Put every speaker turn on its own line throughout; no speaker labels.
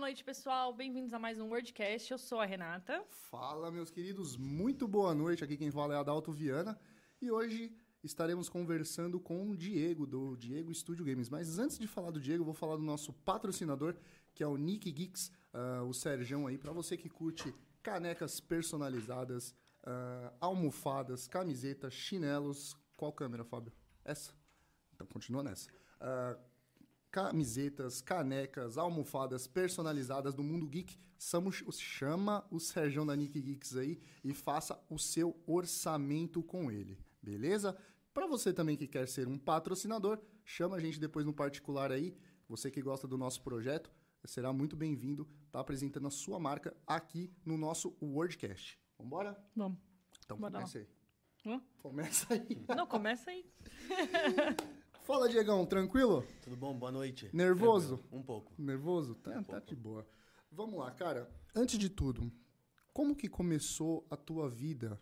noite, pessoal. Bem-vindos a mais um WordCast. Eu sou a Renata.
Fala, meus queridos, muito boa noite. Aqui quem fala é Adalto Viana e hoje estaremos conversando com o Diego, do Diego Studio Games. Mas antes de falar do Diego, eu vou falar do nosso patrocinador, que é o Nick Geeks, ah, o Serjão aí, para você que curte canecas personalizadas, ah, almofadas, camisetas, chinelos. Qual câmera, Fábio? Essa? Então continua nessa. Ah, camisetas, canecas, almofadas personalizadas do mundo geek. Samo- Chama o Serjão da Nick Geeks aí e faça o seu orçamento com ele, beleza? Para você também que quer ser um patrocinador, chama a gente depois no particular aí. Você que gosta do nosso projeto, será muito bem-vindo. Tá apresentando a sua marca aqui no nosso WordCast. Vambora?
Vamos.
Então
Bora lá.
começa aí.
Hã?
Começa aí.
Não, começa aí.
Fala, Diegão, tranquilo?
Tudo bom? Boa noite.
Nervoso?
Tranquilo. Um pouco.
Nervoso?
É,
Tá, tá de boa. Vamos lá, cara. Antes de tudo, como que começou a tua vida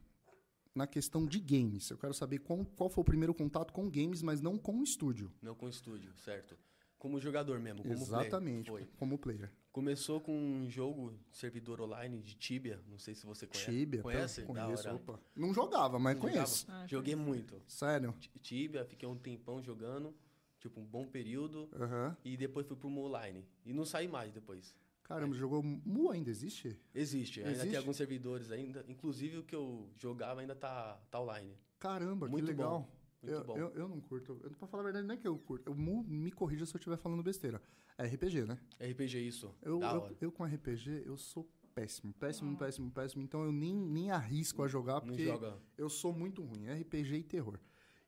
na questão de games? Eu quero saber qual, qual foi o primeiro contato com games, mas não com o estúdio.
Não com estúdio, certo? Como jogador mesmo, como
Exatamente,
player. Foi.
como player.
Começou com um jogo servidor online de Tibia, não sei se você conhece.
Tibia,
conhece?
pô,
Da
conheço,
hora.
opa. Não jogava, mas
Jogava?
Ah, conheço.
Joguei muito.
Sério?
Ti- Tibia, fiquei um tempão jogando, tipo um bom período,
Aham.
e depois fui pro Mu online. E não saí mais depois. É.
Caramba, jogou Mu ainda existe?
Existe, ainda
Existe?
tem alguns servidores ainda, inclusive o que eu jogava ainda tá, tá online.
Caramba,
Muito
que
bom,
legal.
muito
eu,
bom.
Eu, eu não curto. Eu, pra falar a verdade, não é que eu curto. Eu, Mu, me corrija se eu estiver falando besteira. É RPG, né?
RPG isso,
Eu,
da
eu,
hora.
eu com RPG, eu sou péssimo,
Ah.
péssimo, péssimo, péssimo. Então eu nem, nem arrisco a jogar
não
porque
joga.
eu sou muito ruim. RPG e terror.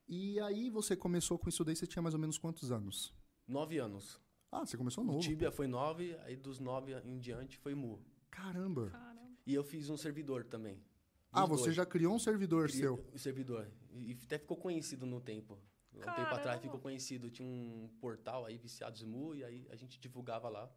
E aí você começou com isso daí, você tinha mais ou menos quantos anos?
Nove anos.
Ah, você começou
O
novo.
Tibia foi 9, aí dos 9 em diante foi Mu.
Caramba.
Caramba.
E eu fiz um servidor também. Dos
Ah, você
dois.
já criou um servidor
Criei
seu.
O servidor. E até ficou conhecido no tempo. Há Um tempo
Caramba.
atrás ficou conhecido. Tinha um portal aí, Viciados Mu, e aí a gente divulgava lá.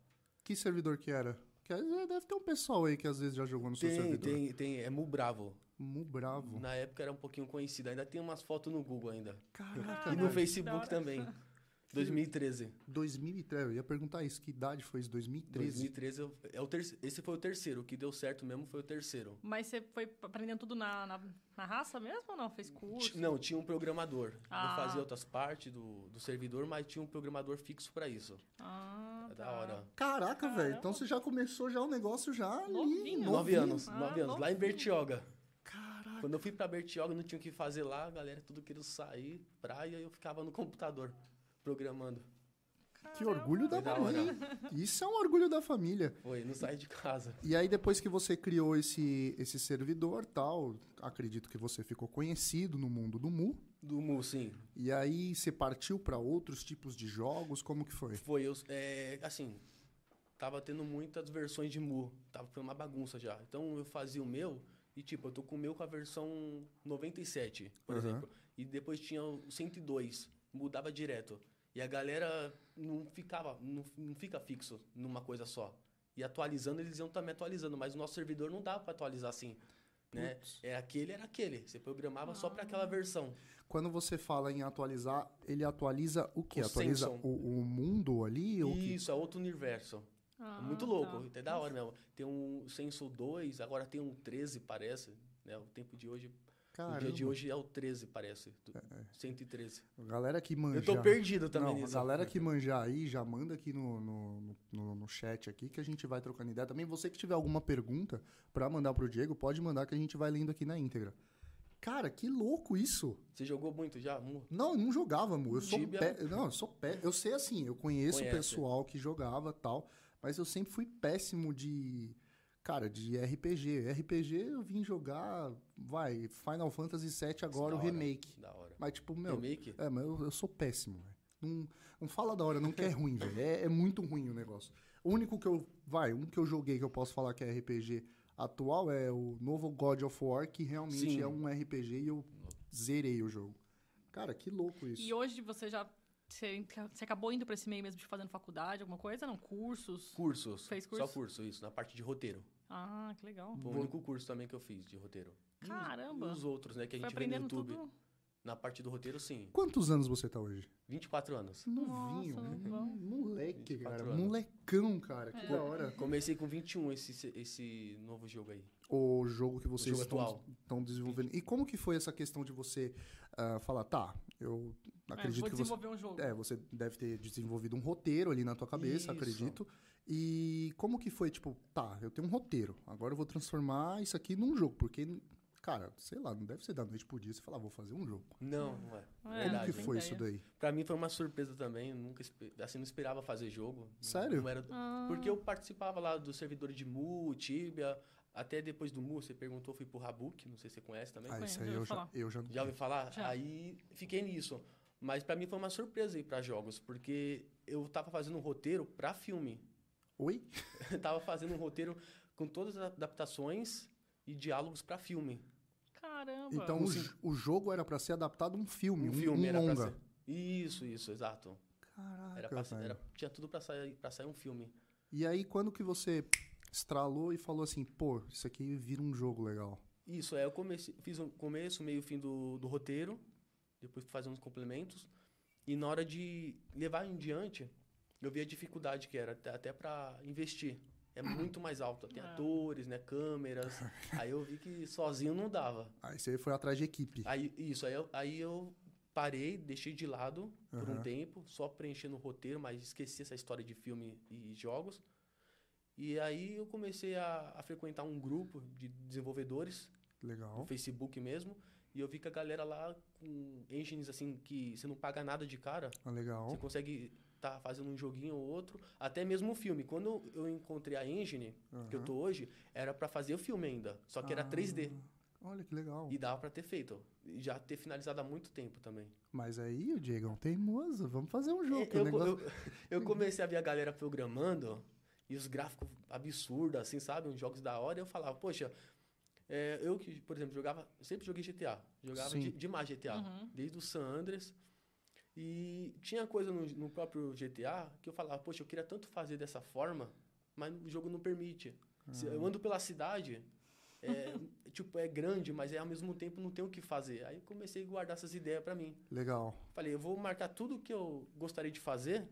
Que servidor que era? Que às vezes deve ter um pessoal aí que às vezes já jogou no seu
Tem,
servidor.
tem, tem. É Mu Bravo.
Mu bravo.
Na época era um pouquinho conhecido. Ainda tem umas fotos no Google ainda.
Caraca,
e
Caralho,
no
mano.
da hora.
Facebook também. 2013.
2003, eu ia perguntar isso, que idade foi isso? 2013?
2013 eu- é o terceiro. Esse foi o terceiro. O que deu certo mesmo foi o terceiro.
Mas você foi aprendendo tudo na, na, na raça mesmo ou não? Fez curso?
Ti- Não, tinha um programador.
Ah.
Eu fazia outras partes do, do servidor, mas tinha um programador fixo pra isso.
Ah,
É
tá.
da hora.
Caraca, velho.
Caramba.
Então você já começou já o negócio já ali,
Novinho.
novinho.
Nove anos,
Ah,
nove anos. Lá em
novinho.
Bertioga.
Caraca.
Quando eu fui pra Bertioga, não tinha o que fazer lá, a galera tudo queria sair, praia, eu ficava no computador programando.
Que orgulho da
Foi da hora.
família. Isso é um orgulho da família.
Foi, não saí de casa.
E aí, depois que você criou esse, esse servidor tal, acredito que você ficou conhecido no mundo do Mu.
Do Mu, sim.
E aí, você partiu para outros tipos de jogos? Como que foi?
Foi, eu, é, assim, tava tendo muitas versões de Mu, tava ficando uma bagunça já. Então eu fazia o meu e, tipo, eu tô com o meu com a versão 97, por
Aham.
exemplo. E depois tinha o 102, mudava direto. E a galera não ficava, não, não fica fixo numa coisa só. E atualizando, eles iam também atualizando, mas o nosso servidor não dava pra atualizar assim. Né? É aquele, era aquele. Você programava só pra
Ah.
aquela versão.
Quando você fala em atualizar, ele atualiza o quê?
O
atualiza
Samsung.
o, o mundo ali? ou o quê?
Isso, é outro universo.
Ah,
É muito louco,
tá.
é da hora mesmo. Tem um Senso 2, agora tem um 13, parece. Né? O tempo de hoje, o dia de
Caramba. É,
hoje é o 13, parece. do- 113.
Galera que manja. né?
Eu tô perdido também É.
Não, a
nisso.
galera que manjar aí, já manda aqui no, no, no- no, no chat aqui que a gente vai trocando ideia. Também você que tiver alguma pergunta pra mandar pro Diego, pode mandar que a gente vai lendo aqui na íntegra. Cara, que louco isso!
Você jogou muito já? Mu?
Não, eu não jogava, amor. Eu sou
Tibia.
pé. Não, eu sou pé. Eu sei assim, eu conheço o
é Conhece.
pessoal que jogava tal, mas eu sempre fui péssimo de. Cara, de RPG. RPG eu vim jogar, vai, Final Fantasy VII agora,
Da
o
hora,
remake.
Da hora.
Mas, tipo, meu,
Remake?
é, mas eu, eu sou péssimo, velho. Não, não fala da hora, não que é ruim, velho. É, é muito ruim o negócio. O único que eu. Vai, um que eu joguei que eu posso falar que é RPG atual é o novo God of War, que realmente
Sim.
é um RPG e eu zerei o jogo. Cara, que louco isso.
E hoje você já... Você, você acabou indo pra esse meio mesmo de fazendo faculdade, alguma coisa? Não, cursos?
Cursos.
Fez
Só
curso?
curso, isso, na parte de roteiro.
Ah, que legal.
Foi o único Hum, curso também que eu fiz de roteiro. E os-
Caramba.
E os outros, né, que a
Foi
gente vê no
aprendendo
YouTube.
tudo.
Na parte do roteiro, sim.
Quantos anos você tá hoje?
24 anos.
Novinho,
Nossa,
né?
novão.
Moleque,
24
cara.
anos.
Molecão, cara.
É.
Que da hora.
Comecei com 21 esse, esse novo jogo aí.
O jogo que vocês
jogo
estão,
atual.
estão desenvolvendo. E como que foi essa questão de você ah, falar, tá, eu acredito
vou
que você.
desenvolver um jogo.
É, você deve ter desenvolvido um roteiro ali na tua cabeça,
Isso.
acredito. E como que foi, tipo, tá, eu tenho um roteiro, agora eu vou transformar isso aqui num jogo, porque, cara, sei lá, não deve ser da noite pro dia você falar, vou fazer um jogo.
Não, não é.
É,
como que
Verdade.
não tem
foi
ideia.
isso daí?
Pra mim foi uma surpresa também. Eu nunca espe- assim, não esperava fazer jogo.
Sério?
Não era- Porque eu participava lá do servidor de Mu, Tibia, até depois do Mu, você perguntou, fui pro Rabuk, não sei se você conhece também.
Ah, isso
conheço,
aí
já
eu
ouvi
já,
falar.
eu já não
Já ouviu falar?
Já.
Aí fiquei nisso. Mas pra mim foi uma surpresa ir pra jogos, porque eu tava fazendo um roteiro pra filme.
Oi?
Eu tava fazendo um roteiro com todas as adaptações e diálogos pra filme.
Caramba. Uhum.
Então o,
Assim.
j- o jogo era pra ser adaptado a um filme, um,
filme
um
era
longa.
pra ser. Isso, isso, exato.
Caraca,
Era pra, ser-
velho.
era- tinha tudo pra sair, pra sair um filme.
E aí, quando que você estralou e falou assim, pô, isso aqui vira um jogo legal?
Isso, é, eu comecei, fiz um começo, meio e fim do, do roteiro, depois fui fazer uns complementos. E na hora de levar em diante, eu vi a dificuldade que era, até, até para investir. É muito mais alto, tem
Ah.
atores, né, câmeras. aí eu vi que sozinho não dava.
Aí você foi atrás de equipe.
Aí isso, aí eu, aí eu parei, deixei de lado por
Aham.
um tempo, só preenchendo o roteiro, mas esqueci essa história de filme e jogos. E aí eu comecei a, a frequentar um grupo de desenvolvedores no
Legal.
Facebook mesmo. E eu vi que a galera lá com engines assim que você não paga nada de cara,
Ah, legal.
você consegue tá fazendo um joguinho ou outro, até mesmo um filme. Quando eu encontrei a engine que eu
Aham.
tô hoje, era pra fazer o filme ainda, só que era 3D
Ah, Olha que legal.
e dava pra ter feito, e já ter finalizado há muito tempo também.
Mas aí, o Diego, é um teimoso, vamos fazer um jogo.
É, Eu,
que o negócio...
eu- eu comecei a ver a galera programando e os gráficos absurdos, assim, sabe? Uns jogos da hora. E eu falava, poxa, é, eu que, por exemplo, jogava, sempre joguei GTA. Jogava
Sim.
de, demais GTA.
Uhum.
Desde o San Andreas. E tinha coisa no, no próprio GTA que eu falava, poxa, eu queria tanto fazer dessa forma, mas o jogo não permite. Se Eu ando pela cidade. É, tipo, é grande, mas é, ao mesmo tempo não tem o que fazer. Aí eu comecei a guardar essas ideias pra mim.
Legal.
Falei, eu vou marcar tudo que eu gostaria de fazer,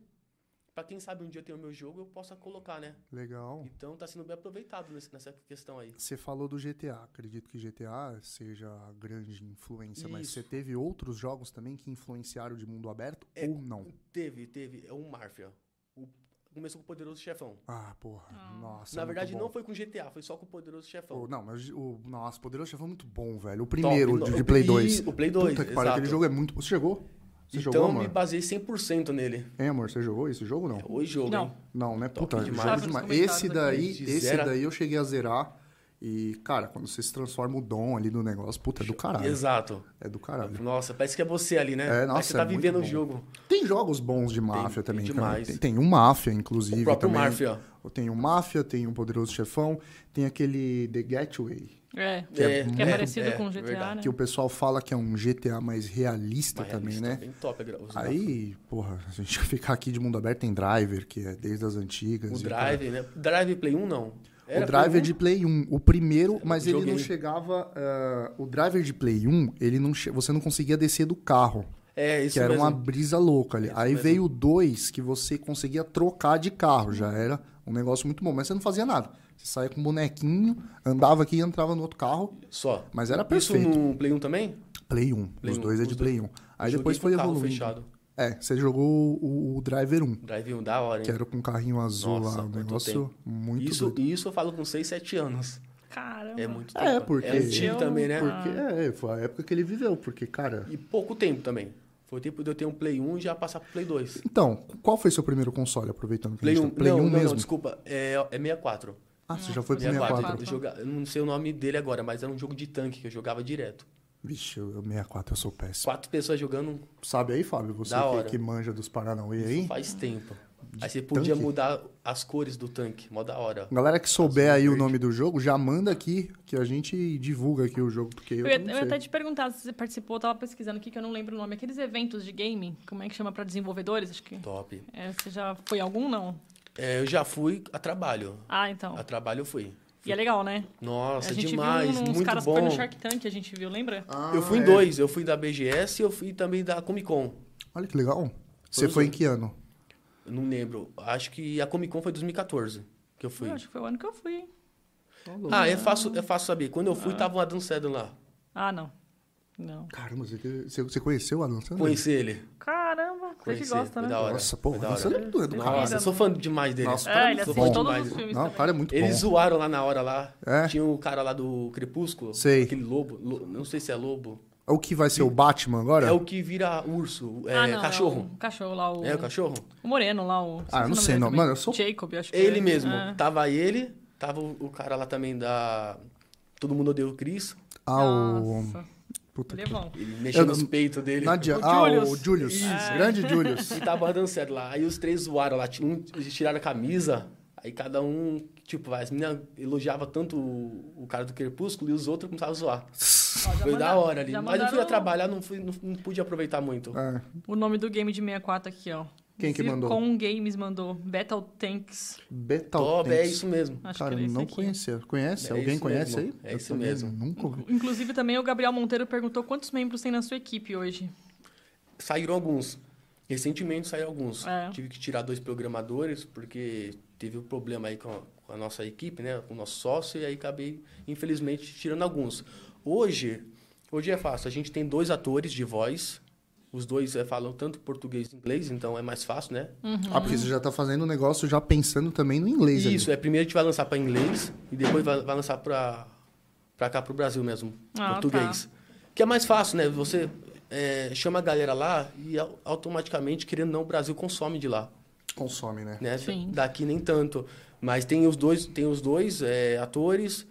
pra quem sabe um dia ter o meu jogo, eu possa colocar, né?
Legal.
Então tá sendo bem aproveitado nesse- nessa questão aí.
Você falou do GTA. Acredito que GTA seja a grande influência, mas
Isso.
você teve outros jogos também que influenciaram de mundo aberto
É-
ou não?
Teve, teve, é um Mafia. O- começou com o Poderoso Chefão.
Ah, porra.
Ah.
Nossa.
Na
é muito
verdade,
bom.
não foi com GTA, foi só com o Poderoso Chefão.
Pô, não, mas o. Nossa, Poderoso Chefão é muito bom, velho. O primeiro
Top,
de,
no-
de Play
e-
2.
o Play 2,
Puta que pariu,
exato.
aquele jogo é muito. Você chegou? Você
então
jogou,
eu me
amor?
basei 100% nele.
É, amor, você jogou esse jogo ou não?
É o jogo,
Não.
hein?
Não, né?
Top
Puta,
demais.
jogo
Tava nos
demais.
comentários
Esse
aqui.
daí,
De
esse
zero a-
daí eu cheguei a zerar. E, cara, quando você se transforma o dom ali no negócio, puta, é do caralho.
Exato.
É do caralho.
Nossa, parece que é você ali, né?
É,
Parece que
nossa,
você tá
é muito
vivendo o
bom.
jogo.
Tem jogos bons de máfia
tem
também, cara.
demais.
Tem, tem um máfia, inclusive.
O próprio
também.
Mafia.
Tem o máfia, tem o Poderoso Chefão, tem aquele The Getaway,
É.
é
Que é,
muito-
parecido com o GTA,
verdade.
né?
que o pessoal fala que é um GTA mais realista
Mas
também,
realista,
né?
Bem top, é os
Aí, porra, se a gente ficar aqui de mundo aberto, tem Driver, que é desde as antigas.
O
e
Drive, né? Drive Play 1 não.
tal.
Era
O é Driver
Play 1?
de Play 1, o primeiro, mas ele não
Joguei.
chegava. ah, o Driver de Play 1, ele não che- você não conseguia descer do carro,
É, isso
que era
mesmo.
uma brisa louca ali.
Isso
Aí
mesmo.
veio o 2, que você conseguia trocar de carro, já era um negócio muito bom, mas você não fazia nada. Você saía com um bonequinho, andava aqui e entrava no outro carro,
Só.
mas era
Isso
perfeito.
no Play 1 também?
Play 1,
Play
os
1,
dois é
os
de
dois.
Play 1. Aí
Joguei
depois
com
foi
carro
evoluindo.
fechado.
É, você jogou o, o Driver 1.
Drive 1, da hora, hein?
Que era com um carrinho azul
Nossa,
lá, um
quanto
negócio
tempo.
muito
isso,
doido.
isso eu falo com 6, 7 anos.
Caramba.
É muito tempo.
É, porque.
É antigo também, né?
Porque, é, foi a época que ele viveu, porque, cara.
E pouco tempo também. Foi o tempo de eu ter um Play 1 e já passar pro Play 2.
Então, qual foi seu primeiro console, aproveitando que
Play
a
1,
gente tá- Play
não,
1
não,
mesmo?
não, desculpa. É, é 64.
ah, você já foi pro 64.
64.
64. Eu, joga- eu não sei o nome dele agora, mas era um jogo de tanque que eu jogava direto.
Vixe, eu, eu 64 eu sou péssimo.
Quatro pessoas jogando
Sabe aí, Fábio, você
Da
que,
hora.
que manja dos Paranauê aí?
faz tempo. Aí você podia
tanque?
mudar as cores do tanque, mó da hora.
Galera que souber aí o nome do jogo, já manda aqui, que a gente divulga aqui o jogo, porque eu,
Eu ia,
não
eu ia
sei.
até te perguntar se você participou, eu tava pesquisando aqui que eu não lembro o nome. Aqueles eventos de game, como é que chama pra desenvolvedores? Acho que.
Top.
É, você já foi em algum, não?
É, eu já fui a trabalho.
Ah, então.
A trabalho eu fui.
E é legal, né?
Nossa,
a gente
demais,
viu uns
muito
caras que foi
bom.
no Shark Tank, a gente viu, lembra?
Ah,
eu fui em
é.
dois, eu fui da BGS e eu fui também da Comic Con.
Olha que legal. Você
os
foi em
dois.
que ano?
Eu Não lembro, acho que a Comic Con foi 2014 que eu fui.
Eu acho que foi o ano que eu fui. hein?
Ah, é fácil, é fácil saber. Quando eu fui, tava o Adam Sandler lá.
Ah, não. Não.
Caramba, você, teve- você- você conheceu o Adam Sandler?
Conheci ele.
Caramba, você que
Conheci,
gosta,
foi
né?
da hora.
Nossa, pô,
Foi da
Adam
hora.
Sandler é do
Nossa,
caralho.
Nossa, eu sou fã demais dele.
Nossa,
É, ele
Tá
assiste
bom.
todos
Demais.
os filmes
Não, o
também.
cara é muito
Eles
bom.
zoaram lá na hora lá.
É?
Tinha o cara lá do Crepúsculo.
Sei.
Aquele lobo. lo- não sei se é lobo.
É o que vai ser o Batman agora?
É o que vira urso. É
Ah, não,
cachorro.
É o cachorro lá, o...
É o cachorro?
O moreno lá, o...
Ah, eu não
o nome
sei,
dele
não.
também.
Mano, eu sou-
Jacob, eu acho que
Ele
é.
mesmo.
Ah.
Tava ele, tava o o cara lá também da. Todo mundo odeia o Chris.
Ah, o...
Nossa,
Puta
ele
que...
é bom.
Ele mexeu
não-
nos peitos dele.
Não adianta.
O
Ah, o
Julius.
Julius.
Isso. É.
Grande Julius.
E tava dançando lá. Aí os três zoaram lá. Um, eles tiraram a camisa. Aí cada um, tipo, as meninas elogiavam tanto o, o cara do Crepúsculo e os outros começavam a zoar.
Ó, já
Foi da
manda-
hora ali.
já
Mas eu fui a
mandaram-
trabalhar, não, fui, não, não pude aproveitar muito.
É.
O nome do game de 64 aqui, ó.
Quem que mandou?
Zircon Games mandou. Battle Tanks.
Beta
Top, é
Tanks.
isso mesmo.
Acho
Cara,
que era
não
esse aqui.
conhecia. Conhece?
É
Alguém
isso
conhece
mesmo.
aí?
É
Eu
isso
também
mesmo.
Nunca ouvi.
Inclusive, também o Gabriel Monteiro perguntou quantos membros tem na sua equipe hoje.
Saíram alguns. Recentemente saíram alguns.
É.
Tive que tirar dois programadores, porque teve um problema aí com a, com a nossa equipe, né? Com o nosso sócio, e aí acabei, infelizmente, tirando alguns. Hoje, hoje é fácil. A gente tem dois atores de voz. Os dois eh, falam tanto português e inglês, então é mais fácil, né?
Uhum.
Ah, porque você já tá fazendo o negócio já pensando também no inglês ali.
Isso, é primeiro a gente vai lançar para inglês e depois vai, vai lançar para cá, para o Brasil mesmo,
Ah,
português. Que é mais fácil, né? Você eh, chama a galera lá e au- automaticamente, querendo ou não, o Brasil consome de lá.
Consome, né?
né?
Sim.
Daqui nem tanto. Mas tem os dois, tem os dois eh, atores.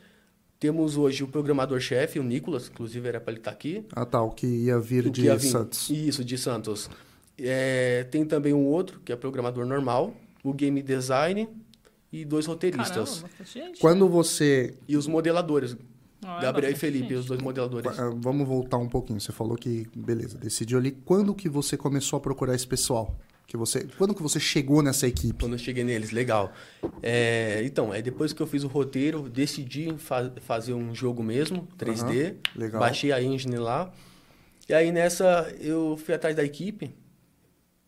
Temos hoje o programador-chefe, o Nicolas, inclusive era para ele estar aqui.
Ah, tá. O que ia vir
O
de
que ia vir.
Santos.
Isso, de Santos. Eh, tem também um outro, que é programador normal, o game design e dois roteiristas.
Caramba, bastante gente.
Quando você.
E os modeladores,
Ó, é
Gabriel e
bastante
Felipe,
gente.
os dois modeladores.
ah, Vamos voltar um pouquinho. Você falou que, beleza, decidiu ali. Quando que você começou a procurar esse pessoal? Que você... Quando que você chegou nessa equipe?
Quando eu cheguei neles, legal. É, então, aí depois que eu fiz o roteiro, decidi fa- fazer um jogo mesmo, 3D.
Legal.
Baixei a engine lá. E aí nessa eu fui atrás da equipe,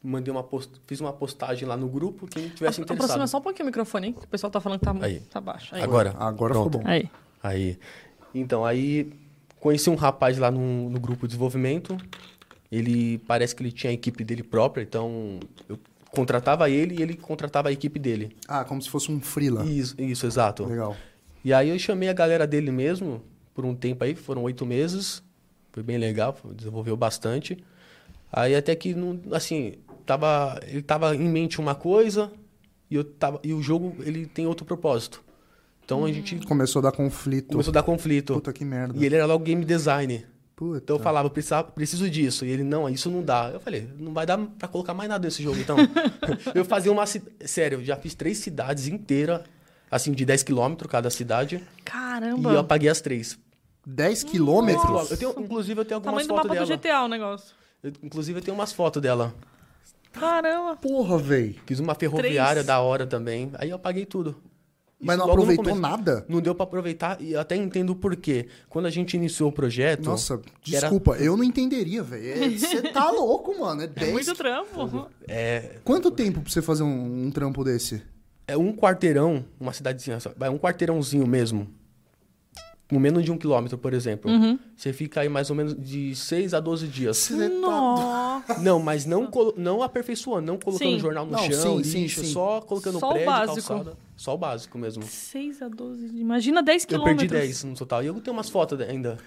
mandei uma post- fiz uma postagem lá no grupo, quem tivesse
Apro- Aproxima
interessado.
só um pouquinho o microfone, hein, que o pessoal tá falando que tá,
Aí.
tá baixo. Aí.
Agora.
Agora ficou bom.
Aí.
Aí. Então, aí conheci um rapaz lá no, no grupo de desenvolvimento. Ele parece que ele tinha a equipe dele própria, então eu contratava ele e ele contratava a equipe dele.
Ah, como se fosse um freela.
Isso, isso, exato.
Legal.
E aí eu chamei a galera dele mesmo por um tempo aí, foram oito meses. Foi bem legal, foi- desenvolveu bastante. Aí até que não, assim, tava, ele tava em mente uma coisa e eu tava, e o jogo ele tem outro propósito. Então a gente
Começou a dar conflito.
começou a dar conflito.
Puta que merda.
E ele era logo game design.
Puta.
Então eu falava, "Precisa- preciso disso. E ele, não, isso não dá. Eu falei, não vai dar pra colocar mais nada nesse jogo, então. eu fazia uma. ci- Sério, eu já fiz três cidades inteiras, assim, de 10 quilômetros cada cidade.
Caramba.
E tá eu apaguei as três.
10
Três
quilômetros?
quilômetros. Eu tenho, inclusive, eu tenho algumas
Tamanho do
fotos
mapa
dela.
do GTA o negócio.
Eu- inclusive, eu tenho umas fotos dela.
Caramba.
Porra, véi.
Fiz uma ferroviária
Três.
da hora também. Aí eu apaguei tudo.
Mas
Isso
não
logo no
aproveitou
começo.
nada?
Não deu pra aproveitar e eu até entendo o porquê. Quando a gente iniciou o projeto.
Nossa,
era-
desculpa, eu não entenderia, velho. Você tá louco, mano. É 10.
Muito trampo.
É,
Quanto tempo pra você fazer um, um trampo desse?
é um quarteirão, uma cidadezinha só. Vai, um quarteirãozinho mesmo. Com menos de um quilômetro, por exemplo.
Uhum.
Você fica aí mais ou menos de 6 a 12 dias.
Você
Nossa.
Não, mas não, colo- não aperfeiçoando, não colocando
Sim.
jornal no
Não,
chão,
sim, sim,
lixo,
sim.
só colocando
Só o
prédio,
básico.
calçada. Só o básico mesmo.
6 a 12. de- Imagina 10
Eu
quilômetros.
perdi 10 no total. E eu tenho umas fotos ainda.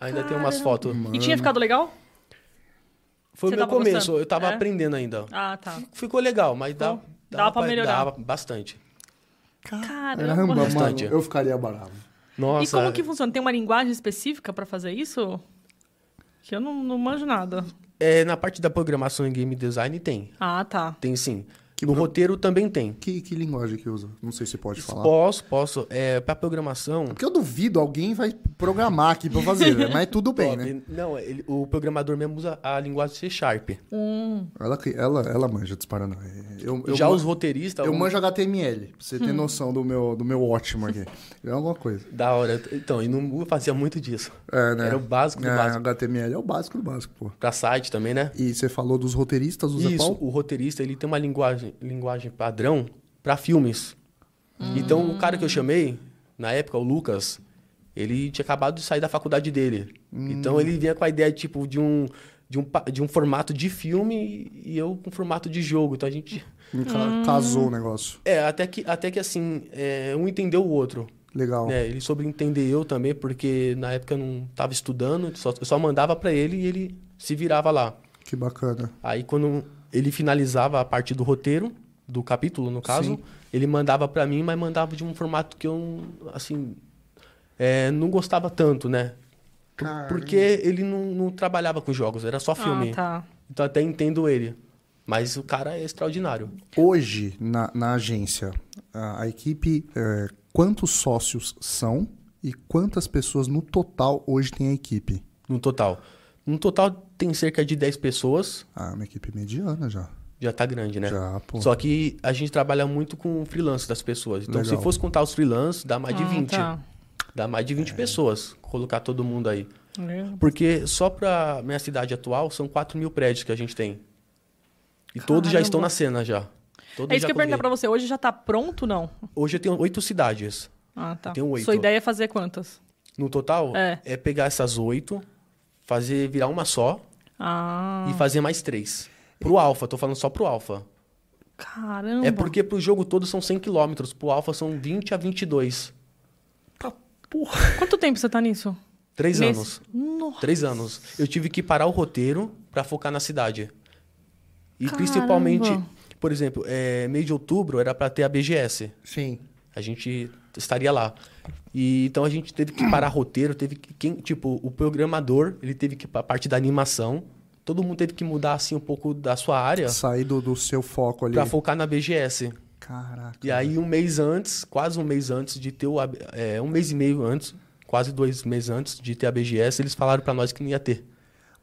Ainda tenho umas
Caramba.
fotos.
E tinha ficado legal?
Foi o
Você
meu
tava
começo,
gostando?
eu tava
É?
aprendendo ainda.
Ah, tá.
Ficou legal, mas dá,
Ficou. Dava pra melhorar.
Dava bastante.
Caramba.
Caramba, mano,
Bastante.
eu ficaria bravo.
Nossa. é.
E como que funciona? Tem uma linguagem específica pra fazer isso? Que eu não, não manjo nada.
é, na parte da programação e game design tem.
Ah, tá.
Tem sim.
Que,
No
pro-
roteiro também tem.
que, que linguagem que usa? Não sei se pode falar.
Posso, posso. É, pra programação.
Porque eu duvido, alguém vai programar aqui pra fazer, né? mas tudo bem, né?
Bob, Não, ele- o programador mesmo usa a linguagem C Sharp.
Hum,
Ela, que- ela, ela manja disparando. Eu, eu,
Já
man-
os roteiristas.
eu
um-
manjo HTML, pra
Hum.
você ter noção do meu, do meu ótimo aqui. É alguma coisa.
Da hora. Então, e no Google fazia muito disso.
É, né?
Era o básico do
É,
básico.
HTML é o básico do básico, pô.
Pra site também, né?
E você falou dos roteiristas, usa
Isso,
qual?
o roteirista ele tem uma linguagem, linguagem padrão pra filmes. Então, o cara que eu chamei, na época, o Lucas, ele tinha acabado de sair da faculdade dele. Então, ele vinha com a ideia, tipo, de um, de um, pa- de um formato de filme e eu com formato de jogo. Então, a gente...
Hum.
Ca- Casou o negócio.
É, até que, até que assim, é, um entendeu o outro.
Legal.
Né? Ele soube entender eu também, porque na época eu não tava estudando, só, eu só mandava pra ele e ele se virava lá.
Que bacana.
Aí quando ele finalizava a parte do roteiro, do capítulo, no caso,
Sim.
ele mandava pra mim, mas mandava de um formato que eu, assim, é, não gostava tanto, né? Por-
Caramba.
Porque ele não, não trabalhava com jogos, era só filme.
ah, tá.
Então até entendo ele. Mas o cara é extraordinário.
Hoje, na, na agência, a, a equipe, é, quantos sócios são e quantas pessoas no total hoje tem a equipe?
No total. No total tem cerca de 10 pessoas,
Ah, uma equipe mediana já.
já tá grande, né?
Já, pô.
Só que a gente trabalha muito com o freelance das pessoas. Então, se
Legal.
fosse contar os freelancers, dá mais de
Ah,
20.
tá.
Dá mais de 20 pessoas, colocar todo mundo aí.
Legal.
Porque só pra minha cidade atual são 4 mil prédios que a gente tem. E todos já estão
Caramba.
na cena já. Todos
É isso
já
que eu ia perguntar
conviveram.
pra você. Hoje já tá pronto, não?
Hoje eu tenho oito cidades.
Ah, tá.
tenho um oito.
Sua ideia é fazer quantas?
No total,
É.
é pegar essas oito, fazer virar uma só
Ah,
e fazer mais três. Pro Alfa, tô falando só pro Alfa.
caramba.
É porque pro jogo todo são 100 quilômetros, pro Alfa são 20 a 22.
Quanto tempo você tá nisso?
Três
Nesse-
anos.
Nossa.
Três anos. Eu tive que parar o roteiro pra focar na cidade. E principalmente,
Caramba.
por exemplo, eh, meio de outubro era pra ter a BGS.
Sim.
A gente estaria lá. E, então a gente teve que parar roteiro, teve que. Quem, tipo, o programador, ele teve que. A parte da animação. Todo mundo teve que mudar assim um pouco da sua área
Sair do, do seu foco ali.
pra focar na BGS.
Caraca.
E aí, um mês antes, quase um mês antes de ter o. AB É, um mês e meio antes, quase dois meses antes de ter a BGS, eles falaram pra nós que não ia ter.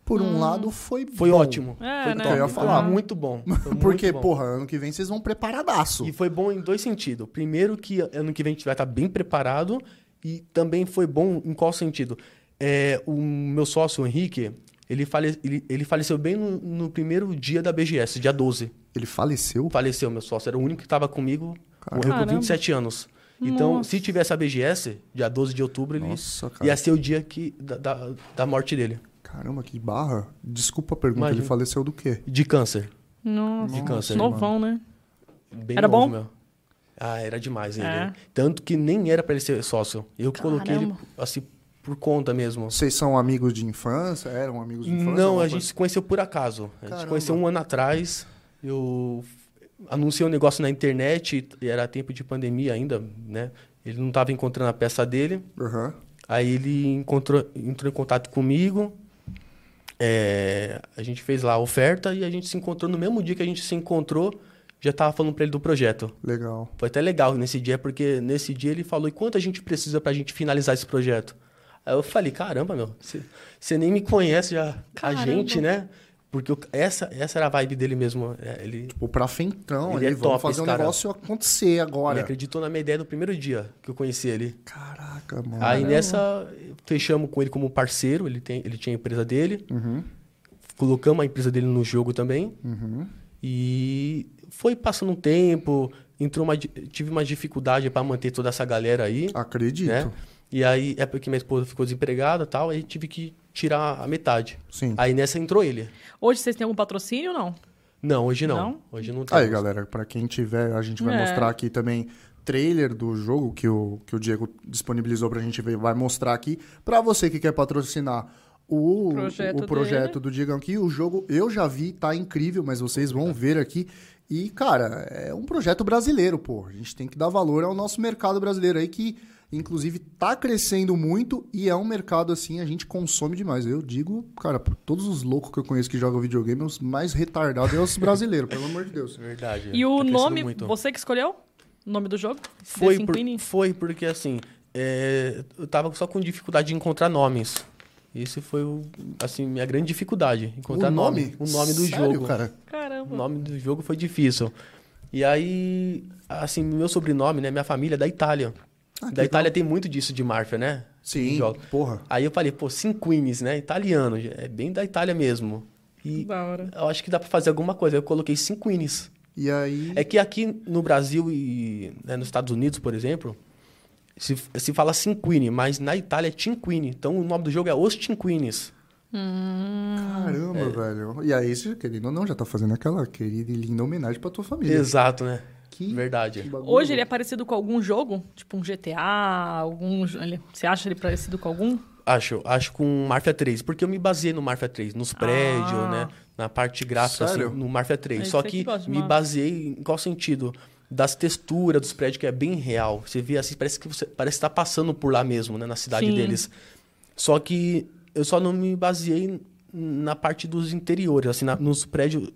Por um lado, foi
Foi
bom.
ótimo.
É,
foi
né?
top.
Eu ia
foi
falar.
muito bom. Foi
Porque,
muito bom.
porra, ano que vem vocês vão preparadaço.
E foi bom em dois sentidos. Primeiro, que ano que vem a gente vai estar bem preparado. E também foi bom em qual sentido? É, o meu sócio, o Henrique, ele, fale, ele, ele faleceu bem no, no primeiro dia da BGS, dia 12.
Ele faleceu?
Faleceu, meu sócio. Era o único que estava comigo. Morreu
Caramba.
com 27 anos. Então,
Nossa.
se tivesse a BGS, dia 12 de outubro, ele
Nossa, cara.
ia ser o dia que, da, da, da morte dele,
Caramba, que barra. Desculpa a pergunta,
assim- Imagina.
ele faleceu do quê?
de câncer.
Nossa.
De câncer.
Novão, né?
Bem
Era
novo,
bom?
meu. Ah, era demais ele.
É.
Tanto que nem era pra ele ser sócio. Eu coloquei ele
Caramba.
assim por conta mesmo.
Vocês são amigos de infância? Eram amigos de infância?
Não,
alguma
a gente se conheceu por acaso. A gente se
Caramba.
conheceu um ano atrás. Eu anunciei um negócio na internet e era tempo de pandemia ainda, né? Ele não estava encontrando a peça dele.
coisa? Aham.
Aí ele encontrou, entrou em contato comigo. É, a gente fez lá a oferta e a gente se encontrou no mesmo dia que a gente se encontrou. Já estava falando pra ele do projeto.
Legal.
Foi até legal nesse dia, porque nesse dia ele falou: e quanto a gente precisa pra gente finalizar esse projeto? Aí eu falei: caramba, meu, você nem me conhece já, a
Caramba.
gente, né? Porque o- essa, essa era a vibe dele mesmo. é, Ele,
Tipo, pra frentão,
Ele
ele
é
vamos
top,
fazer
esse
um
cara.
negócio acontecer
ele
agora.
acreditou na minha ideia no primeiro dia que eu conheci ele.
Caraca, mano.
Aí nessa, fechamos com ele como parceiro, ele, tem, ele tinha a empresa dele,
Uhum,
colocamos a empresa dele no jogo também.
uhum.
E foi passando um tempo, entrou uma, di- tive uma dificuldade pra manter toda essa galera aí.
Acredito.
Né? E aí é porque minha esposa ficou desempregada e tal, aí tive que tirar a metade.
Sim.
Aí nessa entrou ele.
Hoje vocês têm algum patrocínio ou não?
Não, hoje não.
Não?
Hoje não
Aí,
temos.
galera, pra quem tiver, a gente vai
Tá É.
mostrar aqui também trailer do jogo que o, que o Diego disponibilizou pra gente ver, vai mostrar aqui. Pra você que quer patrocinar o
Projeto
o projeto do Diego aqui, o jogo eu já vi, tá incrível, mas vocês vão ver aqui. E, cara, é um projeto brasileiro, pô. A gente tem que dar valor ao nosso mercado brasileiro aí que Inclusive, tá crescendo muito e é um mercado assim, a gente consome demais. Eu digo, cara, por todos os loucos que eu conheço que jogam videogame, os mais retardados é os brasileiros, pelo amor de Deus.
Verdade.
E o
tá crescendo
nome,
muito.
você que escolheu? O nome do jogo? The
Foi, por,
Cinquini?
foi porque assim, é, eu tava só com dificuldade de encontrar nomes. Esse foi, o, assim, minha grande dificuldade. Encontrar nome? O nome do
Sério,
jogo.
cara.
Caramba.
O nome do jogo foi difícil. E aí, assim, meu sobrenome, né? Minha família é da Itália.
Ah, que
da
legal.
Itália tem muito disso de máfia, né?
Sim,
jogo.
porra.
Aí eu falei, pô, Cinquines, né? Italiano. É bem da Itália mesmo. E
Da hora.
eu acho que dá pra fazer alguma coisa. Eu coloquei Cinquines.
E aí.
É que aqui no Brasil e né, nos Estados Unidos, por exemplo, se, se fala Cinquini, mas na Itália é Cinquini. Então o nome do jogo é Os Cinquines.
Hum.
Caramba,
É.
velho. E aí, você, querendo ou não, já tá fazendo aquela querida e linda homenagem pra tua família.
Exato, né?
Que, que
Verdade.
bagulho
Hoje ele é
louco.
parecido com algum jogo? Tipo um GTA, algum... jo- ele- Você acha ele parecido com algum?
Acho, acho com Mafia 3, porque eu me baseei no Mafia 3, nos prédios,
Ah.
né? Na parte gráfica, assim,
Sério?
no Mafia 3.
É,
Só
você
que
que gosta de
me
Mafia.
baseei em qual sentido? Das texturas dos prédios, que é bem real. Você vê assim, parece que você parece estar passando por lá mesmo, né? Na cidade
Sim.
deles. Só que eu só não me baseei na parte dos interiores, assim, na- nos prédios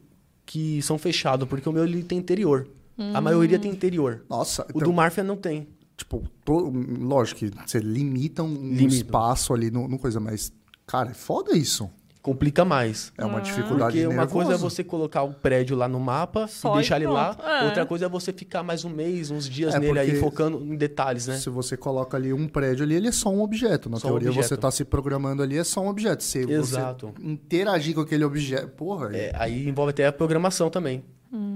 que são fechados, porque o meu ele tem interior.
Hum.
A maioria tem interior.
Nossa,
O
então,
do Mafia não tem.
tipo, to- lógico que você limita um um
Limita.
espaço ali no, no coisa, mas, cara, é foda isso.
Complica mais.
É uma
Ah.
dificuldade
Porque uma
nervosa.
coisa é você colocar o prédio lá no mapa
Só
e deixar
e
ele lá.
pronto. É.
Outra coisa é você ficar mais um mês, uns dias
É,
nele aí,
porque-
focando em detalhes, né?
Se você coloca ali um prédio ali, ele é só um objeto. Na
Só um
teoria, você
objeto.
tá se programando ali, é só um objeto. Se
Exato.
você interagir com aquele objeto, porra,
É, aí envolve até a programação também.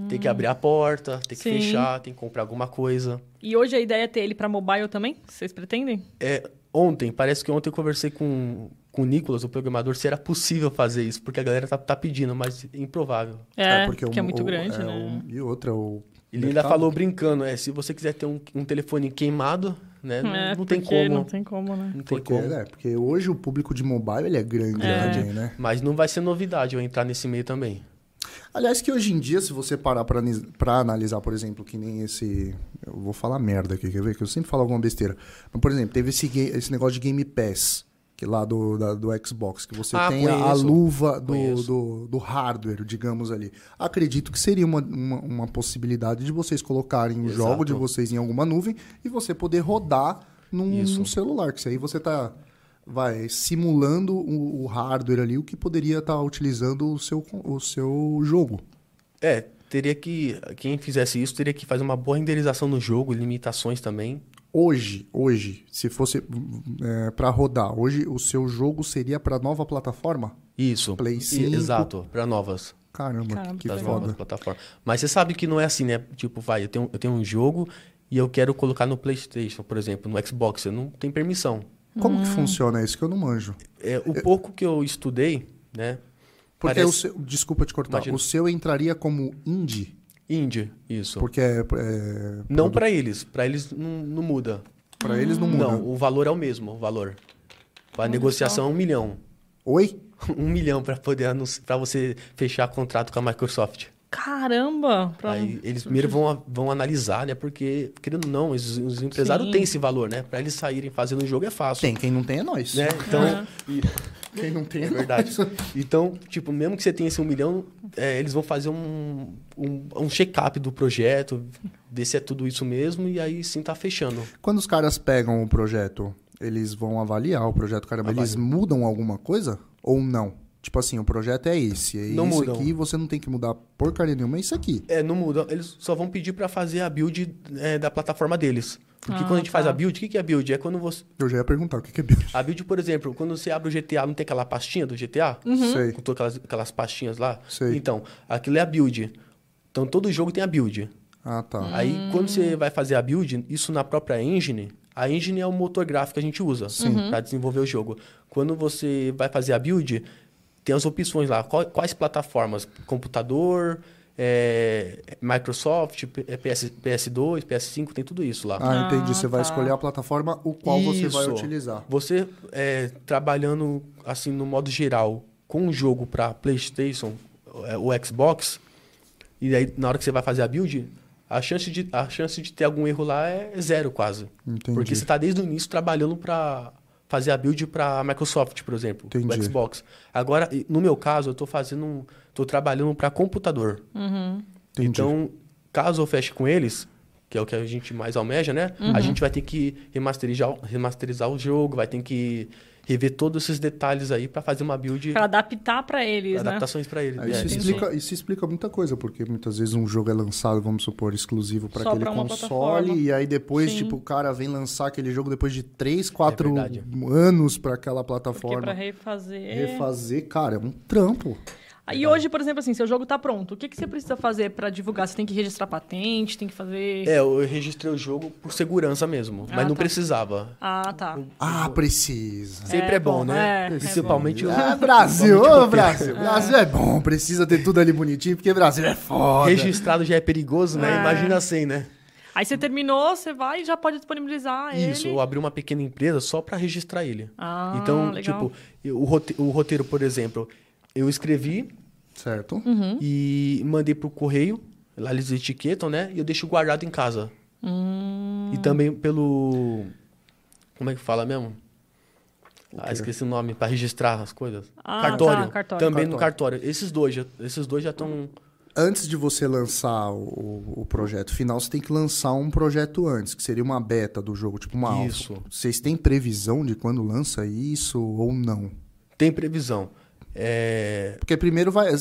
Tem que abrir a porta, tem que
Hum. Sim.
fechar, tem que comprar alguma coisa.
E hoje a ideia é ter ele pra mobile também? Vocês pretendem?
É, Ontem, parece que ontem eu conversei com, com o Nicolas, o programador, se era possível fazer isso, porque a galera tá, tá pedindo, mas é improvável.
É,
porque
que
o-
é muito
o-
grande,
é,
né?
o- e outra, o.
Ele ainda
mercado-
falou brincando, é, se você quiser ter um, um telefone queimado, né? não-
É,
não, tem
porque
como.
Não
Não,
tem como, né?
tem
Porque,
como.
é, porque hoje o público de mobile ele é grande,
É.
também, né?
Mas não vai ser novidade eu entrar nesse meio também.
Aliás, que hoje em dia, se você parar pra, anis- pra analisar, por exemplo, que nem esse. Eu vou falar merda aqui, quer ver? Que eu sempre falo alguma besteira. Mas, por exemplo, teve esse, ga- esse negócio de Game Pass, que lá do, da- do Xbox, que você
Ah,
tem a- a
conheço.
luva do,
Conheço.
do, do hardware, digamos ali. Acredito que seria uma, uma, uma possibilidade de vocês colocarem o
Exato.
jogo de vocês em alguma nuvem e você poder rodar num,
Isso.
num celular, que isso aí você tá. Vai simulando o, o hardware ali, o que poderia estar utilizando o seu, con- o seu jogo.
É, teria que. Quem fizesse isso teria que fazer uma boa renderização no jogo, limitações também.
Hoje, hoje, se fosse é, para rodar, hoje o seu jogo seria para nova plataforma?
Isso.
Play
E-
5.
Exato, para novas.
Caramba,
Caramba,
que
tá
Das
foda.
novas plataformas. Mas você sabe que não é assim, né? Tipo, vai, eu tenho, eu tenho um jogo e eu quero colocar no PlayStation, por exemplo, no Xbox. Eu não tenho permissão.
Como
Hum.
que funciona isso que eu não manjo?
É, o pouco que eu estudei, né?
Porque
Parece-
o seu, desculpa te cortar,
Imagina.
o seu entraria como indie,
Indie, isso.
porque é, é,
Não para eles. Para eles não, não muda.
para eles não muda.
Não, o valor é o mesmo, o valor. A
Olha
negociação é um milhão.
Oi?
Um milhão para poder para você fechar contrato com a Microsoft.
Caramba! pra-
Aí eles primeiro vão, a- vão analisar, né? Porque, querendo ou não, os, os empresários
Sim.
têm esse valor, né? Pra eles saírem fazendo o jogo é fácil.
Tem, quem não tem é nós.
Né? Então,
É.
e-
Quem não tem é,
É verdade.
nós.
então, tipo, mesmo que você tenha esse um milhão, é, eles vão fazer um, um, um check-up do projeto, ver se é tudo isso mesmo, e aí sim tá fechando.
Quando os caras pegam o projeto, eles vão avaliar o projeto, caramba, eles mudam alguma coisa ou não? Tipo assim, o projeto é esse, é
Não
isso
mudam.
aqui, você não tem que mudar porcaria nenhuma, é isso aqui.
É, não muda. Eles só vão pedir pra fazer a build é, da plataforma deles. Porque
Ah,
quando a gente
tá.
faz a build, o que, que é build? É quando você.
Eu já ia perguntar o que que é build.
A build, por exemplo, quando você abre o GTA, não tem aquela pastinha do GTA?
Uhum.
Sei,
Com todas aquelas, aquelas pastinhas lá?
sei.
Então, aquilo é a build. Então, todo jogo tem a build.
Ah, tá.
Hum.
Aí, quando você vai fazer a build, isso na própria engine, a engine é o motor gráfico que a gente usa
Sim.
para desenvolver o jogo. Quando você vai fazer a build, tem as opções lá. Qual- Quais plataformas? Computador, é, Microsoft, P- é, PS, PS2, PS5, tem tudo isso lá.
Ah, entendi.
Ah,
Você vai
tá.
escolher a plataforma o qual você vai
Isso.
utilizar.
Você é, trabalhando assim no modo geral com um jogo para PlayStation, é, ou Xbox, e aí na hora que você vai fazer a build, a chance de, a chance de ter algum erro lá é zero quase.
Entendi.
Porque você está desde o início trabalhando para fazer a build para Microsoft, por exemplo,
Entendi.
o Xbox. Agora, e- no meu caso, eu estou fazendo, um- tô trabalhando para computador.
Entendi.
Então, caso eu feche com eles, que é o que a gente mais almeja, né? A
Uhum.
gente vai ter que remasterizar, remasterizar o jogo, vai ter que rever todos esses detalhes aí para fazer uma build,
Pra adaptar pra eles, né?
adaptações para eles.
Aí
É,
isso,
tem
explica, isso explica muita coisa, porque muitas vezes um jogo é lançado, vamos supor, exclusivo para
Só
aquele
pra uma
console,
plataforma.
e aí depois,
Sim.
tipo, o cara vem lançar aquele jogo depois de 3, 4
É verdade.
anos para aquela
Porque pra
plataforma.
refazer...
Refazer, cara, é um trampo.
E hoje, por exemplo, assim, seu jogo tá pronto. O que, que você precisa fazer pra divulgar? Você tem que registrar patente, tem que fazer...
É, eu registrei o jogo por segurança mesmo,
Ah,
mas não
tá.
precisava.
Ah, tá.
Ah, precisa.
Sempre é, bom,
bom,
né?
é, é
Principalmente
Ah, Brasil,
Principalmente
ô
Ah.
Brasil. Brasil é bom, precisa ter tudo ali bonitinho, porque Brasil é foda.
registrado já é perigoso, né? Imagina assim, né?
Aí você terminou, você vai e já pode disponibilizar
Isso,
Ah, ele.
eu abri uma pequena empresa só pra registrar ele.
Ah,
então,
legal.
tipo, eu- o rote- o roteiro, por exemplo, eu escrevi,
Certo?
Uhum.
Uhum.
e mandei pro correio. Lá eles etiquetam, né? E eu deixo guardado em casa.
Hum.
E também pelo. Como é que fala mesmo? Ah, esqueci o nome, para registrar as coisas.
Ah,
cartório.
tá, cartório.
Também no cartório. Esses dois, já- esses dois já estão.
Antes de você lançar o- o, o projeto final, você tem que lançar um projeto antes, que seria uma beta do jogo, tipo uma alfa.
Isso.
Vocês têm previsão de quando lança isso ou não?
Tem previsão. É,
Porque primeiro vai.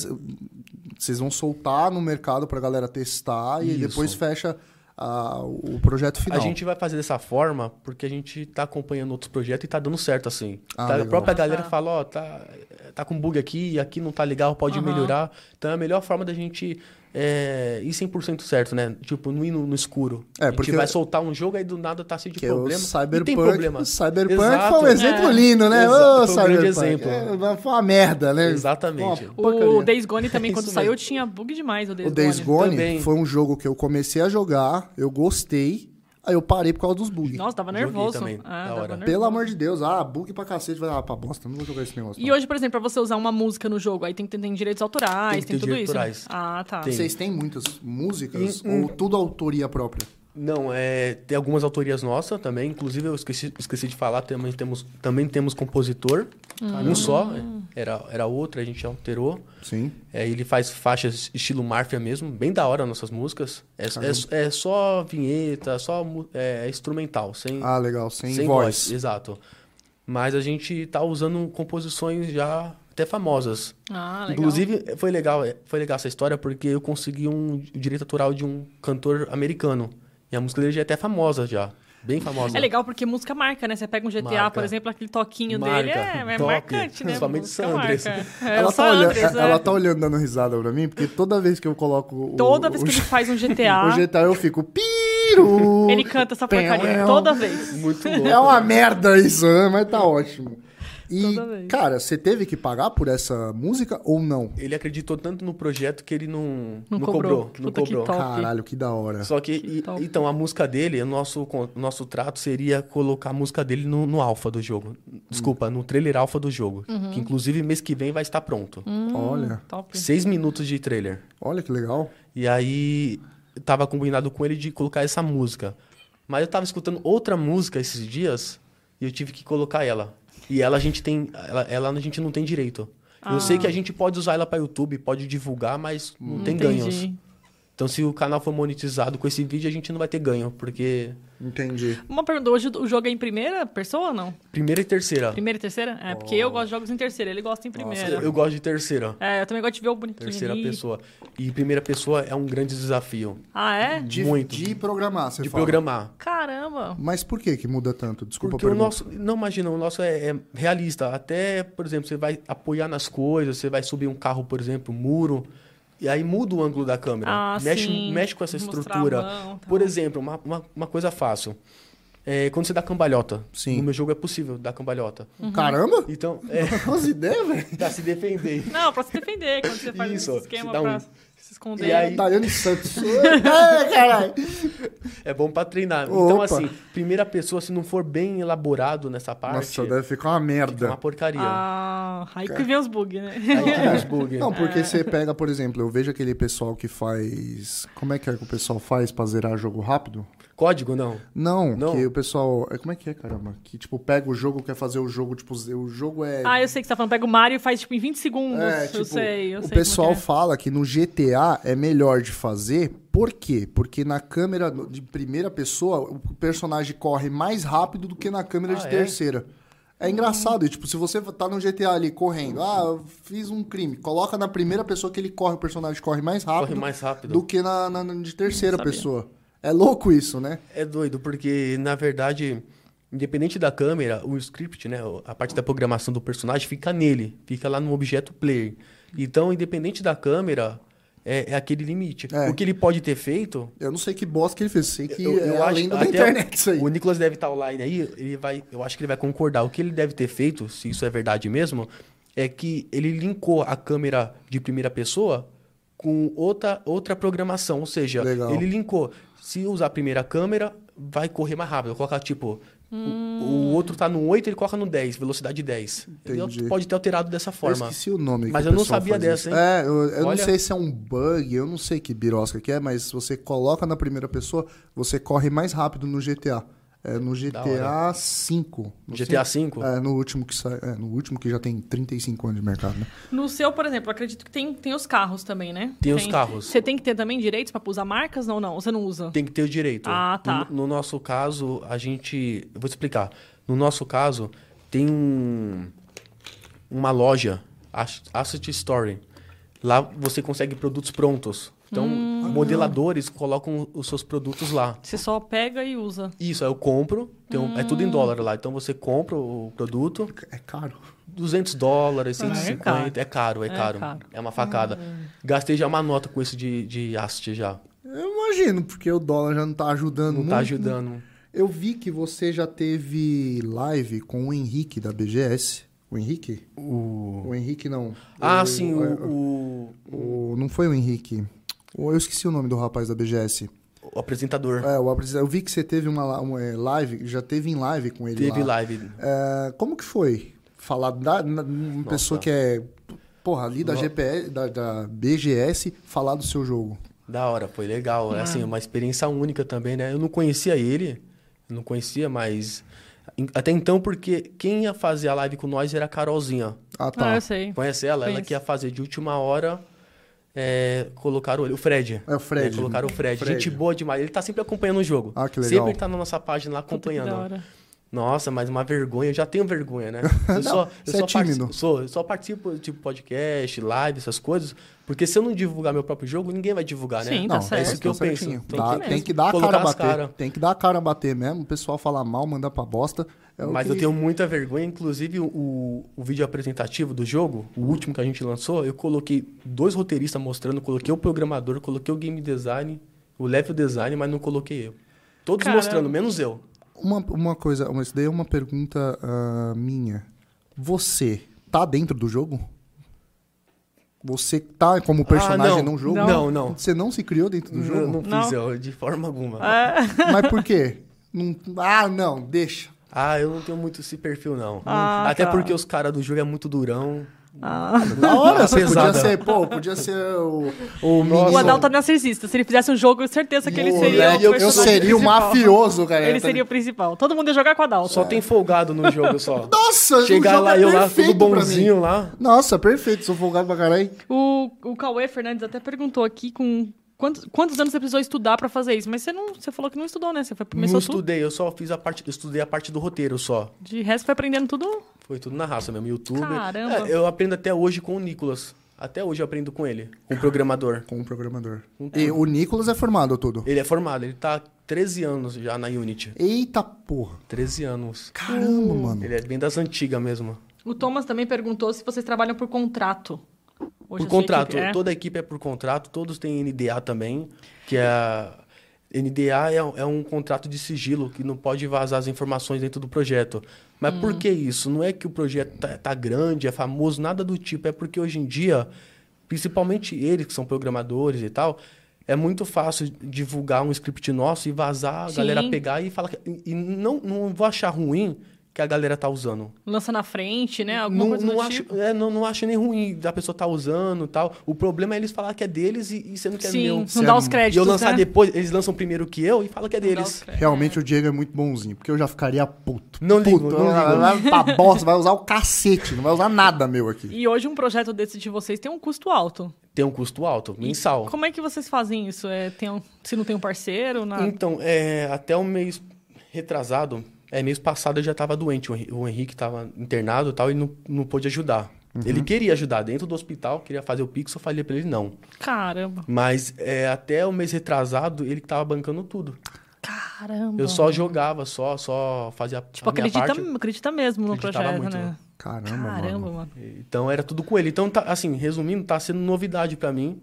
Vocês vão soltar no mercado pra galera testar e
Isso.
depois fecha ah, o projeto
a
final.
gente vai fazer dessa forma porque a gente tá acompanhando outros projetos e tá dando certo, assim.
Ah,
Tá- a
legal.
própria galera
Ah, tá.
fala, ó, tá, tá com bug aqui, aqui não tá legal, pode
Aham.
melhorar. Então é a melhor forma da gente é, ir 100% certo, né? Tipo, não ir no, no escuro.
É,
a
porque-
gente vai soltar um jogo aí do nada tá cheio de
Que é o
problema. E tem
Cyberpunk.
problema.
O Cyberpunk
Exato.
foi um exemplo
É.
lindo, né?
Exato,
Ô,
foi um grande
Cyberpunk.
exemplo.
É, mas foi uma merda, né?
Exatamente.
Ó,
O
porcaria.
Days Gone também, quando
Isso
saiu,
mesmo.
tinha bug demais o Days
É O Days Gone
Também.
foi um jogo que eu comecei a jogar, eu gostei, aí eu parei por causa dos bugs.
Nossa, tava
Joguei
nervoso.
também,
Ah,
da
tava
hora.
nervoso.
Pelo amor de Deus, ah, bug pra cacete, vai ah, pra bosta, não vou jogar esse negócio.
E
não.
hoje, por exemplo, pra você usar uma música no jogo, aí tem que ter tem direitos autorais, tem,
Tem que ter
tudo isso. né?
direitos autorais.
Ah, tá.
Tem.
Vocês têm muitas músicas ou tudo autoria própria?
Não, é, tem algumas autorias nossas também. Inclusive, eu esqueci, esqueci de falar, também temos, também temos compositor. Um só, era, era outro, a gente alterou.
Sim.
É, ele faz faixas estilo máfia mesmo, bem da hora nossas músicas. É, é, é só vinheta, só mu- é, instrumental, sem,
Ah, legal, sem, voz.
Exato. Mas a gente tá usando composições já até famosas.
Ah, legal.
Inclusive, foi legal, é, foi legal essa história porque eu consegui um direito autoral de um cantor americano. E a música dele já é até famosa já. Bem famosa.
É legal porque música marca, né? Você pega um GTA, por
Marca.
exemplo, aquele toquinho
Marca.
dele é, é
Top.
marcante, né?
Somente
música
Sandres.
marca. É,
Ela,
o
tá olhando,
Sandres, é.
ela tá olhando dando risada pra mim, porque toda vez que eu coloco o,
Toda
o,
vez que ele faz um GTA,
o GTA, eu fico piro.
ele canta essa
Tem,
porcaria.
é um-
Toda vez.
Muito louco.
É uma merda isso, né? mas tá ótimo. E,
Toda vez.
cara, você teve que pagar por essa música ou não?
Ele acreditou tanto no projeto que ele não,
Não
não,
cobrou.
cobrou. Não
Puta que
cobrou.
top.
Caralho, que da hora.
Só que, e-
top.
então, a música dele, o nosso, con- nosso trato seria colocar a música dele no, no alfa do jogo. Desculpa, no trailer alfa do jogo. Que, inclusive, mês que vem vai estar pronto.
Hum,
Hum.
Olha,
Top.
Seis minutos de trailer.
olha que legal.
E aí, tava combinado com ele de colocar essa música. Mas eu tava escutando outra música esses dias e eu tive que colocar ela. E ela a gente tem, ela, ela a gente não tem direito. Eu sei que a gente pode usar ela pra YouTube, pode divulgar, mas não tem ganhos.
Hum. Entendi.
Então, se o canal for monetizado com esse vídeo, a gente não vai ter ganho, porque
Entendi.
Uma pergunta, hoje o jogo é em primeira pessoa ou não?
primeira e terceira.
Primeira e terceira? É, porque eu gosto de jogos em terceira, ele gosta em primeira.
Eu gosto de terceira.
É, eu também gosto de ver o bonitinho
Terceira
ali.
pessoa. E primeira pessoa é um grande desafio
Ah, é?
De,
Muito.
de programar, você
de
fala.
programar.
Caramba.
Mas por que que muda tanto? Desculpa
Porque
a
o
pergunta.
nosso. Não, imagina, o nosso é, é realista. Até, por exemplo, você vai apoiar nas coisas, você vai subir um carro, por exemplo, um muro. E aí muda o ângulo da câmera.
Ah,
mexe,
sim.
mexe com essa
Mostrar a
estrutura.
mão, tá.
Por exemplo, uma, uma, uma coisa fácil. É, quando você dá cambalhota.
Sim.
No meu jogo é possível dar cambalhota.
Caramba!
Então, é.
As ideias, velho.
dá se defender.
Não, pra se defender, quando você faz
Isso,
esse
se
esquema
dá
pra
um-
se esconder.
E aí-
Dariano Santos. Ah, É, caralho.
É bom pra treinar. Então,
Opa.
assim, primeira pessoa, se não for bem elaborado nessa parte,
Nossa, deve ficar uma
fica uma
merda.
porcaria.
Ah, aí que vem os bugs, né?
Aí que vem os bug.
Não, porque você pega, por exemplo, eu vejo aquele pessoal que faz. Como é que é que o pessoal faz pra zerar jogo rápido?
Código, não.
Não,
Não.
que o pessoal. é, Como é que é, caramba? Que tipo, pega o jogo, quer fazer o jogo, tipo, ze- o jogo é.
Ah, eu sei que você tá falando. Pega o Mario e faz, tipo, em 20 segundos.
É,
eu
tipo,
sei, eu
o
sei. como
pessoal
que é.
fala que no GTA é melhor de fazer, por quê? Porque na câmera de primeira pessoa, o personagem corre mais rápido do que na câmera de
Ah, é?
terceira. É
Hum.
engraçado, e, tipo, se você tá no GTA ali correndo, ah, eu fiz um crime, coloca na primeira pessoa que ele corre, o personagem corre mais rápido
Corre mais rápido.
Ah, do que na, na- na de terceira
Sabia.
pessoa. É louco isso, né?
É doido, porque, na verdade, independente da câmera, o script, né? o- A parte da programação do personagem fica nele. Fica lá no objeto player. Então, independente da câmera, é, é aquele limite.
É.
O que ele pode ter feito,
Eu não sei que bosta que ele fez, sei que
Eu-
é
eu acho
além
que
da
até
internet isso aí.
O Nicolas deve estar online aí, ele vai, eu acho que ele vai concordar. O que ele deve ter feito, se isso é verdade mesmo, é que ele linkou a câmera de primeira pessoa com outra, outra programação. Ou seja,
Legal.
ele linkou. Se usar a primeira câmera, vai correr mais rápido. Colocar tipo. o- O outro tá no 8, ele coloca no 10, velocidade 10. Ele
Entendi.
pode ter alterado dessa
Eu
forma.
esqueci o nome. que
Mas
o
eu não
pessoal
sabia
faz
dessa,
isso.
hein?
É, eu, eu não
Olha.
sei se é um bug, eu não sei que birosca que é, mas se você coloca na primeira pessoa, você corre mais rápido no GTA. É no GTA V. No
GTA V?
É, no último que sai, é, no último que já tem 35 anos de mercado, né?
No seu, por exemplo, eu acredito que tem, tem os carros também, né?
Tem os carros.
Você tem que ter também direitos pra usar marcas ou não? Você não usa?
Tem que ter o direito.
Ah, tá.
No, no nosso caso, a gente. Eu vou te explicar. No nosso caso, tem um, uma loja, Ass- Asset Story. Lá você consegue produtos prontos. Então,
Hum.
modeladores colocam os seus produtos lá.
Você só pega e usa.
Isso, aí eu compro. tem um- É
Hum.
tudo em dólar lá. Então você compra o produto,
É caro.
200 dólares,
Ah, é
150. É caro, é,
É
caro.
caro. Hum.
É uma facada. Gastei já uma nota com isso de, de Asset já.
Eu imagino, porque o dólar já não tá ajudando
Não
muito.
tá ajudando.
Eu vi que você já teve live com o Henrique da BGS. O Henrique?
O...
O Henrique não.
Ah,
O-
sim,
é,
o- o...
o- não foi o Henrique. O- Eu esqueci o nome do rapaz da BGS.
O apresentador
É, o apresenta- eu vi que você teve uma, la- uma, é, live, já teve em live com ele
teve
lá.
live.
É, como que foi? Falar da na- uma pessoa que é, porra, ali da
No-
GPL, da, da BGS, falar do seu jogo.
Da hora, foi legal. É
Uhum.
assim, uma experiência única também, né? Eu não conhecia ele, eu não conhecia, mas. em- Até então, porque quem ia fazer a live com nós era a Carolzinha.
Ah,
Ah,
tá.
eu sei.
Conhece ela? Ela
Conheço.
que ia fazer de última hora. É, colocaram ele, o Fred.
É o Fred.
É, colocaram o Fred.
Fred.
Gente boa demais. Ele tá sempre acompanhando o jogo.
Ah, que legal.
Sempre ele tá na nossa página lá
Puta que da
acompanhando.
hora.
Nossa, mas uma vergonha. Eu já tenho vergonha, né? Eu só, eu
você é
só partici-
tímido.
sou, eu só participo de podcast, live, essas coisas. Porque se eu não divulgar meu próprio jogo, ninguém vai divulgar, né?
Sim, tá
Não,
certo.
é isso que eu penso. certinho.
Tem
Dá-
que
tem
mesmo.
que dar a cara
Colocar
a
as
bater.
cara.
Tem que dar a cara a bater mesmo. O pessoal falar mal, mandar pra bosta. É o
Mas
que-
eu tenho muita vergonha. Inclusive, o, o vídeo apresentativo do jogo, o último que a gente lançou, eu coloquei dois roteiristas mostrando, coloquei o programador, coloquei o game design, o level design, mas não coloquei eu. Todos
Caramba.
mostrando, menos eu.
Uma, uma coisa, uma- isso daí é uma pergunta ah, minha. Você tá dentro do jogo? Você tá como personagem
Ah, não.
num jogo?
Não, não.
Você não se criou dentro do
Não,
jogo?
não fiz
Não.
eu, de forma alguma.
É.
Mas por quê? Não- ah, não, deixa.
Ah, eu não tenho muito esse perfil, não.
Ah,
Até
tá.
porque os caras do jogo é muito durão.
Ah.
Na hora, você podia
pesada.
ser, pô, podia ser o, o
O
menino.
Adalto é narcisista. Se ele fizesse um jogo, eu tenho certeza que ele
né?
seria
Moleque,
o
eu, eu
personagem
seria o
principal.
mafioso, tá galera.
Ele seria o principal. Todo mundo ia jogar com o Adalto.
Só tem folgado no jogo só.
Nossa, o
Chegar
jogo
lá,
é
eu lá,
perfeito
tudo
pra mim.
bonzinho lá.
Nossa, perfeito, sou folgado pra caralho.
O, o Cauê Fernandes até perguntou aqui com quantos, quantos anos você precisou estudar pra fazer isso. Mas você não, você falou que não estudou, né? Você foi,
não
começou tudo.
estudei, eu só fiz a parte, eu estudei a parte do roteiro só.
De resto, foi aprendendo tudo.
Foi tudo na raça mesmo, youtuber.
Caramba.
É, eu aprendo até hoje com o Nicolas. Até hoje eu aprendo com ele, com o programador.
Com o programador.
Com
E o Nicolas é formado tudo.
Ele é formado, ele tá há 13 anos já na Unity.
Eita porra.
13 anos.
Caramba,
Hum.
mano.
Ele é bem das antigas mesmo.
O Thomas também perguntou se vocês trabalham por contrato. Hoje
por
a sua
contrato,
equipe- é.
toda a equipe é por contrato, todos têm NDA também, que é. a- NDA é, um- é um contrato de sigilo que não pode vazar as informações dentro do projeto. Mas por
Hum.
que isso? Não é que o projeto tá, tá grande, é famoso, nada do tipo. É porque hoje em dia, principalmente eles que são programadores e tal, É muito fácil divulgar um script nosso e vazar, a galera
Sim.
pegar e falar. que- E, e não, não vou achar ruim que a galera tá usando.
Lança na frente, né? Alguma
não,
coisa
não
do
acho,
tipo.
é, não, não acho nem ruim da pessoa tá usando e tal. O problema é eles falar que é deles e, e sendo que é
Sim,
meu.
não dá os
E eu
créditos,
E eu lançar
né?
depois, eles lançam primeiro que eu e falam que é
Não dá os
deles.
créditos.
Realmente o Diego é muito bonzinho, porque eu já ficaria puto.
Não ligo,
puto,
não
vai- Vai
ligo.
pra bosta, vai usar o cacete, não vai usar nada meu aqui.
E hoje um projeto desse de vocês tem um custo alto.
Tem um custo alto, mensal.
Como é que vocês fazem isso? É, tem um- se não tem um parceiro, na...
Então, é, até o mês retrasado, é, mês passado eu já estava doente, o Henri- o Henrique estava internado e tal, e não, não pôde ajudar. Ele queria ajudar dentro do hospital, queria fazer o pix, eu falei pra ele não.
Caramba,
Mas é, até o mês retrasado, ele que tava bancando tudo.
Ah, caramba.
Eu só jogava, só, só fazia
Tipo,
a minha
acredita,
parte.
acredita mesmo no
Acreditava
projeto,
muito,
né?
né?
Caramba, mano.
Caramba, mano.
Então era tudo com ele. Então, tá- assim, resumindo, tá sendo novidade pra mim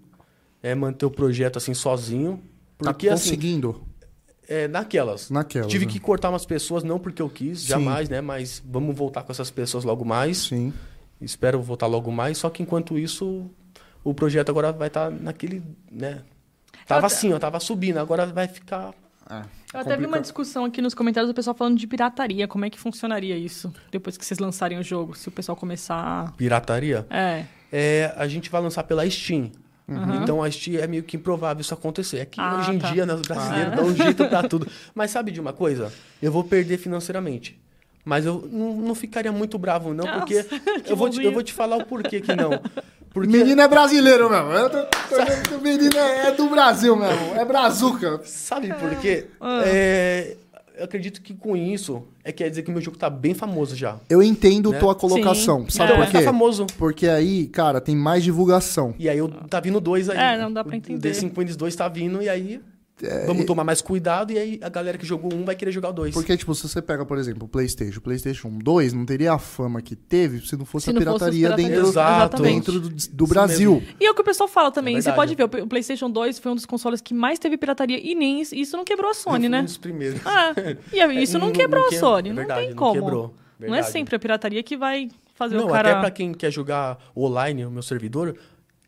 é, manter o projeto assim sozinho. Porque,
tá
assim,
conseguindo
é, naquelas.
naquela.
Tive
né?
que cortar umas pessoas, não porque eu quis,
Sim.
jamais, né? Mas vamos voltar com essas pessoas logo mais.
Sim.
Espero voltar logo mais. Só que enquanto isso, o projeto agora vai estar naquele, né? Tava
Eu-
assim, ó, tava subindo, agora vai ficar.
Eu até vi uma
Complicado.
discussão aqui nos comentários do pessoal falando de pirataria. Como é que funcionaria isso depois que vocês lançarem o jogo? Se o pessoal começar.
Pirataria?
É.
É, a gente vai lançar pela Steam.
Uhum.
Então a Steam é meio que improvável isso acontecer. É que
Ah,
hoje em
tá.
dia, né, os brasileiros dão um jeito pra tudo. Mas sabe de uma coisa? Eu vou perder financeiramente. Mas eu não, não ficaria muito bravo, não,
Nossa,
porque
que
eu vou, te, eu
bonzinho.
vou te falar o porquê que não. Porque
Menino é brasileiro, meu. Eu tô- tô vendo que o menino é, é do Brasil, meu. É brazuca.
Sabe por quê?
Ah.
É, eu acredito que com isso é quer dizer que meu jogo tá bem famoso já.
Eu entendo
Né?
tua colocação.
Sim.
Sabe
É.
por
Tá
quê?
famoso.
Porque aí, cara, tem mais divulgação.
E aí eu, tá vindo dois aí.
É, não dá pra entender.
O The 5 2 tá vindo e aí
É,
vamos tomar mais cuidado e aí a galera que jogou um vai querer jogar o dois.
Porque, tipo, se você pega, por exemplo, o PlayStation, o PlayStation 2 não teria a fama que teve se não fosse
Se
a
não fosse as
pirataria
piratarias.
dentro,
Exato.
Exatamente.
dentro do, do Brasil.
E é o que o pessoal fala também.
É
Você pode ver,
verdade.
o P- o PlayStation 2 foi um dos consoles que mais teve pirataria e nem isso, isso não quebrou a Sony, né?
um primeiros.
Ah, e é- isso não quebrou a
que-
Sony.
é
não
verdade,
tem como.
quebrou.
Não é
Verdade.
sempre a pirataria que vai fazer
Não,
o cara.
até pra quem quer jogar online, o meu servidor,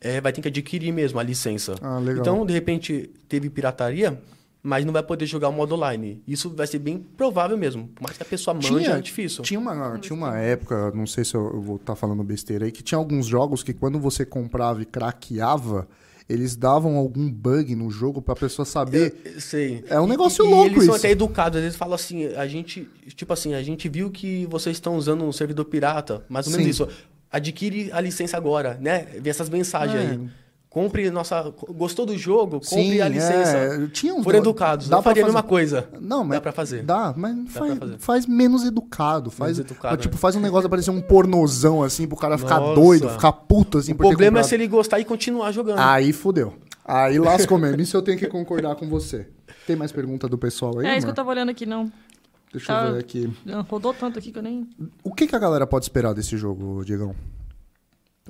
é, vai ter que adquirir mesmo a licença.
Ah, legal.
Então, de repente, teve pirataria, mas não vai poder jogar o modo online. Isso vai ser bem provável mesmo. Mas que a pessoa manja, é difícil.
Tinha uma, tinha uma época, não sei se eu eu vou estar falando besteira aí, que tinha alguns jogos que quando você comprava e craqueava, eles davam algum bug no jogo pra pessoa saber.
Sei.
É um
E-
negócio
e,
louco
eles são
isso.
até educados, às vezes falam assim, a gente, tipo assim, a gente viu que vocês estão usando um servidor pirata, mais ou menos
Sim.
isso. Adquire a licença agora, né? Vê essas mensagens
É.
aí. Compre nossa, gostou do jogo? Compre
Sim,
a licença.
é, tinha um-
Foram educados,
dá
eu
pra
faria a
fazer-
mesma coisa.
Não, mas
Dá pra fazer.
Dá, mas faz,
pra fazer.
faz menos educado. Faz,
Menos educado,
tipo,
né?
faz um negócio parecer um pornozão, assim, pro cara ficar
Nossa.
doido, ficar puto, assim,
O
por ter
problema é
comprado.
se ele gostar e continuar jogando.
Aí fudeu. Aí lascou mesmo. Isso eu tenho que concordar com você. Tem mais pergunta do pessoal aí,
É isso que eu
amor?
tava olhando aqui, não.
Deixa
tá.
eu ver aqui.
Não, Rodou tanto aqui que eu nem.
O que, que a galera pode esperar desse jogo, Diegão?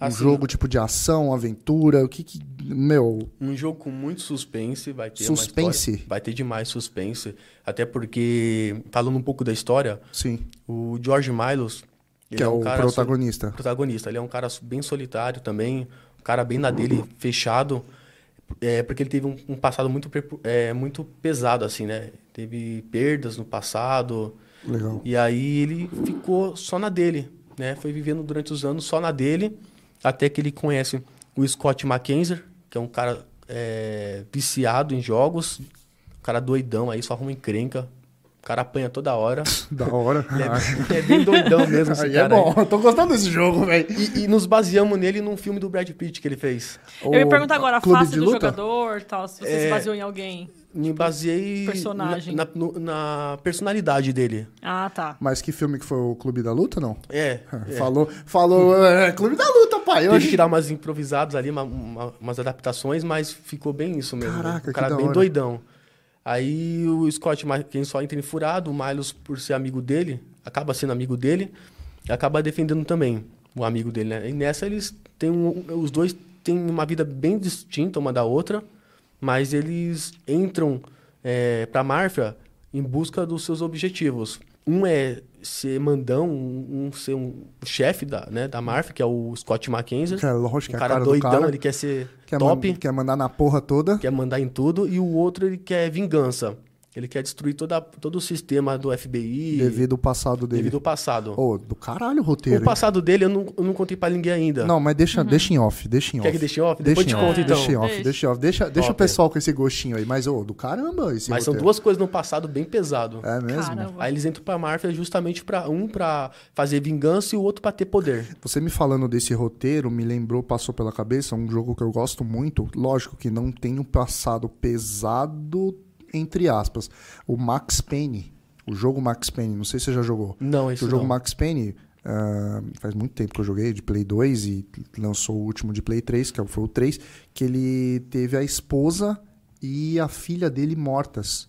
Um
Assim.
jogo tipo de ação, aventura, o que que... Meu,
Um jogo com muito suspense, vai ter uma
Suspense?
história- vai ter demais suspense. Até porque, falando um pouco da história,
sim,
o George Milos... ele
que é,
um
o
cara so-
protagonista.
protagonista. Ele é um cara bem solitário também, um cara bem na dele, fechado, é, porque ele teve um, um passado muito, prepo- é, muito pesado, assim, né? Teve perdas no passado,
Legal.
e aí ele ficou só na dele, né? Foi vivendo durante os anos só na dele, até que ele conhece o Scott McKenzie, que é um cara é, viciado em jogos, um cara doidão aí, só arruma encrenca, o cara apanha toda hora.
Da hora.
Ele é, é bem doidão mesmo esse
Aí é
cara aí.
bom, eu tô gostando desse jogo, velho.
E, e nos baseamos nele num filme do Brad Pitt que ele fez.
Eu ia perguntar agora a
Clube
face
de
do
luta?
jogador tal, se você se
É.
baseou em alguém.
Me baseei
Personagem.
Na, na- no- na personalidade dele.
Ah, tá.
Mas que filme que foi o Clube da Luta, não?
É. é.
Falou, falou, é, Clube da Luta, pai. Eu
Teve
achei...
que dar umas improvisadas ali, uma- uma- umas adaptações, mas ficou bem isso mesmo. né?
Caraca,
o cara
que da
bem
hora.
doidão. Aí o Scott, Ma- quem só entra em furado, o Miles, por ser amigo dele, acaba sendo amigo dele, e acaba defendendo também o amigo dele, né? E nessa eles têm um- os dois têm uma vida bem distinta uma da outra, mas eles entram é, pra máfia em busca dos seus objetivos. Um é ser mandão, um, um ser um chefe da, né, da Marf, que é o Scott Mackenzie.
Cara, lógico que
Um
é a
cara,
cara do
doidão,
cara. é
ele quer ser
Quer, man-
top,
quer mandar na porra toda.
quer mandar em tudo. E o outro, ele quer vingança. Ele quer destruir toda, todo o sistema do FBI
Devido ao passado dele.
devido ao passado.
Ô, do caralho o
O
roteiro. hein?
passado dele eu não, eu não contei pra ninguém ainda.
Não, mas deixa, deixa em off, deixa em
Quer
off.
que deixe em off?
Deixa
Depois
em
te
off,
conto, então.
deixa em off,
Deixa.
deixa em off. Deixa, deixa o
Top.
pessoal com esse gostinho aí. Mas, ô, do caramba esse
Mas são
roteiro.
duas coisas no passado bem pesado.
É mesmo?
Caramba.
Aí eles entram pra Marvel justamente pra um pra fazer vingança e o outro pra ter poder.
Você me falando desse roteiro, me lembrou, passou pela cabeça, um jogo que eu gosto muito. Lógico que não tem um passado pesado, entre aspas. O Max Payne. O jogo Max Payne, não sei se você já jogou.
Não,
Porque
isso
o jogo
Então, não.
Max Payne, ah, faz muito tempo que eu joguei, de Play 2, e lançou o último de Play 3, que foi o 3, que ele teve a esposa e a filha dele mortas.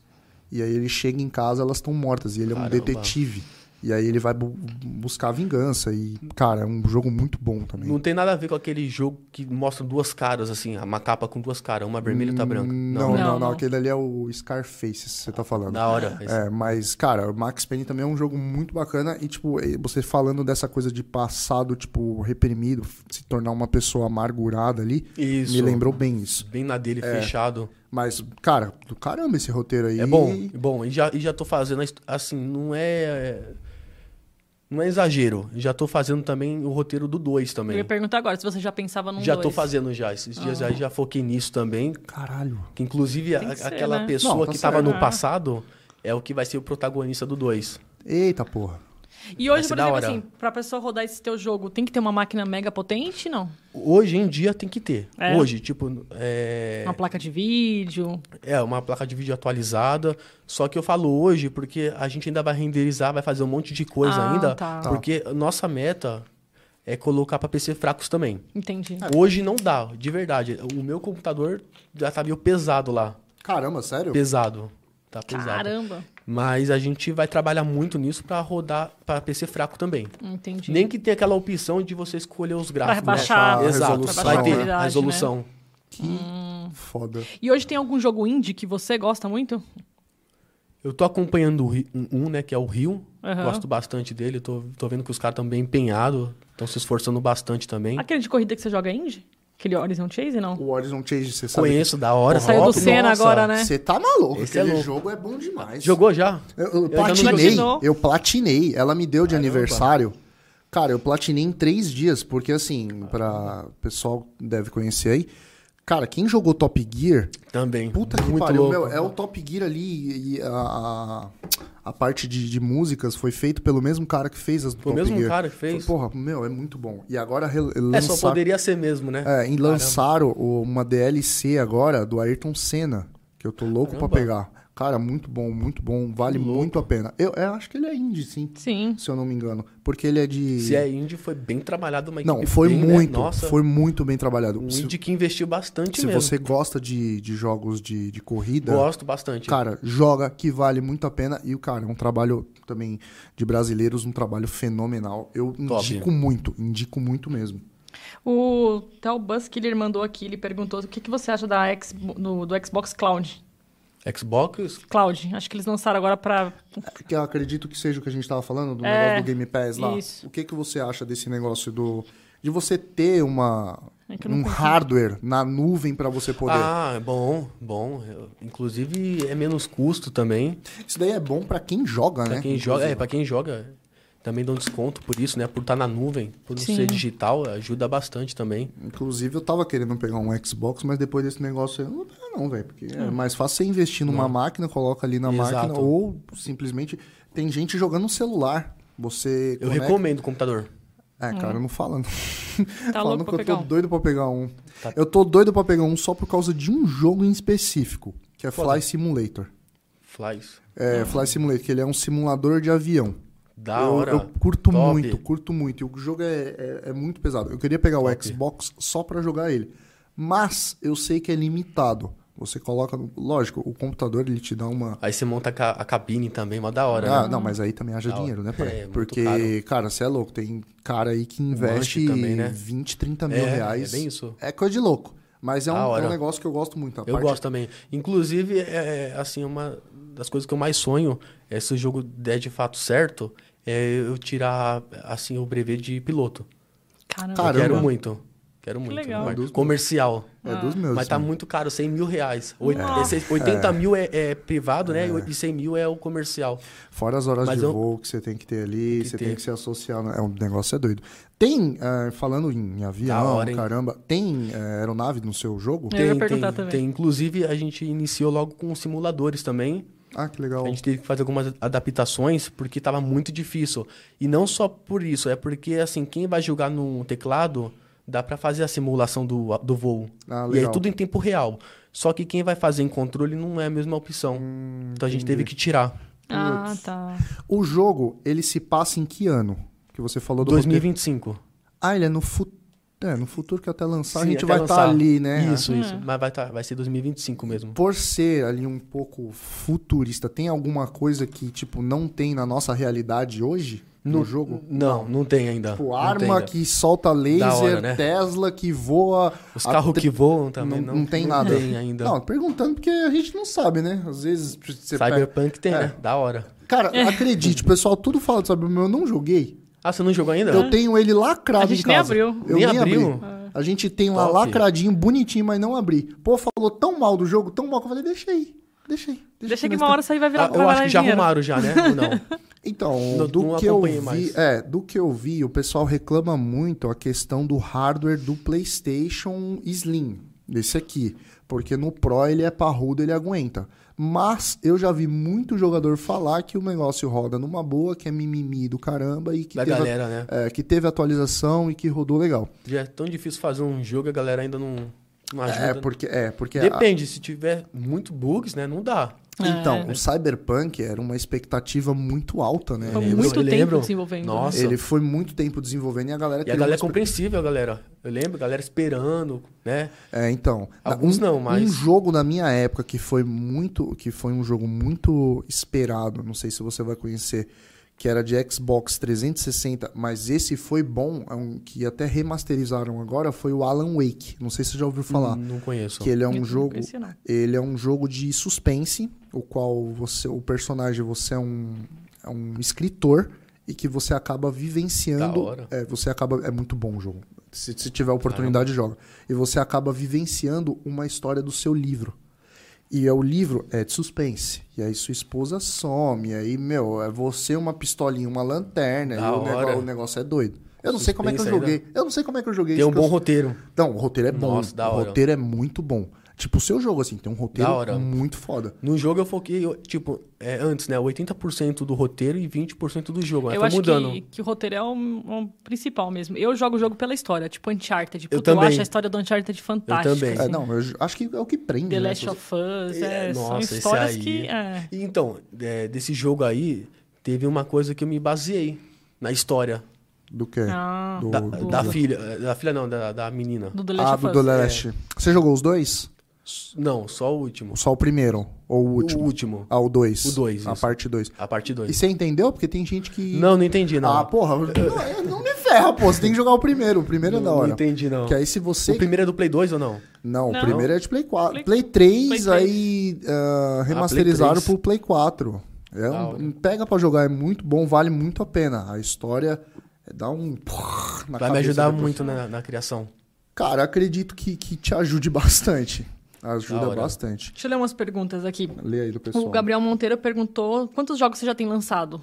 E aí ele chega em casa, elas estão mortas, e ele é um
Caramba.
detetive. E aí ele vai bu- buscar vingança, e, cara, é um jogo muito bom também.
Não tem nada a ver com aquele jogo que mostra duas caras, assim, uma capa com duas caras, uma vermelha e outra branca.
Não, não,
né?
Hum, não,
Não, não.
aquele ali é o Scarface, se você tá falando.
Da hora. esse.
É, mas, cara, o Max Payne também é um jogo muito bacana. E, tipo, eh, você falando dessa coisa de passado, tipo, reprimido, se tornar uma pessoa amargurada ali,
Isso.
me lembrou bem isso.
Bem na dele,
É.
fechado.
Mas, cara, do caramba esse roteiro aí.
É bom, é bom. E já, e já tô fazendo, a his- assim, não é... Não é exagero. Já tô fazendo também o roteiro do 2
Eu
também.
ia perguntar agora se você já pensava num
Já
dois.
tô fazendo já. Esses dias
Ah.
aí já foquei nisso também.
Caralho.
Que inclusive a-
Tem que ser,
aquela
né?
pessoa
Não, tá
que tava
certo.
no passado é o que vai ser o protagonista do 2.
Eita porra.
E hoje,
ser
por
da
exemplo,
hora.
assim, pra pessoa rodar esse teu jogo, tem que ter uma máquina mega potente, não?
Hoje em dia tem que ter.
É.
Hoje, tipo, é...
Uma placa de vídeo.
é uma placa de vídeo atualizada. Só que eu falo hoje porque a gente ainda vai renderizar, vai fazer um monte de coisa
Ah,
ainda.
tá.
Porque a nossa meta é colocar pra PC fracos também.
Entendi.
Hoje não dá, de verdade. O meu computador já tá meio pesado lá.
Caramba, sério?
Pesado. Tá pesado.
Caramba.
Mas a gente vai trabalhar muito nisso pra rodar pra PC fraco também.
Entendi.
Nem que tenha aquela opção de você escolher os gráficos. né?
baixar a
Exato.
resolução,
vai
né?
ter
qualidade,
a resolução.
Que foda.
E hoje tem algum jogo indie que você gosta muito?
Eu tô acompanhando o Ri- um- um, né, que é o Rio.
Aham.
Gosto bastante dele. Tô, tô vendo que os caras estão bem empenhados, estão se esforçando bastante também.
Aquele de corrida que você joga indie? Aquele Horizon Chase, não?
O Horizon Chase, você sabe?
Conheço, da hora.
Saiu do
top,
Senna
nossa.
agora, né?
Você tá maluco.
Esse é
Aquele
louco.
jogo é bom demais.
Jogou já?
Eu, eu
já não
platinei,
joguei.
eu platinei. Ela me deu de aniversário. Cara, eu platinei em três dias, porque assim, pra pessoal que deve conhecer aí. Cara, quem jogou Top Gear,
Também.
puta que
Muito
pariu,
louco. né?
meu, é o Top Gear ali e a, a, a parte de, de músicas foi feito pelo mesmo cara que fez as do
Foi o
Top
mesmo
Gear.
cara que fez.
Porra, meu, é muito bom. E agora re-
É, só
lançar,
poderia ser mesmo, né?
um é, e lançaram o- uma DLC agora do Ayrton Senna, que eu tô louco pra
Caramba.
pegar. Cara, muito bom, muito bom, vale
Que louco.
muito a pena. Eu, eu acho que ele é indie, sim,
Sim.
se eu não me engano, porque ele é de
Se é indie, foi bem trabalhado. Uma
Não,
equipe
foi
bem, né?
muito,
Nossa,
foi muito bem trabalhado.
um
se
indie que investiu bastante
se
mesmo.
você gosta de, de jogos de, de corrida,
Gosto bastante.
cara, joga que vale muito a pena e o cara, é um trabalho também de brasileiros, um trabalho fenomenal. Eu
Top.
indico muito, indico muito mesmo.
O tal Buzz Killer mandou aqui, ele perguntou o que, que você acha da X, do, do Xbox Cloud.
Xbox,
Cloud, acho que eles lançaram agora pra...
Que eu acredito que seja o que a gente tava falando do
É,
negócio do Game Pass lá.
isso.
O que que você acha desse negócio do de você ter uma
É que eu não
um
consigo.
hardware na nuvem pra você poder.
Ah, é bom, bom. Eu- Inclusive é menos custo também
Isso daí é bom pra quem joga,
Pra
né?
quem joga. É,
Inclusive.
para quem joga também dá um desconto por isso, né? Por estar na nuvem, por não
Sim.
ser digital, ajuda bastante também.
Inclusive, eu tava querendo pegar um Xbox, mas depois desse negócio eu não vou pegar não, velho. Porque
Ah.
é mais fácil você investir numa máquina, coloca ali na
Exato.
máquina, ou simplesmente tem gente jogando no celular. Você
Eu
conecta-
recomendo o computador.
É, cara, não fala não.
Tá
Falando
louco
que eu
pra
tô
pegar um.
doido pra pegar um.
Tá.
Eu tô doido pra pegar um só por causa de um jogo em específico, que é
Foda.
Fly Simulator.
Flies.
Uhum.
É, Fly Simulator, que ele é um simulador de avião.
Da
eu,
hora.
eu curto
Top.
muito, curto muito. E o jogo é, é- é muito pesado. Eu queria pegar o
Top.
Xbox só pra jogar ele. Mas eu sei que é limitado. Você coloca. no- Lógico, o computador ele te dá uma.
Aí você monta a ca- a cabine também, uma da hora,
Ah,
né?
não, mas aí também haja
Da hora.
dinheiro, né, pai?
É, muito
Porque, cara, você é louco. Tem cara aí que
lanche
investe
também, né?
20, 30 mil
É,
reais.
é bem isso.
É coisa de louco. Mas é um,
Da
é um
hora.
negócio que eu gosto muito. A
Eu
parte-
gosto também. Inclusive, é, é, assim, uma das coisas que eu mais sonho é se o jogo der de fato certo, é eu tirar assim o brevet de piloto.
Caramba.
Eu
Caramba.
quero muito. Quero
Que
muito.
legal.
Mas-
É dos-
Comercial.
É dos meus.
Mas tá
né?
muito caro, 100 mil reais.
Nossa.
80, 80 mil é, é privado, né? E 100 mil é o comercial.
Fora as horas
Mas
de
eu-
voo que você tem que ter ali,
que
você tem
ter.
que se associar. né? É um negócio é doido. Tem, ah, falando em avião,
Da hora, hein?
caramba, tem eh, aeronave no seu jogo?
É. Eu ia perguntar também.
tem. Inclusive, a gente iniciou logo com simuladores também.
Ah, que legal.
A gente teve que fazer algumas adaptações porque estava muito difícil. E não só por isso, é porque, assim, quem vai jogar no teclado, dá para fazer a simulação do, do voo.
Ah,
e aí
legal.
tudo em tempo real. Só que quem vai fazer em controle não é a mesma opção.
Hum,
então a gente teve que tirar.
Ah, tá.
O jogo, ele se passa em que ano? Que você falou do roteiro.
2025.
Ah, ele é no futuro. É, no futuro que até lançar, Então a
Sim,
gente
até
vai estar
lançar.
ali, né?
Isso, isso.
É.
Mas vai, tá, vai ser 2025 mesmo.
Por ser ali um pouco futurista, tem alguma coisa que, tipo, não tem na nossa realidade hoje no, jogo?
Não, não tem ainda.
Uhum. Tipo,
Não tem
arma
ainda.
que solta laser,
Da hora, né?
Tesla que voa.
Os
a
carros
tre-
que voam também.
não-
Não,
não tem nada.
tem ainda.
Não, perguntando porque a gente não sabe, né? Às vezes você pega...
Cyberpunk tem,
É.
né? Da hora.
Cara,
É.
acredite, o pessoal tudo fala, sabe? Eu não joguei.
Ah, você não jogou ainda?
Eu tenho ele lacrado
A gente
em
nem
casa.
abriu. É.
Eu nem,
Nem
abri.
abriu?
A gente tem lá
Top.
lacradinho, bonitinho, mas não abri. Pô, falou tão mal do jogo, tão mal, que eu falei, deixa aí, deixa aí.
Deixa
aqui
que
nós
uma hora isso aí vai virar
Ah, eu
vai
acho
virar
que já
dinheiro.
arrumaram já, né? Ou não?
Então,
Não-
do
não
que eu
acompanhei
vi,
mais.
é, do que eu vi, o pessoal reclama muito a questão do hardware do PlayStation Slim, desse aqui, porque no Pro ele é parrudo, ele aguenta. Mas eu já vi muito jogador falar que o negócio roda numa boa, que é mimimi do caramba e que,
da
teve, a-
galera, né?
é, que teve atualização e que rodou legal.
Já é tão difícil fazer um jogo, a galera ainda não, não ajuda. né?
É porque é porque a-
Depende, se tiver muito bugs, né? Não dá.
Então,
É.
o Cyberpunk era uma expectativa muito alta, né?
Foi
Eu
muito tempo
lembro.
desenvolvendo. né?
Nossa.
Ele foi muito tempo desenvolvendo e a galera
E a
criou uma
galera é
expe-
compreensível, galera. Eu lembro, a galera esperando, né?
É, então. na-
Alguns
um,
não, mas-
Um jogo na minha época que foi muito. que foi um jogo muito esperado, não sei se você vai conhecer, que era de Xbox 360, mas esse foi bom, é um que até remasterizaram agora, foi o Alan Wake. Não sei se você já ouviu falar.
Hum, Não conheço.
Que ele é um
Não
jogo.
conhecia, não.
Ele é um jogo de suspense, o qual você, o personagem, você é um, é um escritor e que você acaba
Da
vivenciando.
hora.
É, você acaba. É muito bom o jogo. Se, se tiver oportunidade, joga. E você acaba vivenciando uma história do seu livro. E é o livro é de suspense. E aí sua esposa some. E aí, meu, é você uma pistolinha, uma lanterna.
Da
e o nego-
hora.
o negócio é doido. Eu não sei como é que eu
Suspense
joguei.
ainda.
Eu não sei como é que eu joguei
Tem
isso
um
que eu
bom roteiro.
não, o roteiro é bom.
Nossa, da
o
hora.
roteiro é muito bom. Tipo, o seu jogo, assim, tem um roteiro
Da hora.
muito foda.
No jogo eu foquei, eu- tipo, é, antes, né? 80% do roteiro e 20% do jogo. Aí
Eu
tá
acho
mudando.
Que, que o roteiro é o um, principal mesmo. Eu jogo o jogo pela história, tipo Uncharted. Tipo,
Eu
eu,
também.
acho a história do Uncharted fantástica.
também.
É,
assim.
não, eu ju- acho que é o que prende,
The
né?
Last of Us,
É,
é, são
nossa, esse
histórias
aí.
que... é.
E Então, é, desse jogo aí, teve uma coisa que eu me baseei na história
Do quê?
Ah,
do,
da,
do-
da filha. eh, Da filha não, da, da menina.
do The
Ah,
Last of
do
Us. é.
The Last. Você jogou os dois?
S- Não, só o último.
Só o primeiro? Ou o último?
O último.
Ah, o dois.
O dois,
A
isso.
parte dois.
A parte
E
2.
você entendeu? Porque tem gente que...
Não, não entendi, não.
Ah, porra, não, não me ferra, pô. Você tem que jogar o primeiro. O primeiro é da
Não
hora.
entendi, não.
Que aí se você...
O primeiro é do Play 2 ou não?
Não, o
Não.
primeiro é de Play 4.
Play-
Play 3,
Play três.
aí ah, remasterizaram
três.
pro Play 4. É
Da
um-
hora.
um- pega pra jogar, é muito bom, vale muito a pena. A história é- dá um... na
Vai
cabeça
me ajudar
depois.
muito na, na criação.
Cara, acredito que, que te ajude bastante. Ajuda
Da hora.
bastante.
Deixa eu ler umas perguntas aqui.
Lê aí do
O
pessoal.
Gabriel Monteiro perguntou quantos jogos você já tem lançado?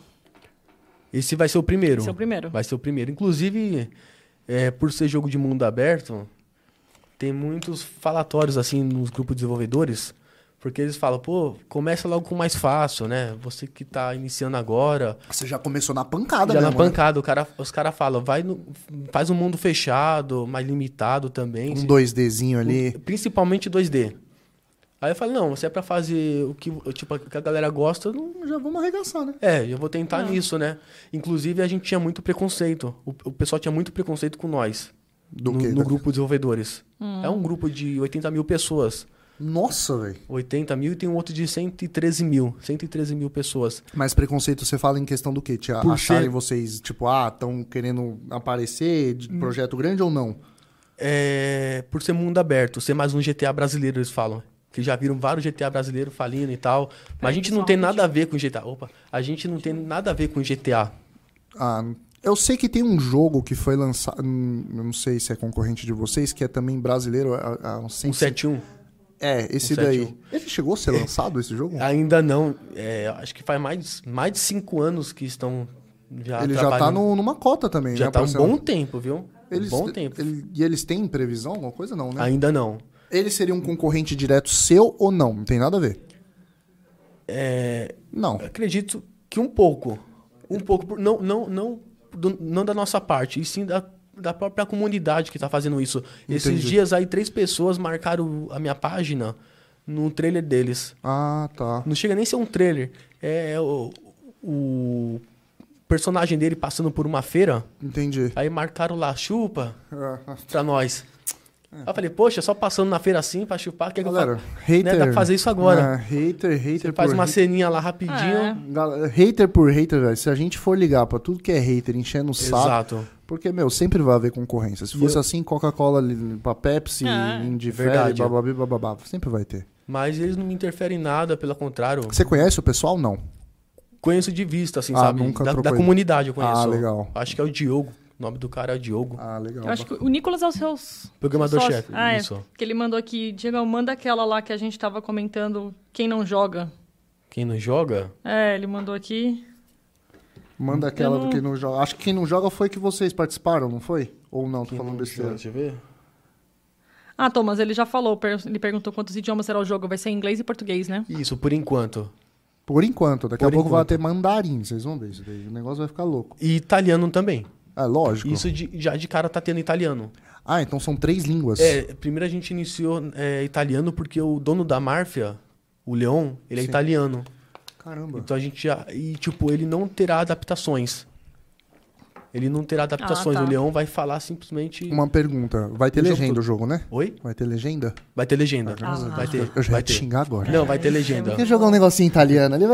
Esse vai ser o primeiro.
Esse é o primeiro.
Vai ser o primeiro. Inclusive, é, por ser jogo de mundo aberto, tem muitos falatórios assim nos grupos de desenvolvedores, porque eles falam, pô, começa logo com o mais fácil, né? Você que tá iniciando agora,
Você já começou na pancada
já na
mesmo, né?
pancada, o cara, os caras falam, vai no- faz um mundo fechado, mais limitado também.
Um 2Dzinho ali.
Principalmente 2D. Aí eu falo, não, se é pra fazer o que, tipo, o que a galera gosta, não,
Já vamos arregaçar, né?
é, eu vou tentar nisso, né? Inclusive, a gente tinha muito preconceito. O, o pessoal tinha muito preconceito com nós.
Do
no,
quê?
no grupo de desenvolvedores. É um grupo de 80 mil pessoas.
Nossa, velho.
80 mil e tem um outro de 113 mil. 113 mil pessoas.
Mas preconceito você fala em questão do quê? Te
Por
acharem
ser-
vocês, tipo, ah, estão querendo aparecer de
Hum.
projeto grande ou não?
É, por ser mundo aberto, ser mais um GTA brasileiro, eles falam. Que já viram vários GTA brasileiros falindo e tal. Mas a gente não tem nada a ver com GTA. Opa, a gente não tem nada a ver com GTA.
Ah, eu sei que tem um jogo que foi lançado, hum, eu não sei se é concorrente de vocês, que é também brasileiro, é, é um
O
sem-
71
É, esse
um É.
daí.
71.
Ele chegou a ser lançado, esse jogo?
ainda não. É, acho que faz mais, mais de cinco anos que estão já
Ele já tá
trabalhando.
no- numa cota também,
Já
né?
tá
pra
um
ser-
bom tempo, viu?
Eles-
bom tempo.
ele- e eles têm previsão, alguma coisa? Não, né?
Ainda não.
Ele seria um concorrente direto seu ou não? Não tem nada a ver.
É,
Não.
acredito que um pouco. Um pouco. por- Não, não, não, do- não da nossa parte, e sim da, da própria comunidade que tá fazendo isso. Esses
Entendi.
dias aí, três pessoas marcaram a minha página no trailer deles.
Ah, tá.
Não chega nem a ser um trailer. É o, o personagem dele passando por uma feira.
Entendi.
Aí marcaram lá, chupa
Ah,
pra nós. Aí eu falei, poxa, só passando na feira assim pra chupar, que é que eu
Galera,
faço?
hater.
Né, dá pra fazer isso agora.
Ah, hater, hater
Você faz
por
uma
hater.
ceninha lá
É.
rapidinho.
Galera, hater por hater, velho. Se a gente for ligar pra tudo que é hater, enchendo o saco.
Exato.
Porque, meu, sempre vai haver concorrência. Se
E
fosse
eu-
assim, Coca-Cola li- pra Pepsi,
Ah,
Indifere,
verdade, é.
bababá, bababá. Sempre vai ter.
Mas eles não me interferem em nada, pelo contrário.
Você conhece o pessoal? Não.
Conheço de vista, assim,
Ah,
sabe?
nunca
da,
trocou
da
ideia.
comunidade eu conheço.
Ah, legal.
Acho que é o Diogo. O nome do cara é o Diogo.
Ah, legal.
Eu acho que o Nicolas é o seus.
Programador-chefe.
Ah, é.
Isso.
Que ele mandou aqui, Diego, manda aquela lá que a gente tava comentando, quem não joga.
Quem não joga,
É, ele mandou aqui.
Manda aquela
Eu
do
não-
quem não joga. Acho que quem não joga foi que vocês participaram, não foi? Ou não, tô
Quem
falando
não
besteira.
joga, deixa eu ver.
Ah, Thomas, ele já falou, per- ele perguntou quantos idiomas será o jogo, vai ser em inglês e português, né?
Isso, por enquanto.
Por enquanto, daqui a
Por
pouco vai
enquanto.
ter mandarim, vocês vão ver isso daí. O negócio vai ficar louco.
E italiano também.
É, lógico.
Isso de- já de cara tá tendo italiano.
Ah, então são três línguas.
É, primeiro a gente iniciou é, italiano porque o dono da máfia, o Leon, ele é
Sim.
italiano.
Caramba.
Então a gente já. E, tipo, ele não terá adaptações. Ele não terá adaptações.
tá.
O Leão vai falar simplesmente.
Uma pergunta. Vai ter
O jogo
legenda
todo.
o jogo, né?
Oi?
Vai ter legenda?
Vai ter legenda.
Ah,
Vai ter.
Eu já
Vai
ia te
ter.
xingar agora.
Não, vai ter legenda.
Quer jogar um negocinho italiano ali?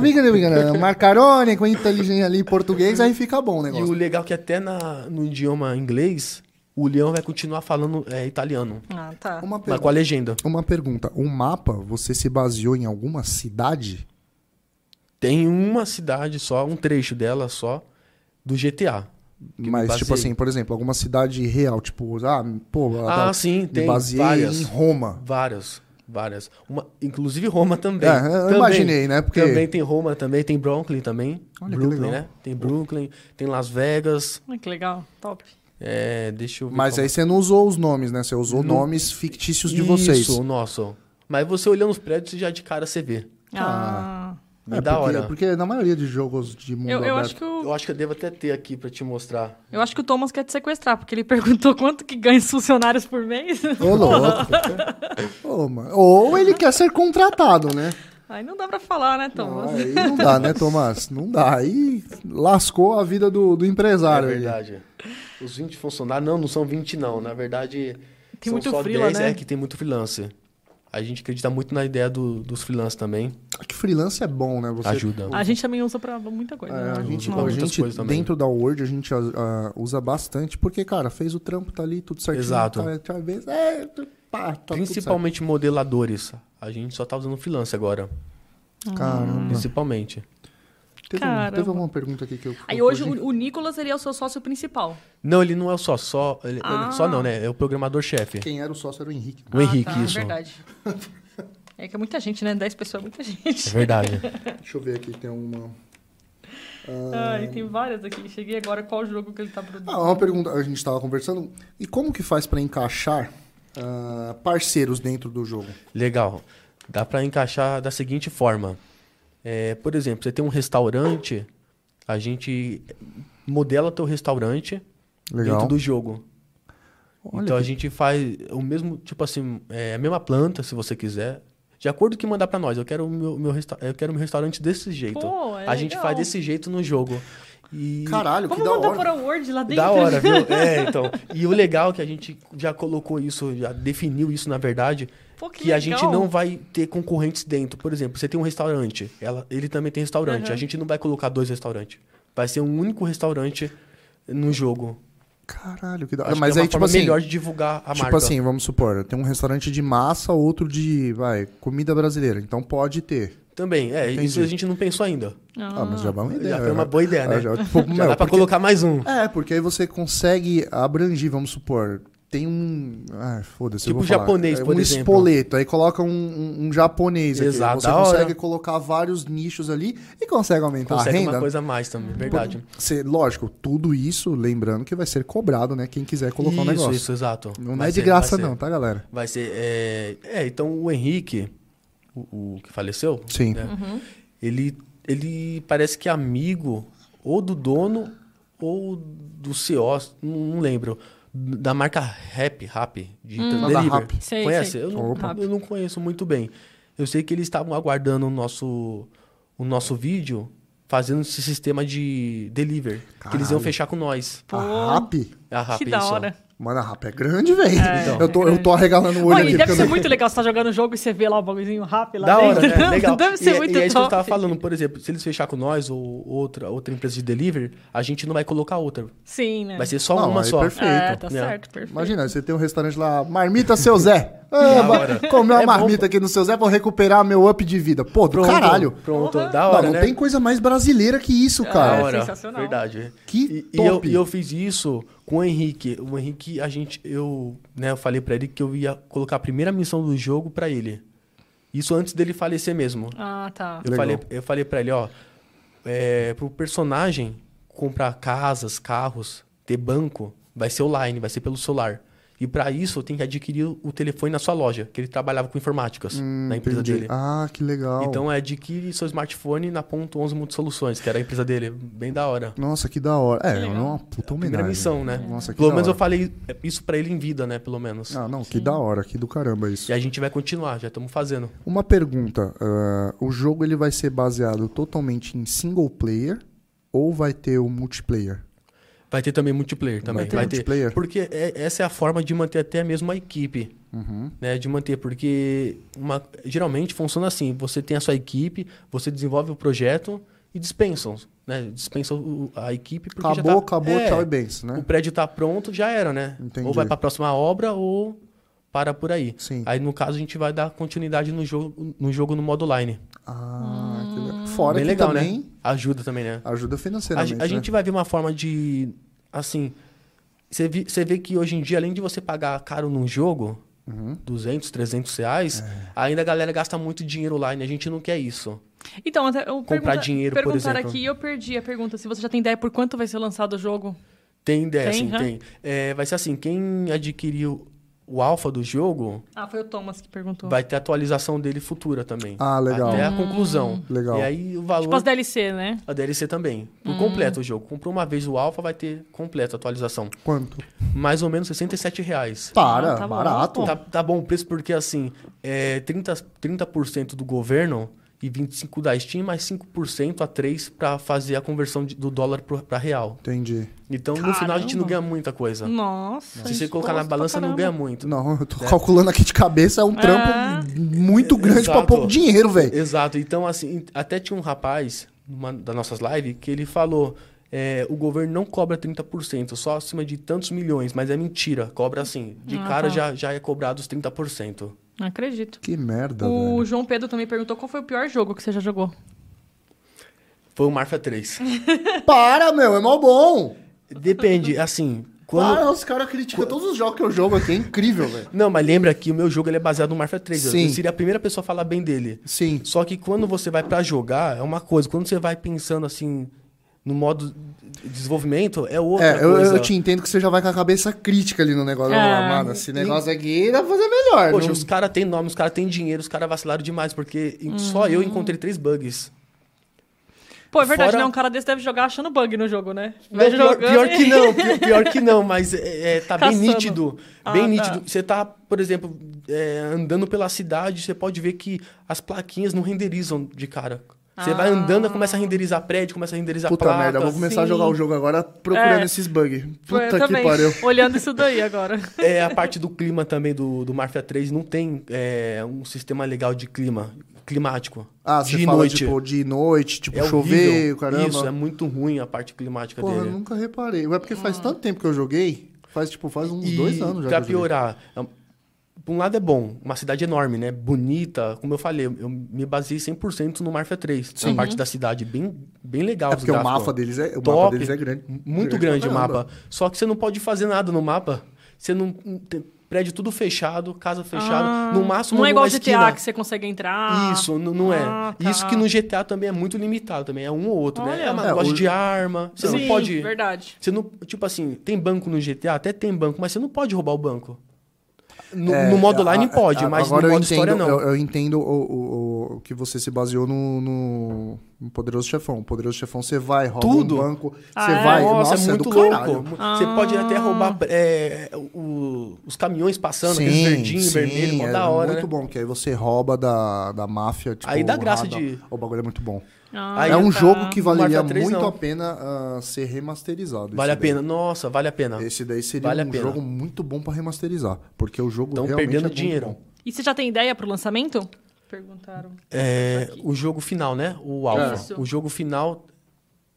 Brincadeira, brincadeira. Macarone com inteligência ali em português, aí fica bom o
E o
negócio.
legal é que até na, no idioma inglês, o Leão vai continuar falando é, italiano.
Ah, tá.
Uma,
Mas
per-
com a legenda.
uma pergunta. O mapa, você se baseou em alguma cidade?
Tem uma cidade só, um trecho dela só, do GTA. me
Mas, tipo
baseei.
assim, por exemplo, alguma cidade real, tipo, ah, pô,
Ah,
ah,
sim,
me
tem
baseei
várias.
em Roma.
Várias, várias. Uma, inclusive Roma também.
É, eu
Também.
imaginei, né? Porque
Também tem Roma, também tem Brooklyn também.
Olha que
Brooklyn,
legal.
né? Tem Brooklyn, tem Las Vegas.
Ai, Ah, que legal, top.
É, deixa eu ver.
Mas
qual-
aí você não usou os nomes, né? Você usou
Não-
nomes fictícios de vocês.
Isso, o nosso. Mas você olhando os prédios, você já de cara você vê.
Ah,
É,
É,
da
porque,
hora.
porque na maioria de jogos de mundo
eu, eu
aberto-
acho que o,
Eu acho que eu devo até ter aqui pra te mostrar.
eu acho que o Thomas quer te sequestrar, porque ele perguntou quanto que ganha os funcionários por mês.
Ô, louco. Ô, mano. Ou ele quer ser contratado, né?
Aí não dá pra falar, né,
Não,
Thomas?
é.
aí não dá, né, Tomás? Não dá. Aí lascou a vida do, do
É
empresário. aí.
verdade. Os 20 funcionários, não, não são 20 não. Na verdade,
Tem
são
muito
só
freela,
10,
né?
é que tem muito freelancer. A gente acredita muito na ideia do- dos freelancers também.
Que freelance é bom, né? Você
Ajuda.
A gente também usa pra muita coisa.
É,
né?
a gente,
uso pra
a
Nossa.
muitas
gente,
coisas também.
dentro da Word, a gente ah, ah, usa bastante, porque, cara, fez o trampo, tá ali, tudo certinho.
Exato.
Tá, tá, bem- é, tu- pá, tá tudo
Principalmente modeladores. A gente só tá usando freelance agora.
certo. Caramba.
Principalmente.
Teve, um-
Caramba.
teve alguma pergunta aqui que eu...
Aí
eu
hoje
fugi?
o, o Nicolas seria o seu sócio principal.
Não, ele não é o só, só. ele- ele-
Ah.
Só não, né? É o programador-chefe.
Quem era o sócio era o Henrique.
O Henrique,
ah, tá,
isso.
verdade. É que é muita gente, né? 10 pessoas é muita
É
gente.
verdade.
Deixa eu ver aqui, tem uma...
É
Ai, tem várias aqui. Cheguei agora, qual jogo que ele tá produzindo?
Ah, uma pergunta, a gente tava conversando. E como que faz pra encaixar ah, parceiros dentro do jogo?
Legal. Dá pra encaixar da seguinte forma. É, por exemplo, você tem um restaurante, a gente modela teu restaurante dentro do jogo.
Olha
então a
que-
gente faz o mesmo, tipo assim, é, a mesma planta, se você quiser. De acordo com o que mandar pra nós, eu quero o meu, meu resta- eu quero meu restaurante desse jeito.
Pô, é
a gente
legal.
faz desse jeito no jogo. E
Caralho, que
Vamos
da
mandar
hora.
para o Word lá dentro?
da hora, viu? É, então. E o legal é que a gente já colocou isso, já definiu isso, na verdade,
Pô, que
que a gente
legal.
não vai ter concorrentes dentro. Por exemplo, você tem um restaurante, ela, ele também tem restaurante.
Aham.
A gente não vai colocar dois restaurantes. Vai ser um único restaurante no jogo.
Caralho, que da hora.
Acho
Mas
que é uma
aí, tipo
forma
assim,
melhor de divulgar a
tipo
marca.
assim, vamos supor, tem um restaurante de massa, outro de, vai, comida brasileira. Então pode ter.
Também, é, isso
Entendi.
a gente não pensou ainda.
Ah, mas já é uma ideia.
Já foi uma boa ideia, né?
Ah, já, tipo,
Já
meu,
dá pra
porque-
colocar mais um.
É, porque aí você consegue abrangir, vamos supor, tem um. Ah, foda-se. eu
Tipo
vou falar.
japonês,
É
por
um
exemplo.
espoleto. Aí coloca um, um, um japonês
Exato,
aqui. Você
da
consegue
hora.
colocar vários nichos ali e consegue aumentar
Consegue
a
uma
renda.
coisa a mais também, verdade.
Você- lógico, tudo isso, lembrando que vai ser cobrado, né? Quem quiser colocar
isso,
um negócio.
isso, exato.
Não
Vai
é
ser-
de graça,
vai ser.
não, tá, galera?
Vai ser. É, é, então o Henrique, o, o que faleceu,
Sim.
É.
Uhum.
ele, ele parece que é amigo ou do dono ou do CEO, não, não lembro. Da marca Rap, Rap, de
Ah, da
delivery.
Rap.
Hum. Sei,
Conhece?
sei.
Eu, não,
Opa.
eu não conheço muito bem. Eu sei que eles estavam aguardando o nosso, o nosso vídeo fazendo esse sistema de delivery. Que eles iam
Caralho.
fechar com nós.
Pô,
A rap?
A Rap,
que da
isso.
hora.
Mano, a rap é grande, velho.
É,
eu, tô,
é
eu tô arregalando
Ó,
o olho
e
aqui.
deve
porque
ser
eu não-
muito legal você tá jogando o jogo e você vê lá o bagulhozinho rap lá
Da hora,
dentro.
né? Legal.
Deve ser
e,
muito
e é isso que eu
top.
tava falando. Por exemplo, se eles fechar com nós ou outra, outra empresa de delivery, a gente não vai colocar outra.
Sim, né?
Vai ser só
Não,
uma
aí
só.
perfeito.
É, tá
né?
certo, perfeito.
Imagina, você tem um restaurante lá, Marmita Seu Zé.
Da
Ah, ma-
hora.
comeu
É
a
bom,
marmita aqui no Seu Zé, vou recuperar meu up de vida. Pô, do caralho.
Pronto,
Porra.
da
Não,
hora,
não
né?
tem coisa mais brasileira que isso,
da
cara.
É,
hora.
sensacional.
Verdade.
Que
e, e eu,
top.
e eu fiz isso com o Henrique. O Henrique, a gente, eu, né, eu falei pra ele que eu ia colocar a primeira missão do jogo pra ele. Isso antes dele falecer mesmo.
Ah, tá.
Eu
Legal.
falei, eu falei pra ele, ó, é, pro personagem comprar casas, carros, ter banco, vai ser online, vai ser pelo celular. E pra isso tem que adquirir o telefone na sua loja, que ele trabalhava com informáticas na empresa
Hum, Entendi.
dele.
Ah, que legal.
Então é adquire seu smartphone na ponto 11 Multisoluções, que era a empresa dele, bem da hora.
Nossa, que da hora. É,
Que
é
legal.
uma puta
Primeira
homenagem.
missão, né?
Nossa, que
pelo
da
menos eu
hora.
falei isso pra ele em vida, né, pelo menos.
Ah, não, que da hora, que do caramba isso.
E a gente vai continuar, já estamos fazendo.
Uma pergunta, ah, o jogo ele vai ser baseado totalmente em single player ou vai ter o multiplayer?
Vai ter também multiplayer também,
ter
vai ter.
multiplayer?
Porque é- essa é a forma de manter até mesmo a equipe.
Uhum.
né, de manter, porque uma- geralmente funciona assim, você tem a sua equipe, você desenvolve o projeto e dispensam, né, dispensam o- a equipe porque já
Acabou,
tá-
acabou,
é,
tchau e bens, né?
O prédio tá pronto, já era, né? Ou
Entendi.
vai para a próxima obra ou para por aí.
Sim.
Aí no caso a gente vai dar continuidade no jogo no jogo no modo online.
Ah, que legal. Fora
Hum. Bem
que
legal,
também
né? Ajuda também, né?
ajuda
A,
financeiramente, né?
ge- a gente vai ver uma forma de. Assim. Você vi- você vê que hoje em dia, além de você pagar caro num jogo,
Uhum.
200, 300 reais,
É.
ainda a galera gasta muito dinheiro online. A gente não quer isso.
Então, até eu
Comprar
pergunta-
dinheiro, por
perguntaram
exemplo.
aqui e eu perdi a pergunta. Se você já tem ideia por quanto vai ser lançado o jogo?
Tem ideia,
Tem,
assim,
né?
tem. É, vai ser assim: quem adquiriu o alfa do jogo,
Ah, foi o Thomas que perguntou.
vai ter atualização dele futura também.
Ah, legal.
Até a conclusão.
Legal.
E aí o valor.
Hum. Tipo as Hum. DLC, né?
A DLC também. Por completo o jogo. Comprou uma vez o alfa, vai ter completo a atualização.
Quanto?
Mais ou menos R$ 67 reais.
Para,
Ah, tá bom,
barato.
Tá, tá bom o preço porque, assim, é 30, 30% do governo e 25% da Steam, mais 5% a 3% para fazer a conversão de- do dólar para real.
Entendi.
Então, no final, a gente não
Caramba.
ganha muita coisa.
Nossa.
Se você
isso
colocar na
custa pra
balança, não
caramba.
ganha muito.
Não, eu tô calculando aqui de cabeça, é um trampo
Ah.
muito grande pra
Exato.
pouco dinheiro, velho.
Exato. Então, assim, até tinha um rapaz, numa das nossas lives, que ele falou... é, o governo não cobra 30%, só acima de tantos milhões, mas é mentira, cobra assim. De
Ah,
cara
tá.
já, já é cobrado os 30%.
Não acredito.
Que merda,
o
velho.
João Pedro também perguntou qual foi o pior jogo que você já jogou.
Foi o Marfa 3.
Para, meu, é mal bom.
Depende, assim, quando,
Para, os caras criticam todos os jogos que eu jogo aqui, é incrível, velho.
Não, mas lembra que o meu jogo ele é baseado no Marfa 3.
Sim.
Eu seria a primeira pessoa a falar bem dele.
Sim.
Só que quando você vai pra jogar, é uma coisa. Quando você vai pensando assim, no modo de desenvolvimento, é outra
É, eu,
coisa.
eu te entendo que você já vai com a cabeça crítica ali no negócio.
É.
Ah, mano, esse negócio aqui dá pra fazer melhor.
Poxa,
não-
os caras têm nome, os caras têm dinheiro, os caras vacilaram demais, porque em- só eu encontrei três bugs.
Pô, é verdade,
Fora-
né? Um cara desse deve jogar achando bug no jogo, né? Vai
Não, pior,
jogando
pior
e-
que não, pior, pior que não, mas é, é, tá
Caçando.
bem nítido. Bem
Ah,
nítido.
tá.
Você tá, por exemplo, é, andando pela cidade, você pode ver que as plaquinhas não renderizam de cara. Você vai
Ah.
andando, começa a renderizar prédio, começa a renderizar
Puta
placa.
merda, eu vou começar a jogar
sim.
o jogo agora procurando
É.
esses bugs.
Foi,
Puta
eu
que
também.
pariu.
Olhando isso daí agora.
É, a parte do clima também do, do Mafia 3 não tem é, um sistema legal de clima. climático.
Ah, você
de
fala,
noite.
tipo, de noite, tipo,
é
chover,
horrível.
caramba.
Isso, é muito ruim a parte climática
Porra, eu
dele.
nunca reparei. Mas porque faz tanto tempo que eu joguei. Faz, tipo, faz uns
E
dois anos já.
Pra
que eu joguei.
piorar, é um- por um lado é bom, uma cidade enorme, né? Bonita, como eu falei, eu me baseei 100% no Mafia 3. Sim.
Sim.
é parte da cidade, bem, bem legal.
É
os
porque o
gráficos.
mapa deles é, o mapa
Top.
deles é grande.
Muito
pra
grande o
caramba.
mapa. Só que você não pode fazer nada no mapa. Você não. tem prédio tudo fechado, casa fechada.
Ah,
no máximo.
Não é igual
numa
GTA
esquina.
que você consegue entrar.
Isso, n- não é.
Ah, tá.
Isso que no GTA também é muito limitado, também é um ou outro,
Olha.
né? É uma
É,
loja
o-
de arma. Você
Sim,
não pode.
verdade.
Você não. Tipo assim, tem banco no GTA? Até tem banco, mas você não pode roubar o banco. No,
É,
no modo
a-
online
a-
pode,
a-
mas no
agora
modo
eu entendo,
história não.
Eu, eu entendo o, o- o que você se baseou no, no- no Poderoso Chefão. O Poderoso Chefão, você vai, rouba
Tudo.
um banco, você
Ah, é?
vai...
Nossa, é
do
muito
caralho.
louco. Você
Ah.
pode até roubar é, o- os caminhões passando, aqueles verdinho, vermelho, mó
é
da hora.
muito
né?
bom, que aí você rouba da, da máfia, tipo,
Aí dá graça
radar.
de-
O bagulho é muito bom.
Ah,
Aí
é um
tá.
jogo que valeria
Mafia três,
muito
não.
a pena ah, ser remasterizado.
Vale a
esse daí.
pena. Nossa, vale a pena.
Esse daí seria
Vale a
um
pena.
jogo muito bom pra remasterizar, porque o jogo
Estão
realmente é
perdendo
muito
dinheiro.
bom.
E você já tem ideia pro lançamento? Perguntaram.
É, o jogo final, né? O Alpha.
Tá Isso.
O jogo final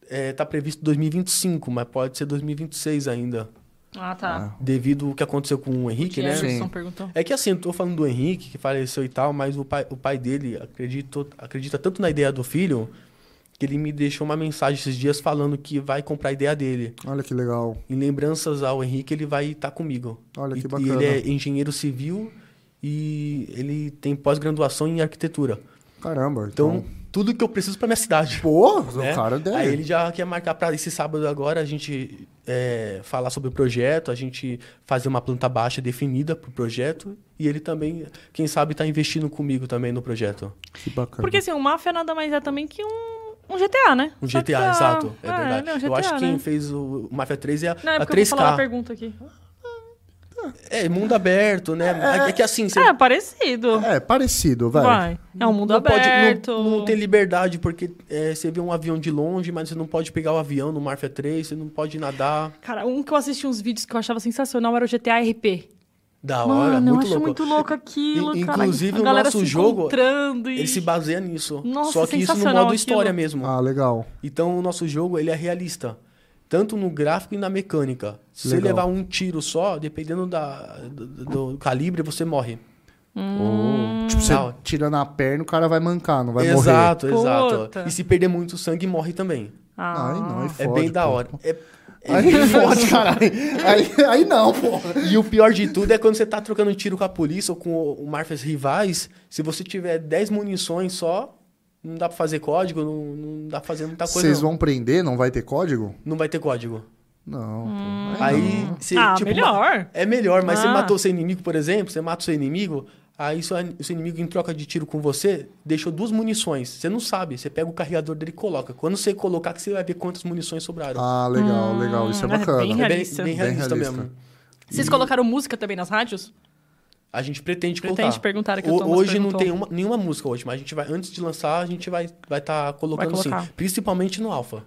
é, tá previsto 2025, mas pode ser 2026 ainda.
Ah, tá.
Devido ao que aconteceu com o Henrique,
Que
né?
Jefferson
Sim.
perguntou.
É que assim, eu tô falando do Henrique, que faleceu e tal, mas o pai, o pai dele acreditou, acredita tanto na ideia do filho que ele me deixou uma mensagem esses dias falando que vai comprar a ideia dele.
Olha que legal.
Em lembranças ao Henrique, ele vai estar comigo.
Olha
E-
que
e
bacana.
ele é engenheiro civil e ele tem pós-graduação em arquitetura.
Caramba, então...
Então, tudo que eu preciso pra minha cidade.
Pô, o
né?
cara deve.
Aí ele já quer marcar pra esse sábado agora a gente é, falar sobre o projeto, a gente fazer uma planta baixa definida pro projeto e ele também, quem sabe, tá investindo comigo também no projeto.
Que bacana.
Porque assim, o Mafia nada mais é também que um, um GTA, né?
Um
Só que
GTA,
tá-
exato. É,
Ah,
verdade.
ele é um
eu acho que
GTA,
quem
né?
fez o Mafia 3 é a,
Não, é
a
porque eu vou falar a
3K.
pergunta aqui.
É, mundo aberto, né? É, que assim, você
É, parecido.
É, parecido, velho.
Vai. É um mundo
não, pode,
aberto.
não, não tem liberdade, porque é, você vê um avião de longe, mas você não pode pegar o avião no Mafia 3, você não pode nadar.
Cara, um que eu assisti uns vídeos que eu achava sensacional era o GTA RP.
Da hora,
Mano, eu
muito
acho
louco.
muito louco aquilo,
In-
cara.
inclusive,
a
o
galera
nosso
se
jogo,
encontrando e...
Ele se baseia nisso.
Nossa,
Só que isso no
sensacional
modo história
aquilo.
mesmo.
Ah, legal.
Então o nosso jogo ele é realista. Tanto no gráfico e na mecânica. Se você
Legal.
levar um tiro só, dependendo da, do, do calibre, você morre.
Oh, Tipo, você
Da hora.
tirando a perna, o cara vai mancar, não vai morrer.
Hum. exato, exato.
Puta.
E se perder muito sangue, morre também.
Ah,
Aí não, aí
É
fode,
bem da
pô.
hora. É- é
Aí
bem
fode, caralho. Aí, aí não, pô.
E o pior de tudo é quando você tá trocando tiro com a polícia ou com o Marfas rivais, se você tiver 10 munições só, não dá pra fazer código, não, não dá pra fazer muita coisa.
Vocês
não.
vão prender, não vai ter código?
não vai ter código.
Não,
Hum.
pô.
Aí você,
Ah,
tipo,
melhor.
É melhor, mas você
Ah.
matou seu inimigo, por exemplo, você mata o seu inimigo, aí seu, o seu inimigo em troca de tiro com você, deixou duas munições. Você não sabe, você pega o carregador dele e coloca. Quando você colocar, que você vai ver quantas munições sobraram.
Ah, legal, legal. Isso é
Hum, é
bacana.
bem
é bem,
realista.
bem
Bem
realista
realista.
mesmo.
Vocês colocaram música também nas rádios?
A gente pretende colocar.
Pretende perguntar aqui
O-
o Thomas
hoje não
perguntou.
tem uma- nenhuma música hoje, mas a gente vai antes de lançar, a gente vai vai estar colocando
Vai
sim,
colocar. Hum.
principalmente no Alpha.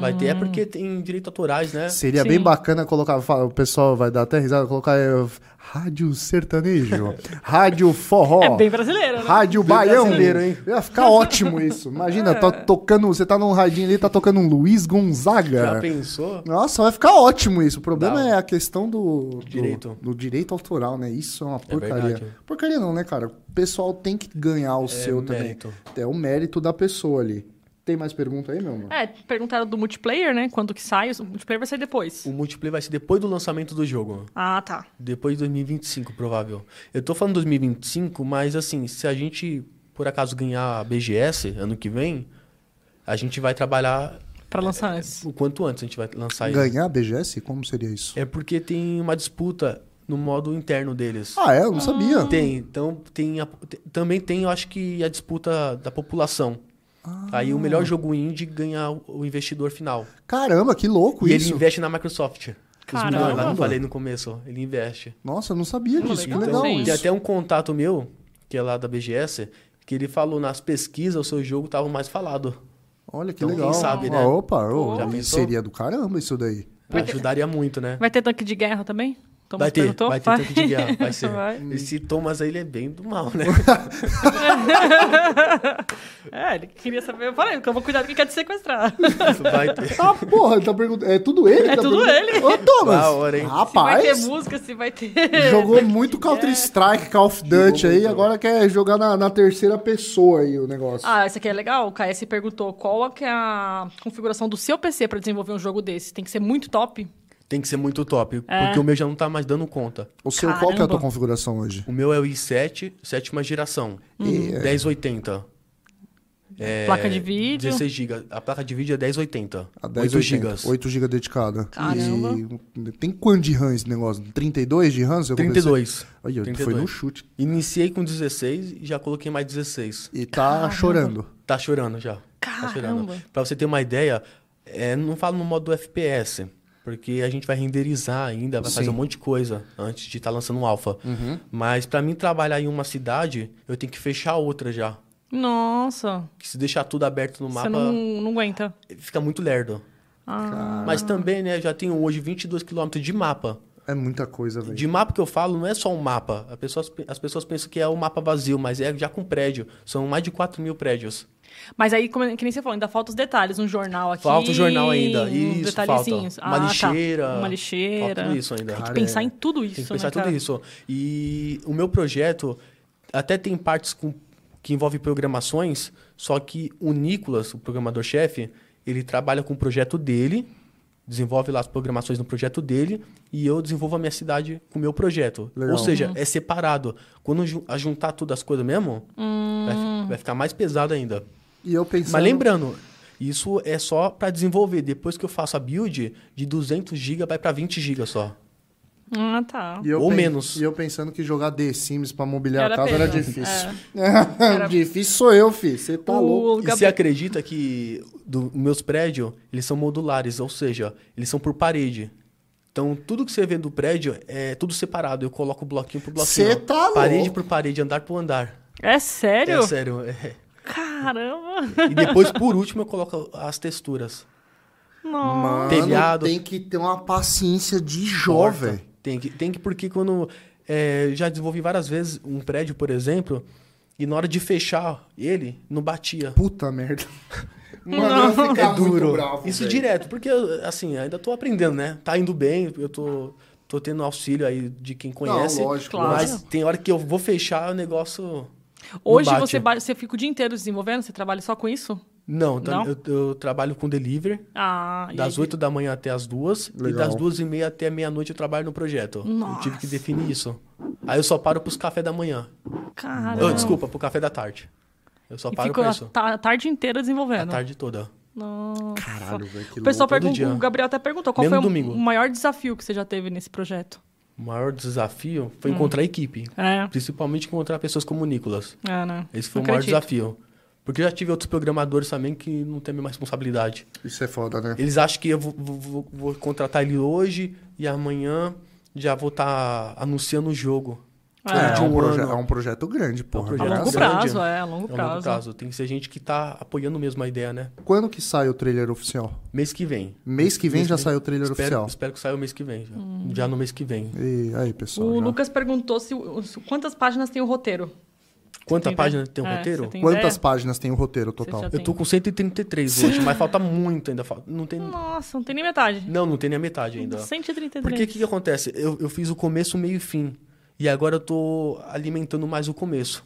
Vai ter é porque tem direito autorais, né?
Seria
Sim.
bem bacana colocar, fala- o pessoal vai dar até risada, colocar é, rádio sertanejo, rádio forró,
É bem brasileiro, né?
rádio
Bem
baião.
brasileiro, hein?
Ia ficar ótimo isso. Imagina, tá
É.
tocando, você tá num radinho ali, tá tocando um Luiz
Já
Gonzaga.
pensou?
Nossa, vai ficar ótimo isso. O problema
Dá. um
é a questão do, do-
Direito.
do direito autoral, né? Isso é uma porcaria.
verdade.
porcaria não, né, cara? O pessoal tem que ganhar o seu também.
mérito.
É o mérito da pessoa ali. Tem mais pergunta aí, meu mano?
É, perguntaram do multiplayer, né? Quando que sai. O multiplayer vai sair depois.
O multiplayer vai ser depois do lançamento do jogo.
Ah, tá.
Depois de 2025, provável. Eu tô falando 2025, mas assim, se a gente, por acaso, ganhar a BGS ano que vem, a gente vai trabalhar
Pra lançar antes.
o quanto antes a gente vai lançar ele.
Ganhar a BGS? Como seria isso?
É porque tem uma disputa no modo interno deles.
Ah, é? Eu não sabia.
Tem, então tem a- te- também tem, eu acho que a disputa da população.
Ah.
Aí o melhor jogo indie ganha o- o investidor final.
Caramba, que louco
e
isso.
ele investe na Microsoft. Os
Caramba.
milhões lá que eu falei no começo, ele investe.
Nossa, eu não sabia
Pô,
disso. Que
legal,
legal
hein?
Tem
isso.
até um contato meu, que é lá da BGS, que ele falou nas pesquisas o seu jogo tava mais falado.
Olha, que
Então,
legal.
quem sabe, né?
Ah, opa, ô,
Já pensou?
seria do caramba isso daí.
Ajudaria muito, né?
Vai ter tanque de guerra também? Thomas
Vai ter,
perguntou?
vai ter tanque de guerra, vai ser.
Vai.
Esse Thomas aí, ele é bem do mal, né?
É, ele queria saber. Eu falei, toma cuidado que quer te sequestrar.
Vai ter.
Ah, porra, ele tá perguntando. É tudo ele? que
É
tá
tudo
perguntando?
ele.
Ô, Thomas.
Da hora, hein?
Se vai ter
Rapaz.
música, se vai ter.
Jogou muito Counter-Strike, Call of Duty
Jogou
aí,
muito.
agora quer jogar na, na terceira pessoa aí o negócio.
Ah, essa aqui é legal. O KS perguntou qual é que é a configuração do seu PC pra desenvolver um jogo desse. Tem que ser muito top.
Tem que ser muito top,
É.
porque o meu já não tá mais dando conta.
o seu, qual que é a tua
caramba.
configuração hoje?
O meu é o i7, sétima geração,
E-
1080. É,
Placa Hum. de vídeo.
16 GB. A placa de vídeo é 1080.
A
8 GB.
8 GB dedicada.
Caramba.
E tem quanto de RAM esse negócio? 32 de RAM? seu
32.
computador? Olha, foi
32.
no chute.
Iniciei com 16 e já coloquei mais 16.
E tá chorando.
Tá chorando já. Tá chorando.
Caramba.
Pra você ter uma ideia, é, não falo no modo FPS, porque a gente vai renderizar ainda, vai fazer um monte de coisa antes de estar lançando um alpha. Mas pra mim trabalhar em uma cidade, eu tenho que fechar outra já.
Nossa.
Que se deixar tudo aberto no
Você
mapa,
não, não aguenta.
fica muito lerdo.
Ah,
Mas também, né, já tenho hoje 22 km de mapa.
É muita coisa, velho.
De mapa que eu falo, não é só um mapa. A pessoas- as pessoas pensam que é um mapa vazio, mas é já com prédio. São mais de 4 mil prédios.
mas aí, como, que nem você falou, ainda falta os detalhes. Um jornal aqui.
Falta o jornal ainda.
uns
Isso, falta.
detalhezinhos.
Uma
Ah, tá.
lixeira.
Uma
Falta
lixeira.
tudo isso ainda.
Tem que
Cara,
pensar
é.
em tudo isso,
Tem que
né,
pensar tudo
cara?
isso. E o meu projeto até tem partes com- que envolve programações, só que o Nicolas, o programador-chefe, ele trabalha com o projeto dele, desenvolve lá as programações no projeto dele, e eu desenvolvo a minha cidade com o meu projeto.
Legal.
Ou seja,
Uhum.
é separado. Quando ju- a juntar todas as coisas mesmo, vai,
Hum.
fi- vai ficar mais pesado ainda.
E eu pensando...
Mas lembrando, isso é só para desenvolver. Depois que eu faço a build, de 200 GB vai para 20 GB só.
Ah, tá.
e eu
ou
pen-
menos.
E eu pensando que jogar The Sims pra mobiliar
Era
a casa era
pena.
difícil.
Era-
difícil sou eu, fi. Você tá
o
louco.
E você
Gabriel...
acredita que do, meus prédios, eles são modulares, ou seja, eles são por parede. Então, tudo que você vê do prédio é tudo separado. Eu coloco bloquinho por bloquinho.
Cê tá
Parede
louco.
por parede, andar por andar.
É sério?
É sério. é.
Caramba.
E depois, por último, eu coloco as texturas.
Nossa.
Mano,
Telhado.
tem que ter uma paciência de Jó,
Porta.
velho.
Tem que, tem que porque quando... é, já desenvolvi várias vezes um prédio, por exemplo, e na hora de fechar ele, não batia.
Puta merda. Mano, eu ia ficar Tá muito bravo,
É Isso
velho.
direto, porque assim, ainda tô aprendendo, né? Tá indo bem, eu tô, tô tendo auxílio aí de quem conhece.
lógico,
Claro.
Mas tem hora que eu vou fechar o negócio.
Hoje
bate.
você, ba- você fica o dia inteiro desenvolvendo? Você trabalha só com isso?
Não, tá-
Não?
Eu, eu trabalho com delivery,
Ah, e
das
aí-
8 da manhã até as 2, e
Legal.
das 2 e meia até meia-noite eu trabalho no projeto. Eu tive
Nossa.
que definir isso. Aí eu só paro pros café da manhã.
Caramba.
Oh, desculpa, pro café da tarde. Eu só
Ah, E
paro
ficou
pra
a
isso.
ta- a tarde inteira
A
desenvolvendo.
tarde toda.
Nossa.
Caralho, velho, que
o pessoal
louco.
é todo
pergunta,
dia.
o Gabriel até perguntou qual
Mesmo
foi o-
domingo.
o maior desafio que você já teve nesse projeto.
O maior desafio
Hum.
foi encontrar equipe.
É,
Principalmente encontrar pessoas como o Nicolas.
é, né?
Esse foi
Eu
o maior
acredito.
desafio. Porque eu já tive outros programadores também que não têm a mesma responsabilidade.
Isso é foda, né?
Eles acham que eu vou, vou- vou- vou contratar ele hoje e amanhã já vou estar anunciando o jogo.
É,
Todo
É,
dia
um proje-
ano.
é um projeto grande,
É um
porra.
A
projeto
longo
graças-
grande.
prazo, é, a longo
É um longo
prazo.
prazo. Tem que ser gente que está apoiando mesmo a ideia, né?
Quando que sai o trailer oficial?
Mês que vem.
Mês que vem
Mês
já
que
saiu o trailer
Espero,
oficial.
espero que saia o mês que vem. Já,
Hum.
Já no mês que vem.
E aí,
O
pessoal. já.
Lucas perguntou se, o- se- quantas páginas tem o roteiro.
Quanta
Tem
página
ideia?
tem o
É,
roteiro?
você tem
Quantas
ideia?
páginas tem o roteiro total?
Você já-
Eu tô com 133 hoje, mas falta muito ainda. Falta. Não, tem,
Nossa, não tem nem metade.
não, não tem nem a metade ainda.
133.
Porque o que, que acontece? Eu, eu fiz o começo, meio e fim. E agora eu tô alimentando mais o começo.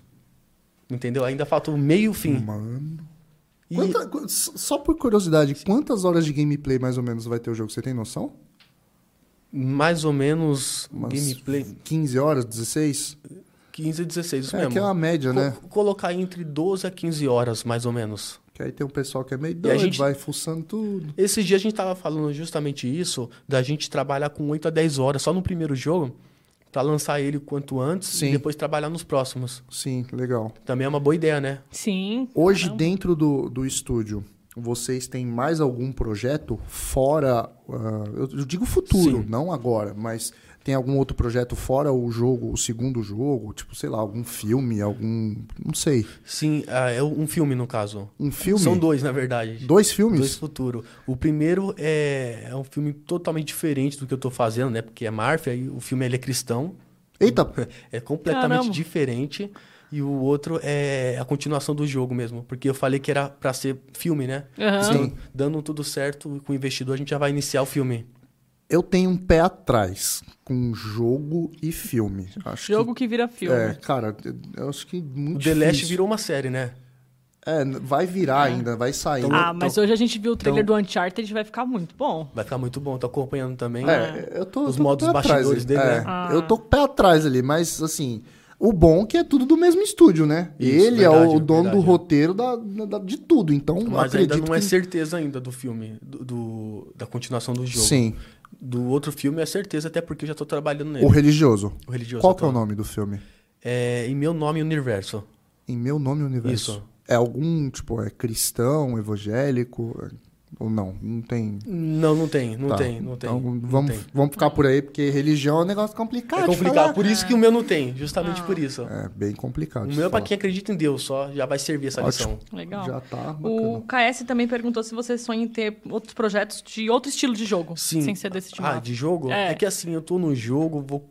Entendeu? Ainda falta o meio e o fim.
Mano.
E
Quanta- qu- s- só por curiosidade, quantas horas de gameplay mais ou menos vai ter o jogo? Você tem noção?
mais ou menos
Umas
gameplay
15 horas, 16?
15 a 16, isso
É,
mesmo.
que é uma média,
Co-
né?
Colocar entre 12 a 15 horas, mais ou menos.
Que aí tem um pessoal que é meio
a
doido,
gente-
vai fuçando tudo.
Esse dia a gente tava falando justamente isso, da gente trabalhar com 8 a 10 horas só no primeiro jogo, pra lançar ele quanto antes
Sim.
e depois trabalhar nos próximos.
Sim, legal.
Também é uma boa ideia, né?
Sim.
Hoje, dentro do, do estúdio, vocês têm mais algum projeto fora. ah, eu eu digo futuro,
Sim.
não agora, mas Tem algum outro projeto fora o jogo, o segundo jogo? Tipo, sei lá, algum filme, algum. Não sei.
Sim, ah, é um filme, no caso.
Um filme?
São dois, na verdade.
Dois filmes?
Dois futuro. O primeiro é, é um filme totalmente diferente do que eu tô fazendo, né? Porque é Máfia e o filme ele é cristão.
Eita!
É completamente
Caramba.
diferente. E o outro é a continuação do jogo mesmo. Porque eu falei que era pra ser filme, né?
Aham.
Então, dando tudo certo com o investidor, a gente já vai iniciar o filme.
Eu tenho um pé atrás com jogo e filme. Acho
Jogo que vira
que.
filme.
É, cara, eu acho que muito
O The Last
difícil.
virou uma série, né?
É, n- vai virar ainda, vai sair.
Então,
Ah, mas hoje a gente viu o trailer
então-
do Uncharted vai ficar muito bom.
Vai ficar muito bom, tô acompanhando também.
É, eu tô,
Os
eu tô com o
modos
pé atrás
bastidores
ali.
dele,
É,
né?
Ah.
Eu tô com o pé atrás ali, mas assim, o bom é que é tudo do mesmo estúdio, né?
Isso,
Ele é
verdade,
o dono
verdade,
do
é.
roteiro da, da- de tudo, então
Mas
acredito
ainda não
que...
é certeza ainda do filme, do, do- da continuação do jogo.
Sim,
Do outro filme é certeza, até porque eu já tô trabalhando nele.
o religioso.
O religioso. tá
Qual que é o
atual.
nome do filme?
É, em meu nome universo.
Em meu nome universo.
Isso.
É algum, tipo, é cristão, evangélico, é- ou não? Não tem...
Não, não tem, não
Tá.
tem, não tem.
Então,
não
vamos,
tem.
vamos ficar por aí, porque religião é um negócio complicado
É
de
complicado,
falar.
por isso que o meu não tem, justamente por isso.
É, bem complicado
O
de
meu é pra
falar.
quem é acredita em Deus só, já vai servir essa
Ótimo.
lição.
Legal.
Já tá
O
bacana.
KS também perguntou se você sonha em ter outros projetos de outro estilo de jogo.
Sim.
Sem ser desse tipo.
Ah, de jogo?
É.
É. que assim, eu tô no jogo, vou,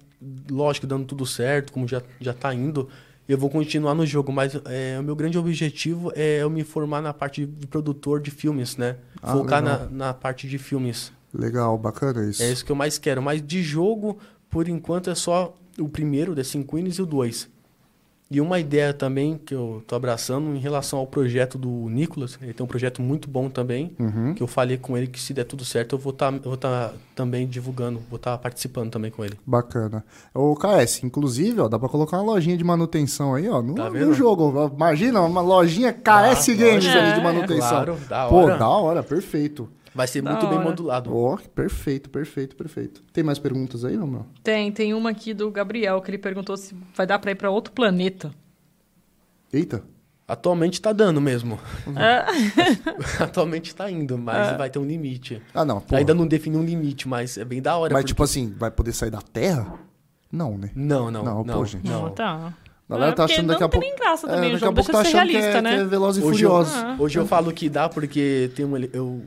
lógico, dando tudo certo, como já, já tá indo, eu vou continuar no jogo, mas é, o meu grande objetivo é eu me formar na parte de produtor de filmes, né?
Ah,
Focar na,
legal.
na parte de filmes.
Legal, bacana isso.
É isso que eu mais quero. Mas de jogo, por enquanto, é só o primeiro, The Cinco Queens, e o dois. E uma ideia também que eu tô abraçando em relação ao projeto do Nicolas, ele tem um projeto muito bom também,
Uhum.
que eu falei com ele que se der tudo certo, eu vou estar vou tá também divulgando, vou estar participando também com ele.
Bacana. Ô, KS, inclusive, ó, dá pra colocar uma lojinha de manutenção aí, ó, no,
Tá
no
vendo?
jogo. ó. Imagina, uma lojinha KS
Dá,
Games
lógico.
ali de
É,
manutenção.
Claro, da
Pô,
hora.
da hora, perfeito.
Vai ser
Da
muito bem
hora.
modulado.
Ó, perfeito, perfeito, perfeito. Tem mais perguntas aí, não, meu?
Tem, tem uma aqui do Gabriel que ele perguntou se vai dar pra ir pra outro planeta.
Eita.
Atualmente tá dando mesmo.
É.
Atualmente tá indo, mas vai ter um limite.
Ah, não, porra.
Ainda não defini um limite, mas é bem da hora.
Mas,
porque-
tipo assim, vai poder sair da Terra? Não, né?
Não, não,
Não,
não.
pô, gente.
Não, tá.
A galera tá
porque
achando daqui
não
a pouco...
tem nem graça também
é,
o
daqui a
jogo.
pouco
Deixa
tá
de ser
achando que
realista,
é,
né?
que é Veloz e
Hoje eu,
Furioso.
Ah.
hoje eu falo que dá porque tem um, heli- eu,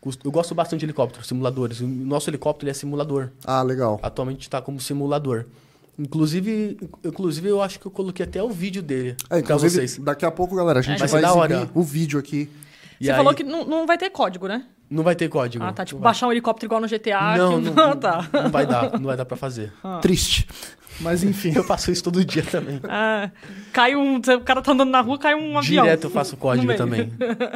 custo- eu gosto bastante de helicópteros, simuladores. O nosso helicóptero ele é simulador.
Ah, legal.
Atualmente está como simulador. Inclusive, inclusive, eu acho que eu coloquei até o vídeo dele
É,
pra
inclusive,
vocês.
daqui a pouco, galera, a gente
Vai
ser
vai
da hora.
exibir o vídeo aqui.
E
Você
aí,
falou que não, não vai ter código, né?
Não vai ter código.
Ah, tá. Tipo,
Não vai-
baixar um helicóptero igual no GTA.
Não,
que...
não,
tá.
não vai dar. Não vai dar pra fazer.
Triste. Mas, enfim.
Eu faço isso todo dia também.
Ah, cai um. O cara tá andando na rua, cai um avião.
Direto eu faço código
meio.
também.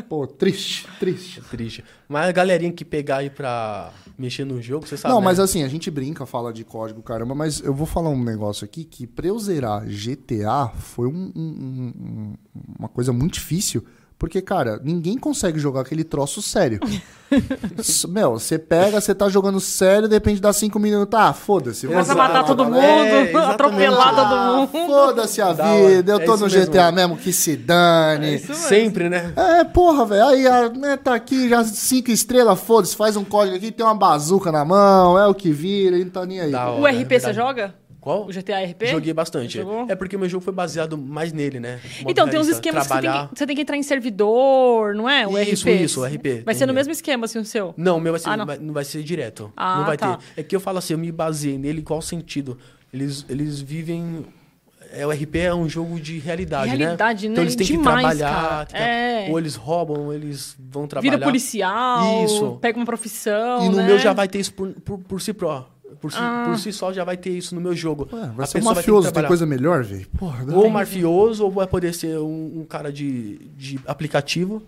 Pô, triste, triste.
É triste. Mas a galerinha que pegar aí pra mexer no jogo, você sabe,
Não,
né?
mas assim, a gente brinca, fala de código, caramba, mas eu vou falar um negócio aqui que pra eu zerar GTA foi um- um- um- uma coisa muito difícil. Porque, cara, ninguém consegue jogar aquele troço sério. S- Meu, você pega, você tá jogando sério, depende das 5 minutos. Ah, foda-se.
Começa a
vou zerar
matar todo
lá,
mundo,
galera.
É,
atropelar todo
Ah,
mundo.
Foda-se a
Da hora.
vida, eu
É
tô
isso
no
mesmo.
GTA mesmo, que se
É
dane.
Sempre, né?
É, porra, velho. Aí, a, né, tá aqui, já cinco estrelas, foda-se, faz um código aqui, tem uma bazuca na mão, é o que vira, ele não tá nem aí.
Da
O
hora, é
RP você
verdade.
joga?
Qual?
O GTA RP?
Joguei bastante.
Jogou?
É porque meu jogo foi baseado mais nele, né? Modo
Então, tem uns
realista,
esquemas que você
trabalhar.
tem que, você tem que entrar em servidor, não é? O
Isso,
RP.
isso, o RP,
Vai ser no
entendi.
mesmo esquema, assim, o seu.
Não, o meu vai ser,
Ah, não.
vai- não. vai ser direto.
Ah,
não vai
tá.
ter. É que eu falo assim, eu me baseei nele em qual sentido? Eles, eles vivem. É, o RP é um jogo de realidade,
Realidade,
né?
né?
Então eles têm
Demais,
que trabalhar.
cara.
tem que-
É.
Ou eles roubam, ou eles vão trabalhar.
Vira policial,
Isso.
pega uma profissão,
E no
né?
meu já vai ter isso por, por, por si pró. Por si,
Ah.
por si só já vai ter isso no meu jogo.
Ué,
A
vai ser um
pessoa ter que
mafioso, tem
trabalhar.
coisa melhor, velho? Porra,
Ou
não.
um mafioso, ou vai poder ser um, um cara de, de aplicativo.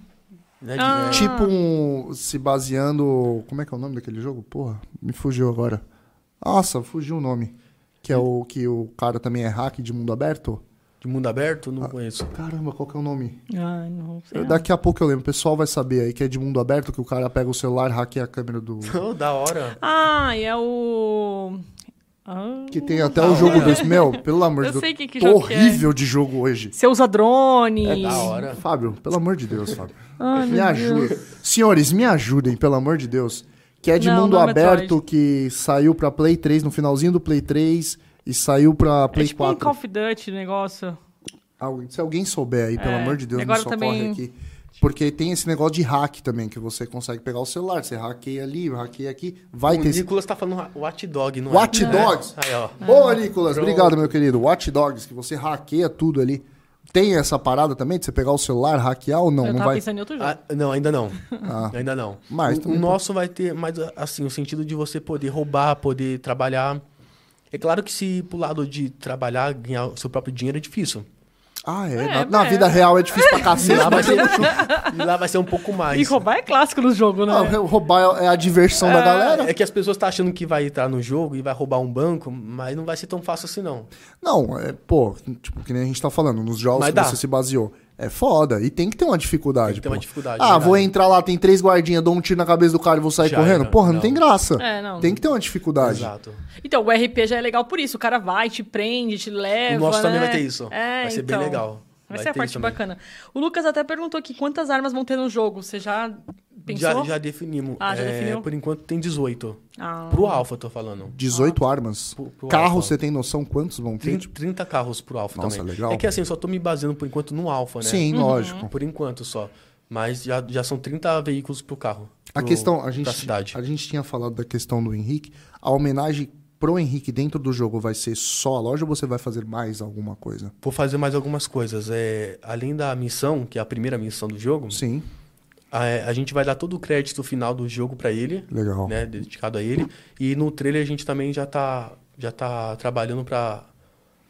Né? De-
Ah.
é,
Tipo um. Se baseando. Como é que é o nome daquele jogo? Porra, me fugiu agora. Nossa, fugiu o nome. Que é o que o cara também é hack de mundo aberto?
de mundo aberto,
Ah.
não conheço.
Caramba, qual que é o nome?
Ai, não sei.
Eu-
lá.
daqui a pouco eu lembro. O pessoal vai saber aí que é de mundo aberto, que o cara pega o celular, hackeia a câmera do.
Oh, da hora.
Ah, e é o. Ah,
Que tem até
Da
o jogo
hora.
desse. Meu, pelo amor de
eu
Deus.
sei que, que
Tô
jogo que é.
horrível de jogo hoje.
Você usa drone.
É da hora.
Fábio, pelo amor de Deus, Fábio.
Ai,
me ajuda. Senhores, me ajudem, pelo amor de Deus. Que é de
Não,
mundo
não é
aberto,
Metroid.
que saiu pra Play 3, no finalzinho do Play 3, e saiu pra
É
Play
tipo um
4.
Call of Duty negócio.
Alguém- Se alguém souber aí, pelo
É,
amor de Deus, me
agora
socorre
também-
aqui. Porque tem esse negócio de hack também, que você consegue pegar o celular, você hackeia ali, hackeia aqui, vai
o
ter... esse-
Nicolas tá falando Watch Dog, não
Watch
é?
Dogs?
É. Aí, ó.
Boa, Nicolas,
Pronto.
obrigado, meu querido. Watch Dogs, que você hackeia tudo ali. Tem essa parada também, de você pegar o celular, hackear ou não?
eu
Não
tava
vai...
pensando em outro jogo.
É, Ah, não, ainda não.
Ah.
Ainda não.
Mas
o, o
também
nosso vai ter mais, assim, o sentido de você poder roubar, poder trabalhar. É claro que se pro lado de trabalhar, ganhar o seu próprio dinheiro é difícil.
Ah, é.
É,
na, na
é.
vida real é difícil pra
E
cacete.
lá vai
mas
ser, e lá vai ser um pouco mais.
e roubar é clássico no jogo, né?
Ah, rou- roubar é a diversão da
É,
galera.
É que as pessoas estão achando que vai entrar no jogo e vai roubar um banco, mas não vai ser tão fácil assim, não.
Não, é, pô, tipo, que nem a gente tá falando, nos jogos
Mas
que
dá.
você se baseou. É foda. E tem que ter uma dificuldade.
Tem que ter uma
pô.
dificuldade.
Ah, vou
verdade.
entrar lá, tem três guardinhas, dou um tiro na cabeça do cara e vou sair
Já
correndo?
era,
Porra, não,
não.
tem graça.
É, não.
Tem que ter uma dificuldade.
Exato.
Então, o RP já é legal por isso. O cara vai, te prende, te leva.
o nosso também
né?
vai ter isso.
É,
vai ser
então.
bem legal.
Vai ser a
ter
parte
isso também.
bacana. O Lucas até perguntou aqui quantas armas vão ter no jogo. Você já
Já,
pensou?
já definimos.
Ah, já
É,
definiu?
Por enquanto tem 18.
Ah.
Pro Alpha, tô falando.
18 armas.
Pro- pro
Carro,
Alpha.
você tem noção quantos vão ter? Tipo,
30, 30 carros pro Alpha
Nossa,
também.
legal.
É que assim, eu só tô me baseando por enquanto no Alpha, né?
Sim, lógico.
Por enquanto só. Mas já, já são 30 veículos pro carro.
A
pro-
questão, a
Pra
gente,
cidade.
a gente tinha falado da questão do Henrique. A homenagem pro Henrique dentro do jogo vai ser só a loja ou você vai fazer mais alguma coisa?
Vou fazer mais algumas coisas. É, além da missão, que é a primeira missão do jogo,
Sim,
a, a gente vai dar todo o crédito final do jogo pra ele,
legal.
né? Dedicado a ele. E no trailer a gente também já tá, já tá trabalhando pra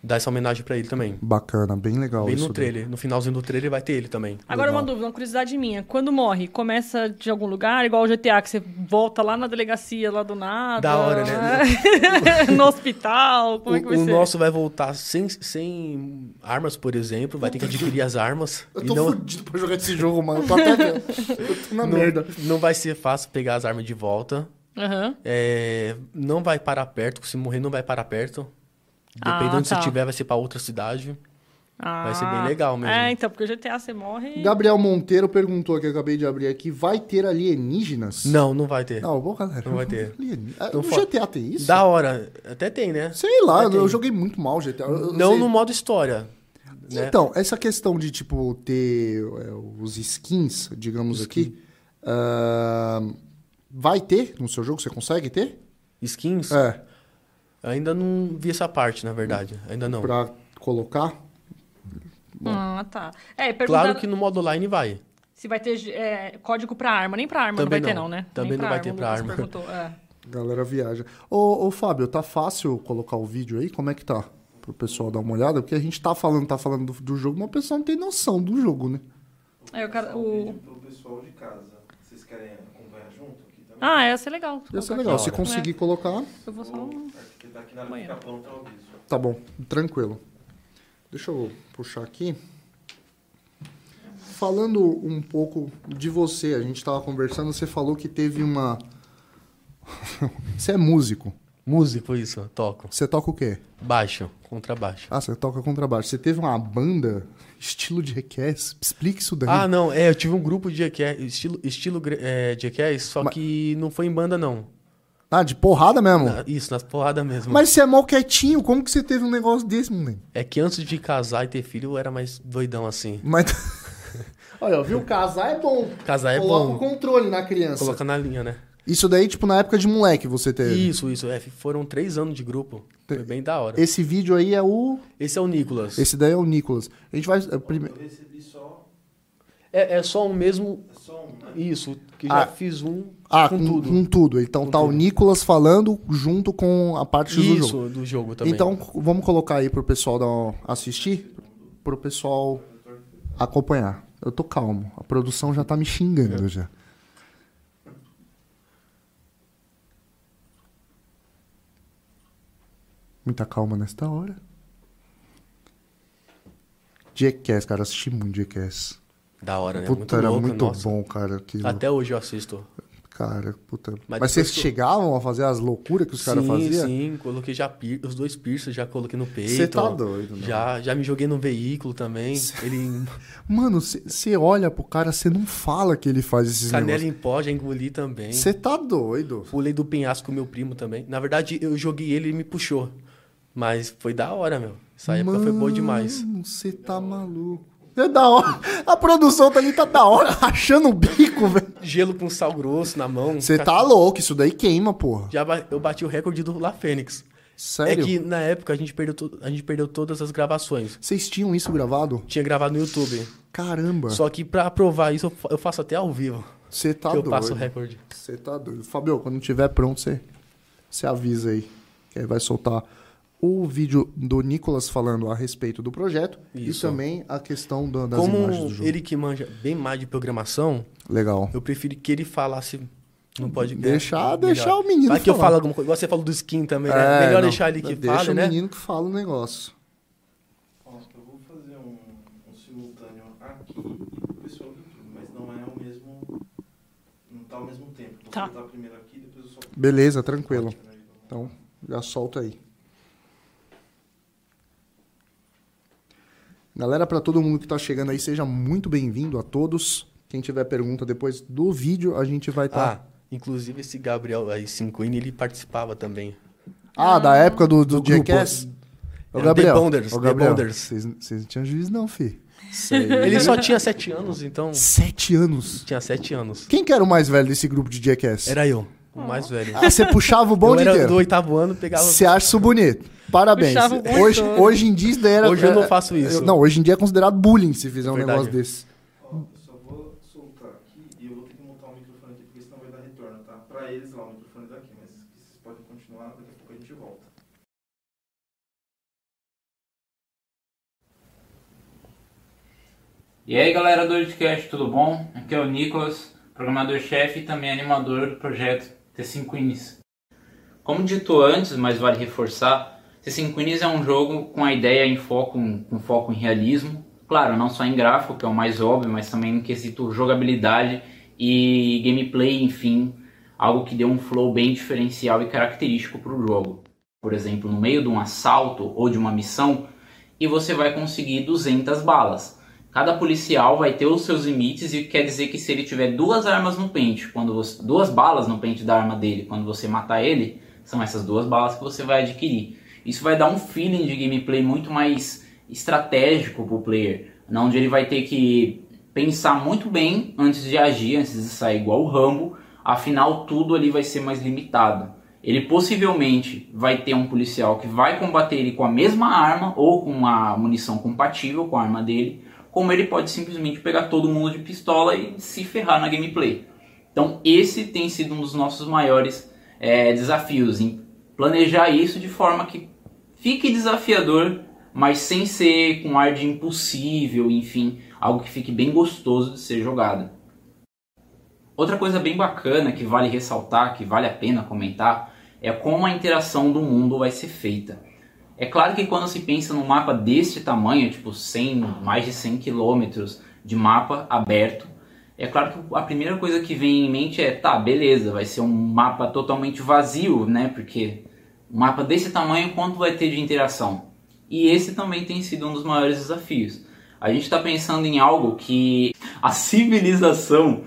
dar essa homenagem pra ele também.
Bacana, bem legal
Bem
isso.
no
daí.
trailer. No finalzinho do trailer vai ter ele também.
Agora
Legal.
uma dúvida, uma curiosidade minha. Quando morre, começa de algum lugar, igual o GTA, que você volta lá na delegacia, lá do nada.
Da hora,
né? no hospital, como é que
o
vai
o
ser?
nosso vai voltar sem, sem armas, por exemplo. Vai ter que adquirir as armas.
Eu
e
tô
não,
fudido pra jogar esse jogo, mano. Eu tô até vendo. Eu tô na
não,
merda.
não vai ser fácil pegar as armas de volta.
Aham.
É, não vai parar perto. Se morrer, não vai parar perto.
Ah,
Dependendo onde
tá.
você tiver, vai ser pra outra cidade.
Vai
ser bem legal mesmo.
É, então, porque o GTA você morre...
Gabriel Monteiro perguntou que eu acabei de abrir aqui: vai ter alienígenas?
Não, não vai ter.
Não, bom, galera.
Não vai ter.
Alieni- Ah, no
Então, fo-
GTA tem isso?
Da hora. Até tem, né?
Sei lá, eu,
Vai ter.
eu joguei muito mal GTA. Eu- eu
Não
sei-
no modo história. né?
Então, essa questão de, tipo, ter é, os skins, digamos
Skin.
aqui, ah, vai ter no seu jogo? Você consegue ter?
Skins?
É,
Ainda não vi essa parte, na verdade. Ainda não.
pra colocar.
Ah, tá. É, perguntaram
Claro que no modo online vai.
se vai ter é, código pra arma. Nem pra arma
Também
não vai ter,
não.
não, né?
Também
Nem
não vai ter
o
pra
Lucas
arma.
perguntou, é.
A galera viaja. Ô, ô, Fábio, tá fácil colocar o vídeo aí? Como é que tá? Pro pessoal dar uma olhada, porque a gente tá falando, tá falando do, do jogo, mas o pessoal não tem noção do jogo, né?
Aí É, o cara...
Só um
O...
vídeo pro pessoal de casa. Vocês querem acompanhar junto aqui também?
Ah, ia ser legal.
Ia ser é legal.
da
Se
hora.
conseguir colocar,
Eu vou só...
Porque daqui na hora
Amanhã.
fica pronto é ao vivo.
tá bom, tranquilo. Deixa eu puxar aqui. Falando um pouco de você, a gente tava conversando, você falou que teve uma. você é músico.
Músico, isso. Toco.
Você toca o quê?
Baixo. Contrabaixo.
Ah, você toca contrabaixo. Você teve uma banda estilo de request? Explique isso daí.
Ah, não. É, eu tive um grupo de Jackass, estilo, estilo gre- é, Jackass, só
Mas-
que não foi em banda, não.
Ah, de porrada mesmo?
Na- isso, nas porradas mesmo.
Mas você é mal quietinho, como que você teve um negócio desse, moleque?
É que antes de casar e ter filho, eu era mais doidão assim.
Mas. Olha, viu? Casar é bom.
Casar é
Coloca o
bom.
controle na criança.
Coloca na linha, né?
Isso daí, tipo, na época de moleque você teve.
Isso, isso. É, foram três anos de grupo. Foi bem da hora.
Esse vídeo aí é o.
Esse é o Nicolas.
Esse daí é o Nicolas. A gente vai. é, prime-
Eu recebi só,
É, é só o mesmo.
é só um, né?
Isso, que já
Ah.
fiz um
Ah,
com
com,
tudo.
com tudo. Então
Com
tá o
tudo.
Nicolas falando junto com a parte do jogo.
Isso, do jogo também.
Então c- vamos colocar aí pro pessoal dar um- assistir, pro pessoal acompanhar. Eu tô calmo. A produção já tá me
É.
xingando já. Muita calma nesta hora. Jackass, cara, assisti muito Jackass.
Da hora, né?
Puta,
muito
era
louco,
muito né?
nossa.
bom, cara. aquilo.
Até hoje eu assisto.
Cara, puta. Mas,
Mas
vocês
depois tu-
chegavam a fazer as loucuras que os caras faziam?
Sim, coloquei já pir- os dois piercing, já coloquei no peito.
Você tá doido, né?
Já, já me joguei no veículo também. Ele
Mano, você olha pro cara, você não fala que ele faz esses
canela
negócios.
em pó, já engoli também.
Você tá doido.
Pulei do penhasco com meu primo também. Na verdade, eu joguei ele e ele me puxou. Mas foi da hora, meu. Essa época foi boa demais.
Você tá maluco. É da hora. A produção tá ali tá da hora, rachando o bico, velho.
Gelo com sal grosso na mão.
Você tá louco, isso daí queima, porra.
Já ba- eu bati o recorde do La Fênix.
Sério?
É que na época a gente perdeu, to- a gente perdeu todas as gravações.
Vocês tinham isso gravado?
Tinha gravado no YouTube.
Caramba.
Só que pra provar isso, eu fa- eu faço até ao vivo.
Você tá
que eu
doido.
passo o recorde.
Você tá doido. Fabio, quando tiver pronto, você você avisa aí. Que aí vai soltar o vídeo do Nicolas falando a respeito do projeto
Isso.
e também a questão da- das imagens do
Como
jogo.
ele que manja bem mais de programação,
Legal.
eu prefiro que ele falasse. Não pode
Deixar-
melhor.
deixar o menino
Vai que eu
falar.
falo alguma coisa. Igual Você falou do skin também, né?
É,
Melhor
não.
deixar ele que
Deixa
fale,
o
né?
menino que fala o negócio.
Nossa, eu vou fazer um, um simultâneo aqui
Uhum.
pro pessoal do YouTube, mas não é o mesmo. Não tá ao mesmo tempo. Vou
Tá.
soltar primeiro aqui, depois eu solto. né,
Beleza, tranquilo.
Peraí, vamos
Então,
lá.
já solta aí. Galera, para todo mundo que tá chegando aí, seja muito bem-vindo a todos. Quem tiver pergunta depois do vídeo, a gente vai tá
Ah,
estar.
inclusive esse Gabriel aí, 5 n ele participava também.
Ah, da época do, do,
Do grupo.
Jackass? Ô,
É,
Gabriel.
The Bonders,
Ô,
The
Gabriel.
Bonders.
Vocês vocês não tinham juiz, não, fi.
Ele só tinha 7 anos, então.
Sete anos.
Tinha 7 anos.
Quem que era o mais velho desse grupo de Jackass?
Era eu, o mais velho.
Ah, você puxava o bonde
eu era
inteiro.
do oitavo ano, pegava.
Você acha isso bonito. Parabéns.
Puxava o bonde
Hoje,
todo.
hoje em dia isso daí era.
Hoje eu não
é-
faço isso.
Não, hoje em dia é considerado bullying se fizer um
Verdade.
negócio desse.
Ó,
Hum.
eu só vou soltar aqui e eu vou ter que montar um microfone aqui, porque senão vai dar retorno, tá? Pra eles lá, o microfone daqui, mas vocês podem continuar, daqui a pouco a gente volta.
E aí galera do Podcast, tudo bom? Aqui é o Nicolas, programador-chefe e também animador do projeto T5Ins. Como dito antes, mas vale reforçar, T5Ins é um jogo com a ideia em foco, com foco em realismo. Claro, não só em gráfico, que é o mais óbvio, mas também no quesito jogabilidade e gameplay, enfim, algo que dê um flow bem diferencial e característico para o jogo. Por exemplo, no meio de um assalto ou de uma missão, e você vai conseguir 200 balas. Cada policial vai ter os seus limites e quer dizer que se ele tiver duas armas no pente, quando você, duas balas no pente da arma dele, quando você matar ele, são essas duas balas que você vai adquirir. Isso vai dar um feeling de gameplay muito mais estratégico pro player, na onde ele vai ter que pensar muito bem antes de agir, antes de sair igual o Rambo, afinal tudo ali vai ser mais limitado. Ele possivelmente vai ter um policial que vai combater ele com a mesma arma ou com uma munição compatível com a arma dele, como ele pode simplesmente pegar todo mundo de pistola e se ferrar na gameplay. Então esse tem sido um dos nossos maiores eh, desafios, em planejar isso de forma que fique desafiador, mas sem ser com ar de impossível, enfim, algo que fique bem gostoso de ser jogado. Outra coisa bem bacana que vale ressaltar, que vale a pena comentar, é como a interação do mundo vai ser feita. É claro que quando se pensa num mapa deste tamanho, tipo 100, mais de 100 quilômetros de mapa aberto, é claro que a primeira coisa que vem em mente é, tá, beleza, vai ser um mapa totalmente vazio, né? Porque um mapa desse tamanho, quanto vai ter de interação? E esse também tem sido um dos maiores desafios. A gente está pensando em algo que a civilização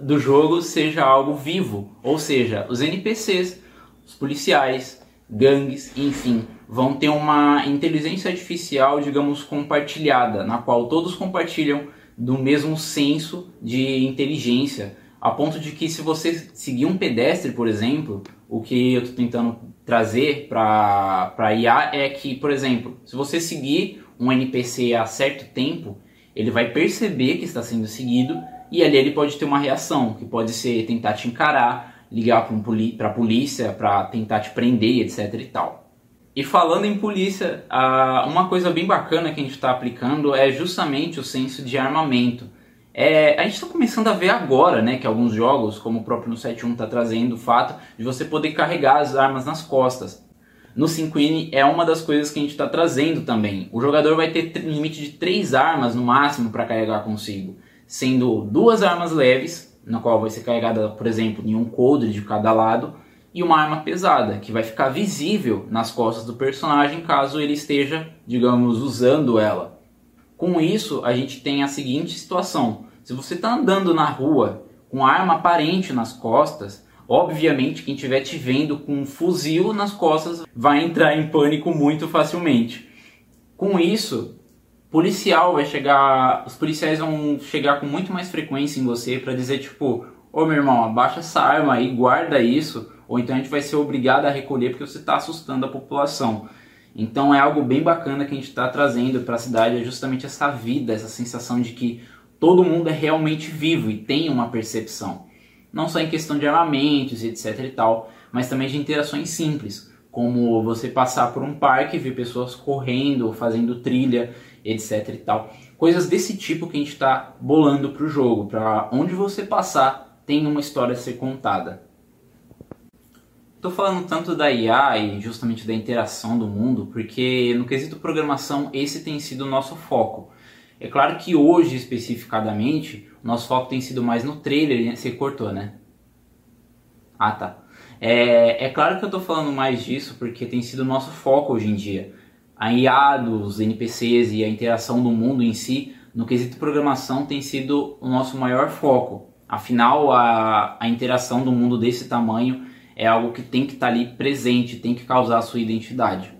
do jogo seja algo vivo, ou seja, os NPCs, os policiais, gangues, enfim, vão ter uma inteligência artificial, digamos, compartilhada, na qual todos compartilham do mesmo senso de inteligência, a ponto de que se você seguir um pedestre, por exemplo, o que eu estou tentando trazer para a IA é que, por exemplo, se você seguir um NPC a certo tempo, ele vai perceber que está sendo seguido e ali ele pode ter uma reação, que pode ser tentar te encarar, ligar para a polícia para tentar te prender, etc e tal. E falando em polícia, ah, uma coisa bem bacana que a gente está aplicando é justamente o senso de armamento. É, a gente está começando a ver agora, né, que alguns jogos, como o próprio no 71 está trazendo, o fato de você poder carregar as armas nas costas. No 5N é uma das coisas que a gente está trazendo também. O jogador vai ter tr- limite de três armas no máximo para carregar consigo, sendo duas armas leves, na qual vai ser carregada, por exemplo, em um coldre de cada lado, e uma arma pesada, que vai ficar visível nas costas do personagem caso ele esteja, digamos, usando ela. Com isso, a gente tem a seguinte situação: se você está andando na rua com arma aparente nas costas, obviamente quem estiver te vendo com um fuzil nas costas vai entrar em pânico muito facilmente. Com isso, policial vai chegar, os policiais vão chegar com muito mais frequência em você para dizer tipo, ô meu irmão, abaixa essa arma aí, guarda isso, ou então a gente vai ser obrigado a recolher porque você está assustando a população. Então é algo bem bacana que a gente está trazendo para a cidade, é justamente essa vida, essa sensação de que todo mundo é realmente vivo e tem uma percepção. Não só em questão de armamentos e etc e tal, mas também de interações simples, como você passar por um parque e ver pessoas correndo, fazendo trilha, etc e tal. Coisas desse tipo que a gente está bolando para o jogo, para onde você passar tem uma história a ser contada. Estou falando tanto da IA e justamente da interação do mundo, porque no quesito programação esse tem sido o nosso foco. É claro que hoje, especificadamente, nosso foco tem sido mais no trailer, você cortou, né? Ah, tá. É, é claro que eu estou falando mais disso porque tem sido o nosso foco hoje em dia. A IA dos NPCs e a interação do mundo em si, no quesito programação, tem sido o nosso maior foco. Afinal, a, a interação do mundo desse tamanho é algo que tem que estar tá ali presente, tem que causar a sua identidade.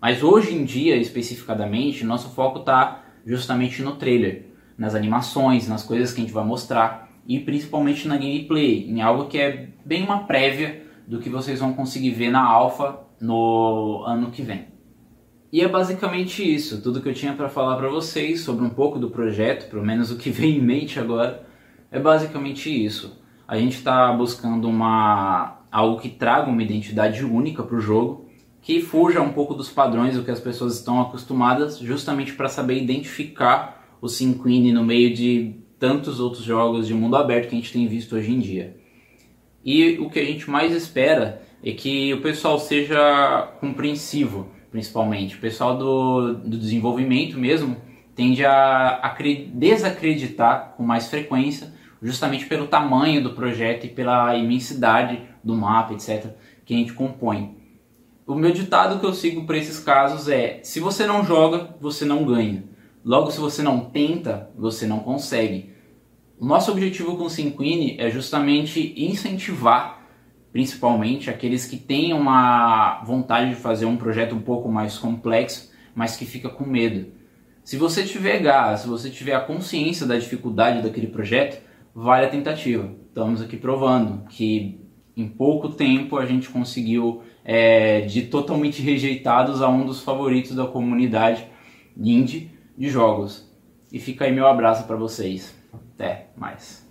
Mas hoje em dia, especificadamente, nosso foco está justamente no trailer, nas animações, nas coisas que a gente vai mostrar e principalmente na gameplay, em algo que é bem uma prévia do que vocês vão conseguir ver na alpha no ano que vem. E é basicamente isso, tudo que eu tinha para falar para vocês sobre um pouco do projeto, pelo menos o que vem em mente agora, é basicamente isso. A gente está buscando uma algo que traga uma identidade única para o jogo, que fuja um pouco dos padrões do que as pessoas estão acostumadas, justamente para saber identificar o Cinquini no meio de tantos outros jogos de mundo aberto que a gente tem visto hoje em dia. E o que a gente mais espera é que o pessoal seja compreensivo, principalmente. O pessoal do, do desenvolvimento mesmo tende a, a desacreditar com mais frequência, justamente pelo tamanho do projeto e pela imensidade do mapa, etc., que a gente compõe o meu ditado que eu sigo para esses casos é: se você não joga, você não ganha. Logo, se você não tenta, você não consegue. O nosso objetivo com o Cinquini é justamente incentivar, principalmente, aqueles que têm uma vontade de fazer um projeto um pouco mais complexo, mas que fica com medo. Se você tiver garra, se você tiver a consciência da dificuldade daquele projeto, vale a tentativa. Estamos aqui provando que em pouco tempo a gente conseguiu é, de totalmente rejeitados a um dos favoritos da comunidade indie de jogos. E fica aí meu abraço para vocês. Até mais.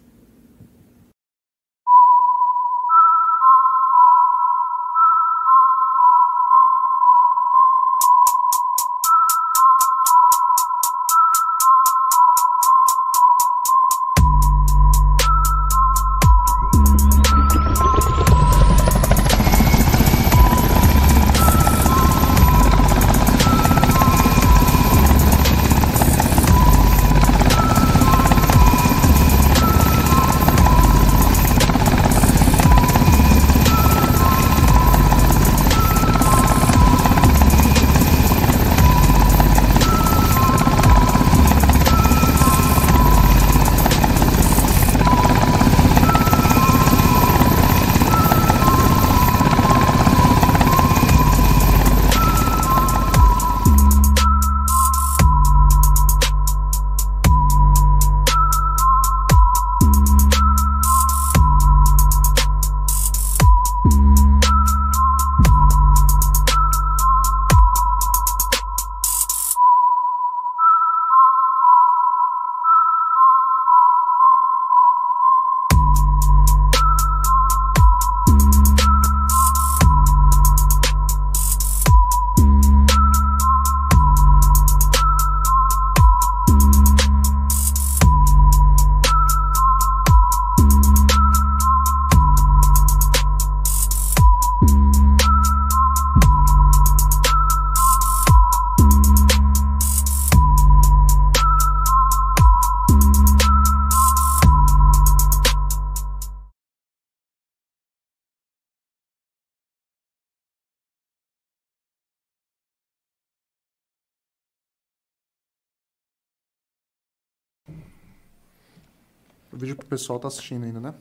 O vídeo pro pessoal tá assistindo ainda, né?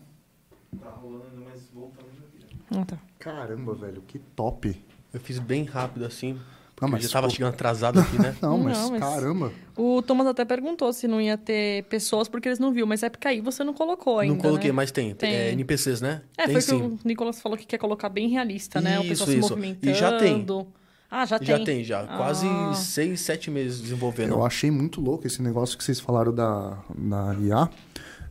Tá rolando ainda, mas voltando já vira.
Ah, tá.
Caramba, velho, que top.
Eu fiz bem rápido assim.
Não,
Não,
mas
mas já tava
pô-
chegando atrasado aqui, né?
Não, mas,
Não, mas-
caramba.
O Thomas até perguntou se não ia ter pessoas porque eles não viu, mas é porque aí você não colocou ainda.
não coloquei,
né?
mas tem.
Tem.
É, NPCs, né?
É,
tem
foi
sim.
o que o Nicolas falou que quer colocar bem realista, né? o
Isso,
pessoal se
isso.
movimentando.
E já tem.
Ah, já tem.
Já tem, já. Quase
Ah.
seis, sete meses desenvolvendo.
Eu achei muito louco esse negócio que vocês falaram da, da IA.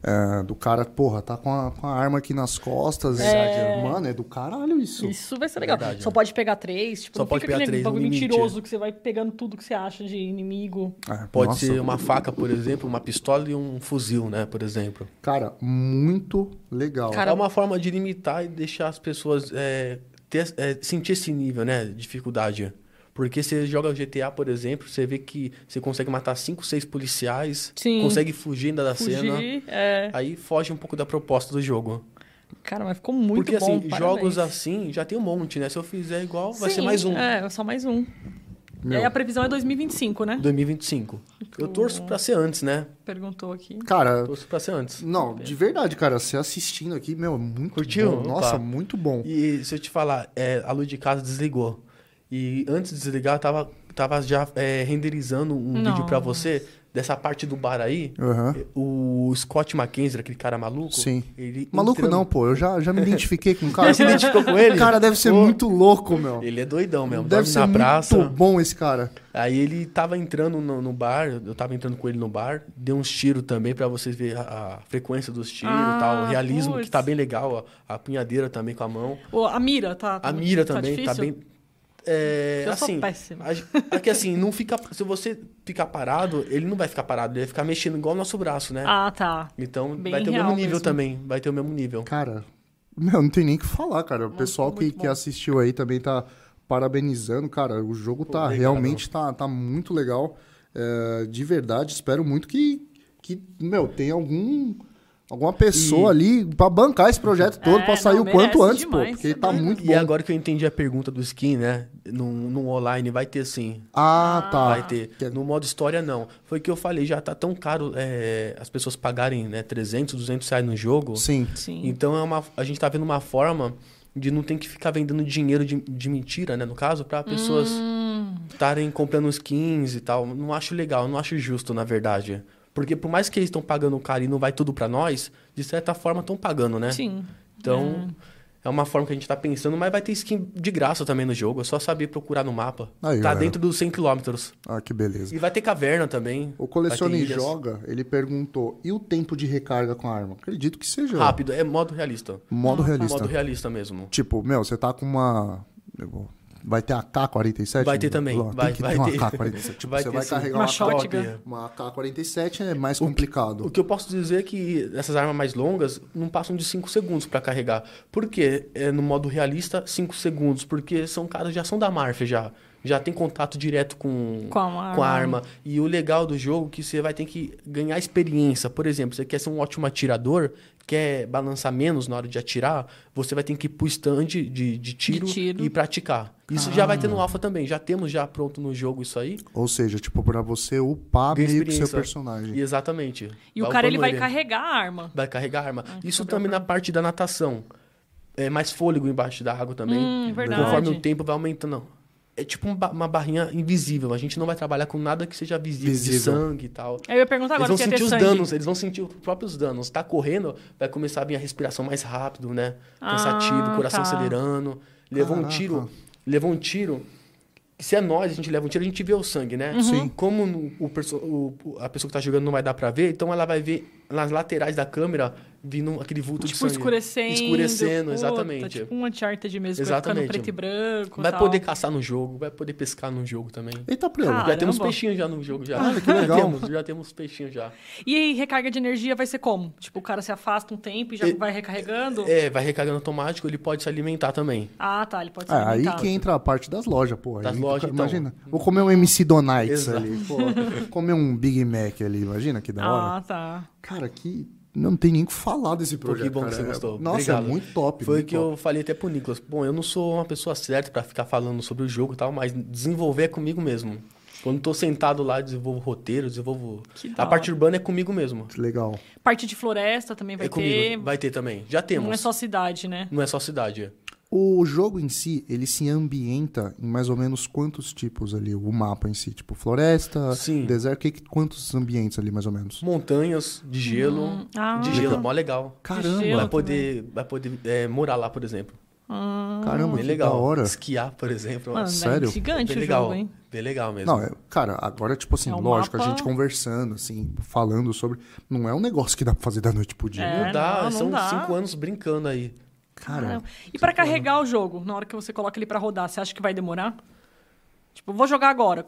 É, do cara, porra, tá com a, com a arma aqui nas costas.
Verdade,
Mano, é do caralho isso.
Isso vai ser legal.
Verdade,
Só
é.
pode pegar três, tipo,
Só
não
pode
fica
pegar
aquele
três, no
bagulho
limite.
mentiroso que você vai pegando tudo que você acha de inimigo.
É,
Pode
nossa,
ser uma faca, por exemplo, uma pistola e um fuzil, né? Por exemplo.
Cara, muito legal.
Cara-
É uma forma de limitar e deixar as pessoas é, ter- é, sentir esse nível, né? de Dificuldade. Porque você joga GTA, por exemplo, você vê que você consegue matar cinco, seis policiais,
Sim.
consegue fugir ainda da cena.
Fugir, é...
Aí foge um pouco da proposta do jogo.
Cara, mas ficou muito
Porque
bom.
assim, jogos
parabéns.
assim já tem um monte, né? Se eu fizer igual, vai ser
Sim,
mais um.
É, só mais um.
Meu.
E a previsão é 2025, né?
2025. Eu torço pra ser antes, né?
Perguntou aqui.
Cara,
Torço pra ser antes.
não, de verdade, cara, você assistindo aqui, meu, é muito
Curtiu?
bom. Nossa,
Opa.
muito bom.
E se eu te falar, é, a luz de casa desligou. E antes de desligar, eu tava, tava já é, renderizando um
Nossa.
vídeo pra você dessa parte do bar aí.
Aham.
O Scott Mackenzie, aquele cara maluco.
Sim.
Ele
Maluco
entrando-
não, pô. Eu já, já me identifiquei com o cara.
Você se identificou com ele?
O cara deve ser
Pô.
muito louco, meu.
Ele é doidão mesmo.
Deve
Deve
ser
na praça.
muito bom esse cara.
Aí ele tava entrando no, no bar, eu tava entrando com ele no bar, deu uns tiros também pra vocês verem a, a frequência dos tiros
Ah,
e tal, o realismo
putz.
que tá bem legal, a, a punhadeira também com a mão,
Ô, a mira, tá?
a mira
tá
também tá
difícil?
bem. É,
Eu sou
assim,
péssima.
a- é que assim, não fica. Se você ficar parado, ele não vai ficar parado, ele vai ficar mexendo igual o nosso braço, né?
Ah, tá.
então
bem
vai ter o
real
mesmo nível
mesmo.
também. Vai ter o mesmo nível.
Cara, meu, não tem nem o que falar, cara. O pessoal que,
tá muito bom.
que assistiu aí também tá parabenizando, cara. O jogo tá
obrigado.
realmente tá, tá muito legal. É, de verdade, espero muito que, que meu, tenha algum. Alguma pessoa ali pra bancar esse projeto todo,
É,
pra sair
não,
o quanto
merece
antes,
demais,
pô. Porque
isso é
tá
doido.
muito
E
bom.
agora que eu entendi a pergunta do skin, né? No, no online, vai ter sim.
Ah, tá.
Vai ter.
é
Que-
No modo história, não. Foi que eu falei, já tá tão caro é, as pessoas pagarem né, 300, 200 reais no jogo.
Sim.
Sim.
Então é uma, a gente tá vendo uma forma de não ter que ficar vendendo dinheiro de, de mentira, né? No caso, pra pessoas
Hum.
estarem comprando skins e tal. Não acho legal, não acho justo, na verdade. Porque por mais que eles estão pagando caro e não vai tudo pra nós, de certa forma estão pagando, né?
Sim.
Então... É uma forma que a gente tá pensando, mas vai ter skin de graça também no jogo. É só saber procurar no mapa.
Aí,
tá
galera.
dentro dos 100 quilômetros.
Ah, que beleza.
E vai ter caverna também.
O Coleciona
Vai
e
ter ilhas.
Joga, ele perguntou, e o tempo de recarga com a arma? Acredito que seja.
Rápido, é modo realista.
Modo realista.
Modo realista mesmo.
Tipo, meu, você tá com uma. eu vou- Vai ter AK-47?
Vai ter
né?
também,
Lógico,
vai-
Tem que
vai
ter uma
ter.
AK-47. Tipo,
Vai
você
ter,
vai
sim.
carregar
Uma né?
uma, AK-47.
shotgun.
Uma AK-47 é mais complicado.
O que eu posso dizer é que essas armas mais longas não passam de 5 segundos pra carregar. Por quê? É, no modo realista, 5 segundos. Porque são caras já são da Marfa, já. Já tem contato direto com,
Com a
com a
arma.
arma. E o legal do jogo é que você vai ter que ganhar experiência. Por exemplo, você quer ser um ótimo atirador, quer balançar menos na hora de atirar, você vai ter que ir pro stand de, de tiro,
tiro.
e praticar. Isso já vai ter
Ah.
no Alpha também. Já temos já pronto no jogo isso aí.
Ou seja, tipo, pra você upar
Ganha
meio que seu
experiência.
personagem.
E exatamente.
E o cara ele
upando
vai carregar a arma.
Vai carregar a arma. Isso também na parte da natação. É mais fôlego embaixo da água também.
Hum, verdade.
Conforme o tempo vai aumentando. É tipo um ba- uma barrinha invisível. A gente não vai trabalhar com nada que seja visível, de
Visível.
sangue e tal.
Eu ia perguntar agora
eles vão
se ia ter
sentir os
sangue.
danos, eles vão sentir os próprios danos. Tá correndo, vai começar a vir a respiração mais rápido, né? Cansativo,
Ah,
coração
tá.
acelerando. Levou um
Caraca.
tiro, levou um tiro. Se é nós, a gente leva um tiro, a gente vê o sangue, né?
Uhum.
Sim. Como no- o, perso- o- o- a pessoa que tá jogando não vai dar pra ver, então ela vai ver nas laterais da câmera vindo um, aquele vulto de
Tipo,
sangue.
escurecendo.
Escurecendo,
puta,
exatamente.
Tipo um Uncharted mesmo, vai
Exatamente.
ficando preto e branco.
Vai
tal.
poder caçar no jogo, vai poder pescar no jogo também.
Eita, Prelo.
Cara.
Já temos
Ah, Caramba.
peixinhos já no jogo, já.
Ah, que legal.
Já temos, já temos peixinhos já.
E aí, recarga de energia vai ser como? Tipo, o cara se afasta um tempo e já
E-
vai recarregando?
É, vai recarregando automático, ele pode se alimentar também.
Ah, tá, ele pode se
É, aí
alimentar.
que entra a parte das lojas, pô. Aí
Das
tu-
lojas, então.
Imagina. Vou comer um MC Donuts
Exato.
ali. Pô, comer um Big Mac ali. Imagina que da hora.
Ah, tá.
Cara, que. Não tem nem o que falar desse
Pô,
projeto.
que bom
cara.
que você
É-
gostou.
Nossa,
Obrigado.
é muito top.
Foi o
muito
que
top.
eu falei até pro Nicolas. Bom, eu não sou uma pessoa certa pra ficar falando sobre o jogo e tal, mas desenvolver é comigo mesmo. Quando tô sentado lá, desenvolvo roteiro, desenvolvo.
Que da
A parte
hora.
urbana é comigo mesmo.
Legal.
Parte de floresta também vai
é
ter.
comigo. Vai ter também. Já temos.
Não é só cidade, né?
Não é só cidade.
O jogo em si, ele se ambienta em mais ou menos quantos tipos ali? O mapa em si, tipo floresta,
Sim.
deserto, que, que- quantos ambientes ali mais ou menos?
Montanhas de gelo.
Ah,
de gelo, é mó legal.
gelo
Vai
Caramba,
poder, vai poder é, morar lá, por exemplo.
Ah,
caramba, que
Bem legal.
da hora.
Esquiar, por exemplo.
mano,
sério?
é gigante
Bem
o
legal.
jogo, hein?
Bem legal mesmo.
Não, é- cara, agora, tipo assim,
É um
lógico, a
mapa-
gente conversando, assim, falando sobre. Não é um negócio que dá pra fazer da noite pro dia.
É,
Não dá,
não, não
são
dá.
cinco anos brincando aí.
Cara,
Caramba. E pra carregar o jogo, na hora que você coloca ele pra rodar, você acha que vai demorar? Tipo, vou jogar agora.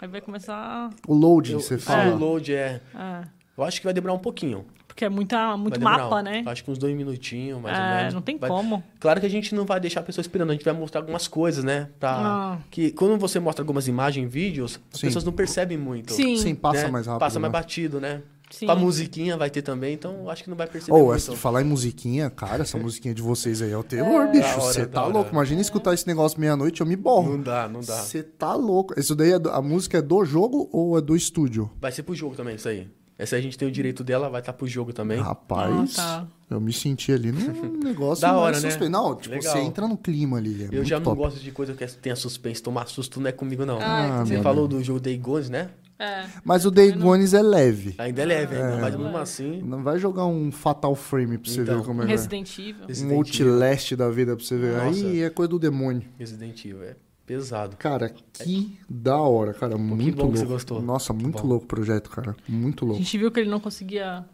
Aí vai começar.
o loading,
Eu-
você
esse
fala.
download é.
ah,
Eu acho que vai demorar um pouquinho.
porque é muita, muito
Vai demorar
mapa,
um-
né?
Acho que uns dois minutinhos, mais ou
É,
menos.
não tem
Vai-
como.
Claro que a gente não vai deixar a pessoa esperando, a gente vai mostrar algumas coisas, né? Pra...
Ah.
Que quando você mostra algumas imagens, vídeos, as
Sim.
pessoas não percebem muito.
Sim.
Sim, passa
né?
mais rápido.
Passa mais
né?
batido, né?
Sim.
Com a musiquinha vai ter também, então eu acho que não vai perceber
Ou essa
muito.
de falar em musiquinha, cara, essa musiquinha de vocês aí é o terror, bicho.
Da hora,
Você
da
tá
hora.
louco. Imagina escutar esse negócio meia-noite, eu me borro.
Não dá, não dá.
Você tá louco. Isso daí, é do- a música é do jogo ou é do estúdio?
Vai ser pro jogo também, isso aí. Essa aí a gente tem o direito dela, vai estar pro jogo também.
Rapaz,
Ah, tá.
eu me senti ali num negócio
Da
mais
hora, né?
suspeito. Não, tipo,
Legal.
você entra no clima ali. É
eu
muito
já não
top.
gosto de coisa que é- tenha suspense, tomar susto não é comigo, não.
Ah,
Ah,
Você
meu
falou do jogo Day Gones, né?
É.
Mas o Day Gones é leve.
Ainda é leve, ainda, mas mesmo assim.
Não vai jogar um Fatal Frame pra você
Então.
ver como é que é.
Resident Evil.
Um
Resident Evil,
Outlast da vida pra você ver.
Nossa.
Aí é coisa do demônio.
Resident Evil, é pesado.
Cara, que da hora, cara. muito
bom que
louco.
você gostou.
Nossa, muito
bom.
louco o projeto, cara. Muito
A
louco.
gente viu que ele não conseguia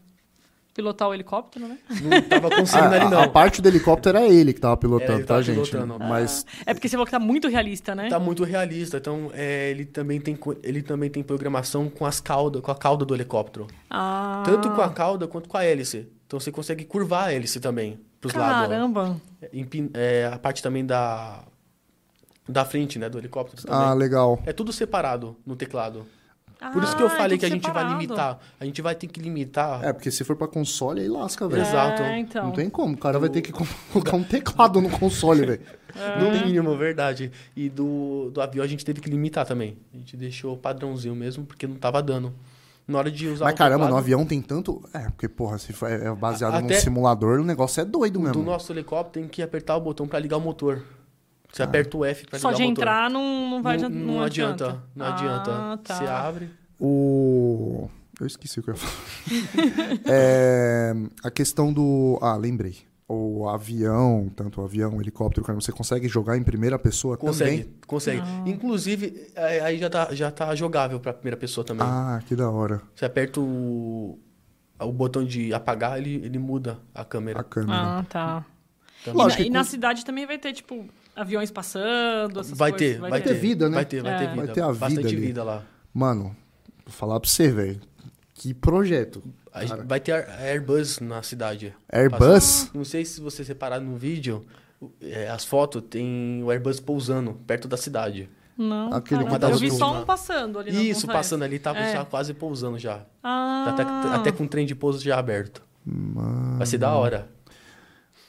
pilotar o helicóptero, né?
Não tava conseguindo
A-
ali,
Ah, a,
não.
a parte do helicóptero era ele que tava pilotando,
Era ele que
tá,
tava
gente?
pilotando.
Mas
É porque você falou que tá muito realista, né?
Tá muito realista, então é, ele, também tem, co- ele também tem programação com as cauda, com a cauda do helicóptero.
Ah,
Tanto com a cauda quanto com a hélice. Então você consegue curvar a hélice também pros lados. ó.
Caramba.
Empin- é, a parte também da da frente, né, do helicóptero também.
Ah, legal.
É tudo separado no teclado.
Ah,
Por isso que eu falei
é tudo
que a gente vai
separado.
limitar. A gente vai ter que limitar.
É, porque se for pra console, aí lasca, velho.
Exato.
É, então.
Não tem como. O cara vai ter que colocar um teclado no console, velho.
No
É.
mínimo, verdade. E do, do avião a gente teve que limitar também. A gente deixou padrãozinho mesmo, porque não tava dando. Na hora de usar
Mas
o
caramba, no
teclado
avião tem tanto. É, porque, porra, se for, é baseado
A-
num
até-
simulador, o negócio é doido mesmo.
do nosso helicóptero tem que apertar o botão pra ligar o motor. Você
Ah.
aperta o F pra
Só
ligar
de
o motor.
entrar não, não vai
não,
adiantar.
não adianta. Não adianta.
Ah, tá.
Você abre.
O. Eu esqueci o que eu ia falar. é, a questão do. Ah, lembrei. O avião, tanto o avião, o helicóptero, caramba, você consegue jogar em primeira pessoa
Consegue,
também?
consegue. Inclusive, é, aí já tá, já tá jogável pra primeira pessoa também.
Ah, que da hora.
Você aperta o, o botão de apagar, ele, ele muda a câmera.
A câmera.
Ah, tá. E,
Também.
Lógico
na,
que
e na
com-
cidade também vai ter, tipo, aviões passando, essas
Vai
coisas.
ter, vai ter.
vida, né?
Vai ter, vai ter
É.
vida.
Vai ter a
Bastante
vida ali.
vida lá.
Mano, vou falar pra você, velho. Que projeto.
A gente-
Cara.
Vai ter a- a Airbus na cidade.
Airbus?
Passa- Não sei se você separar no vídeo, o- é, as fotos tem o Airbus pousando perto da cidade.
Não,
Aquele
caramba.
uma das
Eu vi só
duas.
um passando ali. na
Isso,
montanha.
passando ali, tava
É.
já quase pousando já.
Ah,
Tá Até, até com o trem de pouso já aberto. Vai ser da hora.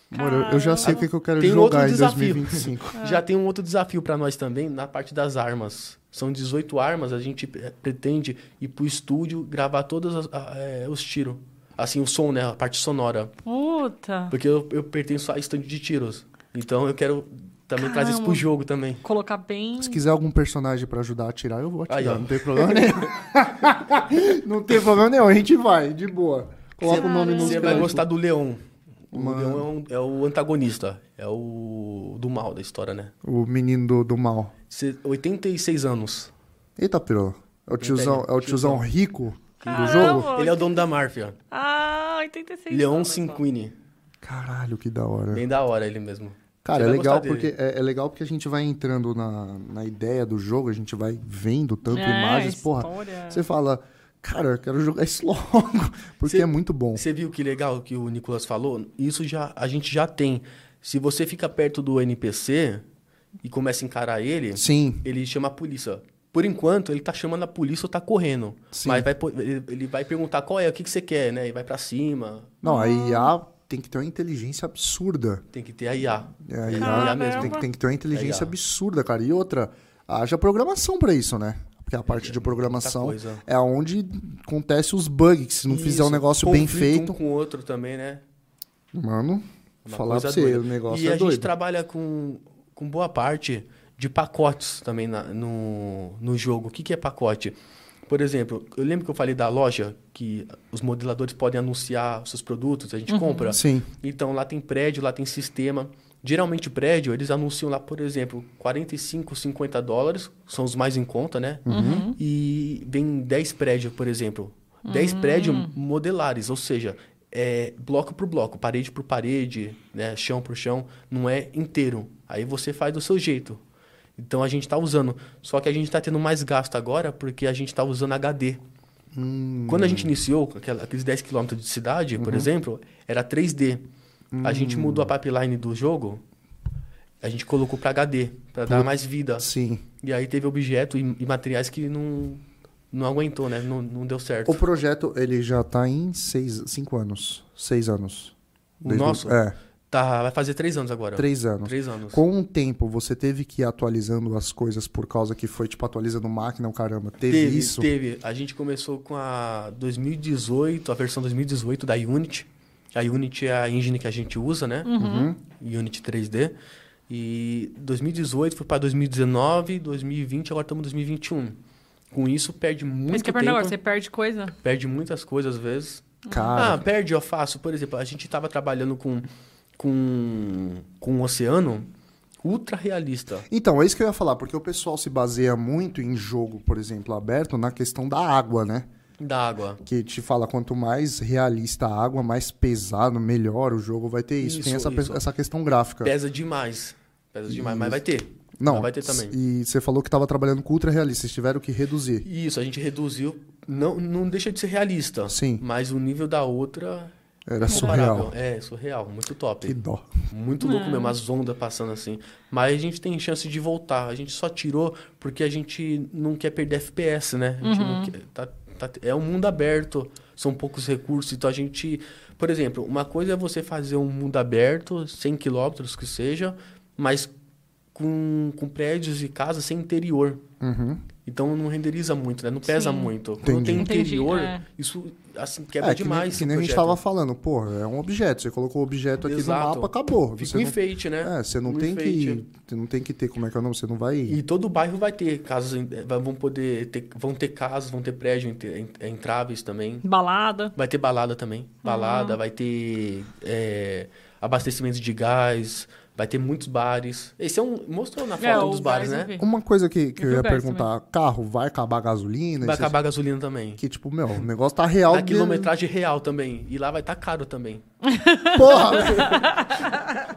Mano, eu- eu já sei o que, que eu quero
Tem outro
jogar em
desafio.
2025.
É.
Já tem um outro desafio pra nós também na parte das armas. São 18 armas, a gente eh, pretende ir pro estúdio gravar todos as- a- eh, os tiros. Assim, o som, né? A parte sonora.
Puta.
Porque eu, eu pertenço a estande de tiros. Então eu quero também trazer isso pro
Caramba.
jogo também.
Colocar bem...
Se quiser algum personagem pra ajudar a atirar, eu vou atirar.
Aí, ó.
não tem problema nenhum. não tem problema nenhum, a gente vai, de boa. Coloca o nome no
Você vai
crédito.
gostar do Leon. O
Mano.
Leon é, um- é o antagonista. É o do mal da história, né?
O menino do, do mal.
Cê- 86 anos.
Eita, pirola. É o tiozão, é o tiozão rico do
Caramba.
jogo?
Ele é o dono da máfia.
Ah, 86
Leon
anos, ó.
Cinquini.
Caralho, que da hora.
Bem da hora ele mesmo.
Cara, é
Você vai
legal,
gostar dele.
porque, é, é legal porque a gente vai entrando na, na ideia do jogo, a gente vai vendo tanto
É,
imagens, porra.
história.
Você fala, cara, eu quero jogar isso logo, porque
Cê-
é muito bom.
Você viu que legal que o Nicolas falou? Isso já a gente já tem. Se você fica perto do NPC e começa a encarar ele,
Sim,
ele chama a polícia. Por enquanto, ele tá chamando a polícia ou tá correndo.
Sim.
Mas vai, po- ele ele vai perguntar qual é, o que, que você quer, né? E vai pra cima.
não, a IA tem que ter uma inteligência absurda.
Tem que ter a IA.
É, A
É
IA
Caramba.
mesmo tem que, tem que ter uma inteligência
É IA.
absurda, cara. E outra, haja programação pra isso, né? porque a parte de programação
É, Muita coisa.
é onde acontece os bugs, que se não fizer um
Isso,
negócio bem
conflito
feito,
Um com o outro também, né? É
mano,
Uma
falar pra
coisa
você,
doida.
o negócio
e
é
a
doido.
gente trabalha com, com boa parte de pacotes também na- no, no jogo. O que, que é pacote? Por exemplo, eu lembro que eu falei da loja que os modeladores podem anunciar os seus produtos, a gente compra.
Uhum. Sim.
Então lá tem prédio, lá tem sistema. Geralmente prédio, eles anunciam lá, por exemplo, 45, 50 dólares, são os mais em conta, né? E vem 10 prédios, por exemplo. 10 prédios modelares, ou seja, é bloco por bloco, parede por parede, né? chão por chão, não é inteiro. Aí você faz do seu jeito. Então a gente está usando. Só que a gente está tendo mais gasto agora porque a gente está usando HD. Quando a gente
Hum.
iniciou com aquela- aqueles 10 km de cidade,
Uhum.
por exemplo, era 3D. A
Hum.
gente mudou a pipeline do jogo, a gente colocou para HD, para dar mais vida.
Sim.
E aí teve objeto e, e materiais que não, não aguentou, né? Não, não deu certo.
O projeto, ele já tá em seis, cinco anos. Seis anos.
O
Desde
nosso?
É,
Tá, vai fazer 3 anos agora.
três anos.
Três anos.
Com o tempo, você teve que ir atualizando as coisas por causa que foi, tipo, atualizando máquina, o caramba. Teve,
Teve,
isso?
teve. A gente começou com a 2018, a versão 2018 da Unity. A Unity é a engine que a gente usa, né?
Uhum.
Uhum.
Unity 3D. E 2018 foi para 2019, 2020, agora estamos em 2021. Com isso, perde
Mas
muito
que é
tempo.
pernambuco, você perde coisa.
Perde muitas coisas às vezes.
Cara,
Ah, perde, eu faço. Por exemplo, a gente estava trabalhando com, com, com um oceano ultra realista.
Então, é isso que eu ia falar, porque o pessoal se baseia muito em jogo, por exemplo, aberto, na questão da água, né?
Da água.
Que te fala, quanto mais realista a água, mais pesado, melhor o jogo vai ter isso. Tem
Isso,
essa, pe-
isso.
essa questão gráfica.
Pesa demais. Pesa demais, mas vai ter.
Tá. Não,
Mas vai ter também.
e você falou que tava trabalhando com ultra realista, vocês tiveram que reduzir.
Isso, a gente reduziu. Não, não deixa de ser realista.
Sim.
Mas o nível da outra.
Era
comparável.
surreal.
É, surreal. Muito
Que
top.
dó.
Muito louco
É.
mesmo, as ondas passando assim. Mas a gente tem chance de voltar. A gente só tirou porque a gente não quer perder FPS, né? A gente não
Uhum.
quer- tá- tá- é um mundo aberto, são poucos recursos. Então a gente. Por exemplo, uma coisa é você fazer um mundo aberto, 100 quilômetros que seja, mas com, com prédios e casas sem interior.
Uhum.
Então não renderiza muito, né? Não pesa muito. Quando
Entendi.
tem
Entendi,
interior,
é.
isso assim quebra
é, que nem-
demais.
Que nem,
o
a gente
projeto.
tava falando, pô, é um objeto. Você colocou o objeto aqui
Exato.
no mapa, acabou.
Fica
Você
um
não,
enfeite, né?
é, você não
Um
tem
enfeite.
que. você Não tem que ter, como é que é o nome? Você não vai.
E todo bairro vai ter casas, em- eh, vão poder ter, vão ter casas, vão ter prédios entraves também.
Balada.
Vai ter balada também. Balada,
Uhum.
vai ter eh, abastecimento de gás, vai ter muitos bares. Esse é um. Mostrou na foto um dos
o
bares,
gás eu
né?
vi.
Uma coisa que, que
Eu
eu,
vi o
ia
gás
perguntar, carro vai acabar a gasolina?
Vai
Isso-
acabar a gasolina também.
Que, tipo, meu, o negócio tá real.
Na
de-
quilometragem real também. E lá vai estar caro também.
Porra! velho.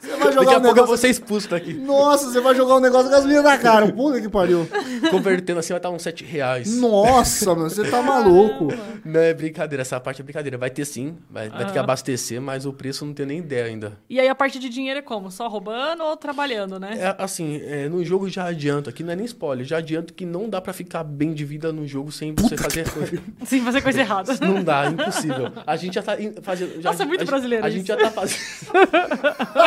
você vai
Daqui
jogar um
a pouco eu
negócio...
vou ser expulso daqui.
Nossa, você vai jogar um negócio gasolina na cara. Puta que pariu.
Convertendo assim vai estar uns 7 reais.
Nossa, mano, você tá maluco.
Não, é brincadeira, essa parte é brincadeira. Vai ter sim, vai, vai ter que abastecer, mas o preço eu não tenho nem ideia ainda.
E aí a parte de dinheiro é como? Só roubando ou trabalhando, né?
É, assim, é, no jogo já adianto, aqui não é nem spoiler, já adianto que não dá pra ficar bem de vida no jogo sem você fazer coisa.
Sem fazer coisa errada.
Não dá, é impossível. A gente já tá in- fazendo. Já,
Nossa, é muito
a gente-
brasileiro
A
isso.
gente já tá fazendo.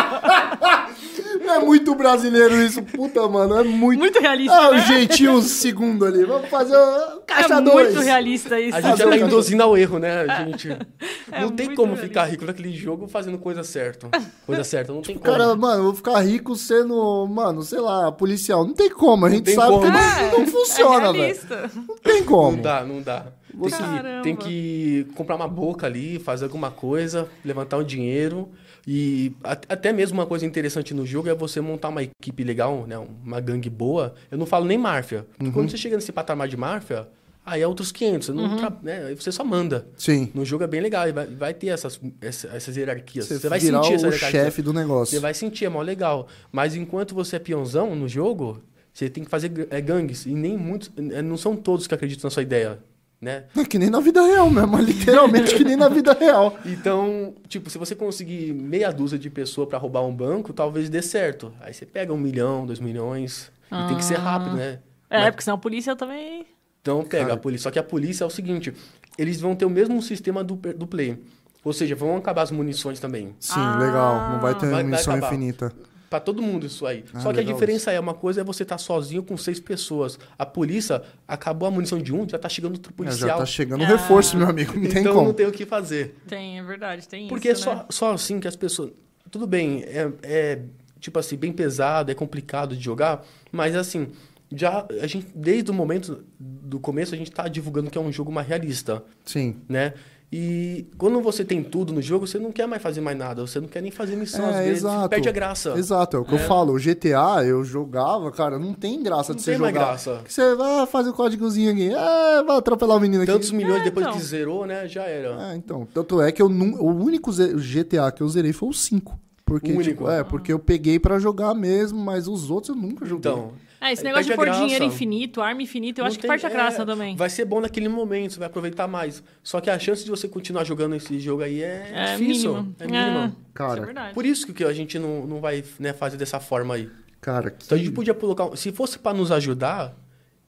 Não é muito brasileiro isso, puta, mano. É muito.
Muito realista,
Ah, o
né?
jeitinho segundo ali. Vamos fazer o caixa
é
dois.
muito realista isso.
A gente já tá induzindo ao erro, né? A gente. não
É
tem
muito
como
realista.
ficar rico naquele jogo fazendo coisa certa. Coisa certa, não tem como.
Cara, mano, eu vou ficar rico sendo, mano, sei lá, policial. Não tem como, a gente
tem
sabe
como.
que não, não funciona,
é
velho.
realista.
Não tem
Não
como.
dá, não dá. Tem
Você-
que, tem
Caramba.
que comprar uma boca ali, fazer alguma coisa, levantar um dinheiro. E a- até mesmo uma coisa interessante no jogo é você montar uma equipe legal, né? Uma gangue boa. Eu não falo nem máfia. Porque
Uhum.
Quando você chega nesse patamar de máfia, aí é outros 500. Você, não tra- né, aí você só manda.
Sim.
No jogo é bem legal e vai, vai ter essas, essa- essas hierarquias.
Você,
Você, vai
virar
sentir essa
o
hierarquia.
chefe do negócio.
Você vai sentir, é mó legal. Mas enquanto você é peãozão no jogo, você tem que fazer gra- é, gangues. E nem muitos. é, Não são todos que acreditam na sua ideia, né?
É que nem na vida real mesmo, é literalmente que nem na vida real.
Então, tipo, se você conseguir meia dúzia de pessoa pra roubar um banco, talvez dê certo. Aí você pega um milhão, dois milhões. E tem que ser rápido, né?
É, porque senão a polícia também.
Então pega a polícia. Só que a polícia é o seguinte: eles vão ter o mesmo sistema do, per- do play. Ou seja, vão acabar as munições também.
Sim, legal. Não vai ter
Ah, Vai- vai
munição
acabar.
infinita. É,
Pra todo mundo isso aí.
Ah,
Só que a
legal
diferença é, uma coisa é você estar sozinho com seis pessoas. A polícia acabou a munição de um, já tá chegando outro
É,
policial. Ah.
já tá chegando um reforço, meu amigo. Não tem
então
como.
não tem o que fazer.
Tem, é verdade, tem
Porque é
isso,
só,
né?
só assim que as pessoas. Tudo bem, é, é, tipo assim, bem pesado, é complicado de jogar, mas assim, já a gente, desde o momento do começo, a gente tá divulgando que é um jogo mais realista,
Sim.
né? E quando você tem tudo no jogo, você não quer mais fazer mais nada, você não quer nem fazer missão, às vezes perde a graça.
É, Exato, é o que eu falo. O GTA, eu jogava, cara, não tem graça
Não
de você
tem
jogar.
mais graça.
Porque Você vai fazer o códigozinho aqui, ah, vai atropelar o menino aqui.
Tantos milhões
É,
depois
então.
que zerou, né? Já era.
É, então. Tanto é que eu nun- o único ze- GTA que eu zerei foi o 5. Porque,
O único.
tipo, é, porque eu peguei pra jogar mesmo, mas os outros eu nunca joguei.
Então.
É, esse
aí
negócio de
perde a
pôr
graça.
dinheiro infinito, arma infinita, eu
não
acho que
tem-
parte a
é,
graça também.
Vai ser bom naquele momento, você vai aproveitar mais. Só que a chance de você continuar jogando esse jogo aí é,
É
difícil.
mínimo.
É mínima.
Isso é
Cara,
verdade.
Por isso que a gente não, não vai né, fazer dessa forma aí.
cara, que... tipo,
Então a gente podia colocar. Se fosse pra nos ajudar,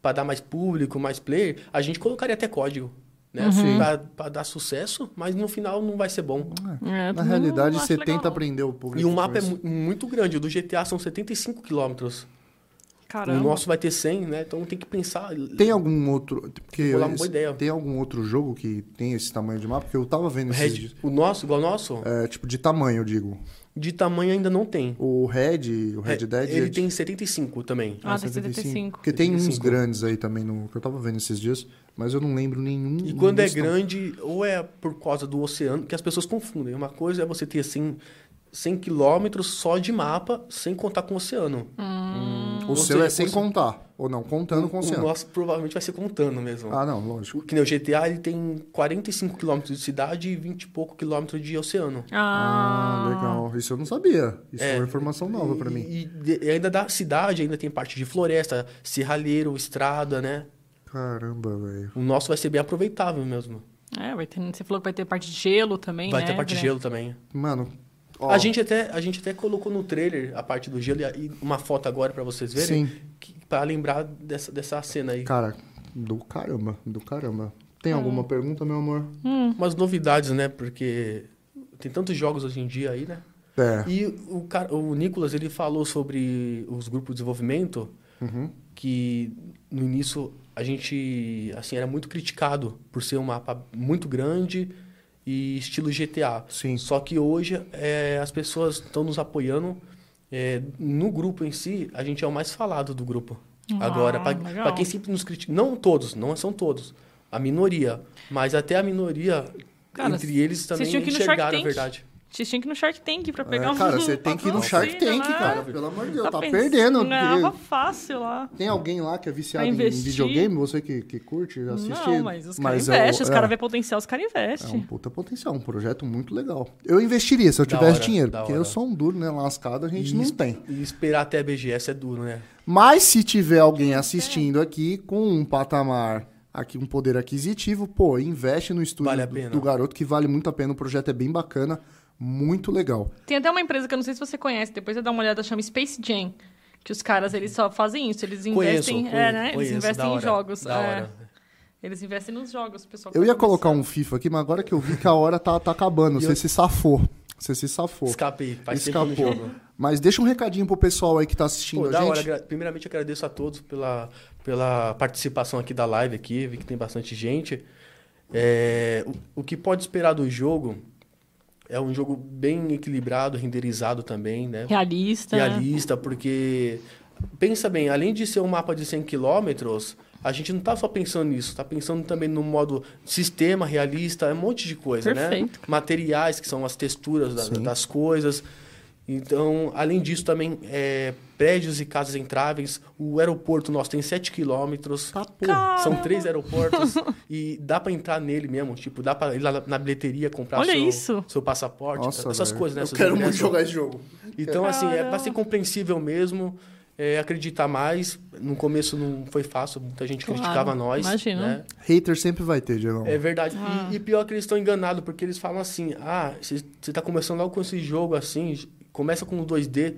pra dar mais público, mais player, a gente colocaria até código. Né?
Uhum.
Pra, pra dar sucesso, mas no final não vai ser bom.
É, eu
na
também não
realidade
acho
você
legal,
tenta
não.
aprender o público.
E o mapa
com
é
isso.
mu- muito grande. O do GTA são 75 quilômetros. O
Caramba.
nosso vai ter 100, né? Então tem que pensar.
Tem algum outro. Porque
Vou dar uma boa ideia.
Tem algum outro jogo que tem esse tamanho de mapa? Porque eu tava vendo esses.
Red,
dias.
o nosso, igual o nosso,
É, tipo, de tamanho, eu digo.
de tamanho ainda não tem.
O Red, o Red Dead.
Ele
é de-
tem 75 também.
Ah, tem 75.
Porque tem uns
75.
grandes aí também no, que eu tava vendo esses dias, mas eu não lembro nenhum.
E quando é
desse tamanho.
grande, ou é por causa do oceano, que as pessoas confundem. Uma coisa é você ter 100, 100 quilômetros só de mapa, sem contar com o oceano.
O
Ou
seu
seja,
é sem
cons-
contar. Ou não, contando com o
O
oceano.
nosso provavelmente vai ser contando mesmo.
Ah, não, lógico.
O que nem o GTA, ele tem 45 quilômetros de cidade e 20 e pouco quilômetros de oceano.
Ah,
Ah, legal. Isso eu não sabia. Isso é,
É.
uma informação nova pra mim.
E, e de- e ainda da cidade, ainda tem parte de floresta, serralheiro, estrada, né?
Caramba, velho.
O nosso vai ser bem aproveitável mesmo.
Ah.
É, vai ter, você falou que vai ter parte de gelo também,
vai
né?
ter parte de
Gra-
gelo também.
Mano. ó,
A, gente até, a gente até colocou no trailer a parte do gelo e a- e uma foto agora pra vocês verem.
Sim.
que- Pra lembrar dessa, dessa cena aí.
Cara, do caramba, do caramba. Tem alguma pergunta, meu amor?
Hum.
Umas novidades, né? Porque tem tantos jogos hoje em dia aí, né?
É.
E o, cara, o Nicolas, ele falou sobre os grupos de desenvolvimento,
Uhum.
que no início a gente, assim, era muito criticado por ser um mapa muito grande e estilo GTA.
Sim.
Só que hoje é, as pessoas estão nos apoiando. É, no grupo em si, a gente é o mais falado do grupo.
Ah,
Agora, para
legal.
quem sempre nos critica, não todos, não são todos, a minoria, mas até a minoria
Cara,
entre eles também
tinham que ir no Shark
enxergaram a
Tank.
verdade.
Vocês tinham que ir no Shark Tank pra pegar
É,
um
cara, você tem que ir no Shark
patrocínio,
Tank,
né?
cara. Pelo amor de Deus, tá
pens-
perdendo.
Ganhava
porque
é fácil lá.
Tem alguém lá que é viciado
Pra
em
investir.
videogame? Você que, que curte assistir?
Não, mas os caras
é o-
investem, os
é.
caras vêem potencial, os caras
É um
investem.
puta potencial, um projeto muito legal. Eu investiria se eu
Da
tivesse
hora,
dinheiro,
da
porque
hora.
eu sou um duro, né? Lascado, a gente
E
não
es-
tem.
E esperar até a BGS é duro, né?
Mas se tiver
É.
alguém assistindo aqui com um patamar, aqui um poder aquisitivo, pô, investe no estúdio
Vale a
do,
pena.
do garoto, que vale muito a pena. O projeto é bem bacana, muito legal.
Tem até uma empresa que eu não sei se você conhece, depois você dá uma olhada, chama Space Jam. Que os caras, eles só fazem isso, eles
Conheço,
investem,
conheço,
é, né? eles
conheço,
investem
da
em
hora,
jogos.
Da
é.
hora.
Eles investem nos jogos, o pessoal. que
Eu
tá
ia colocar
começando.
um FIFA aqui, mas agora que eu vi que a hora tá, tá acabando, você se safou. Você se safou.
Escapei, faz tempo que eu
Escapou.
não jogo.
Mas deixa um recadinho pro pessoal aí que tá assistindo
Pô,
a
da
gente.
hora. gra- Primeiramente, agradeço a todos pela, pela participação aqui da live aqui. Vi que tem bastante gente. É, o, o que pode esperar do jogo é um jogo bem equilibrado, renderizado também,
um
né?
Realista.
Realista, porque... Pensa bem, além de ser um mapa de 100 quilômetros, a gente não tá só pensando nisso, tá pensando também no modo sistema realista, é um monte de coisa, né?
Perfeito.
Materiais, que são as texturas da-
Sim.
das coisas. Então, além disso, também é, prédios e casas entráveis. O aeroporto nosso tem 7 quilômetros.
Tá, porra.
São três aeroportos e dá pra entrar nele mesmo. Tipo, dá pra ir lá na- na bilheteria comprar
Olha
seu,
isso.
seu passaporte,
Nossa,
essas
velho.
coisas, né?
Eu
Seus
quero muito
ingressos.
jogar esse jogo.
Então, assim, é
Caramba.
pra ser compreensível mesmo, é, acreditar mais. No começo não foi fácil, muita gente
Claro,
criticava nós.
imagino. Ah.
né?
Hater sempre vai ter, Diego.
É verdade. E, e pior que eles estão enganados, porque eles falam assim: ah, você tá começando logo com esse jogo assim, j- começa com o 2D.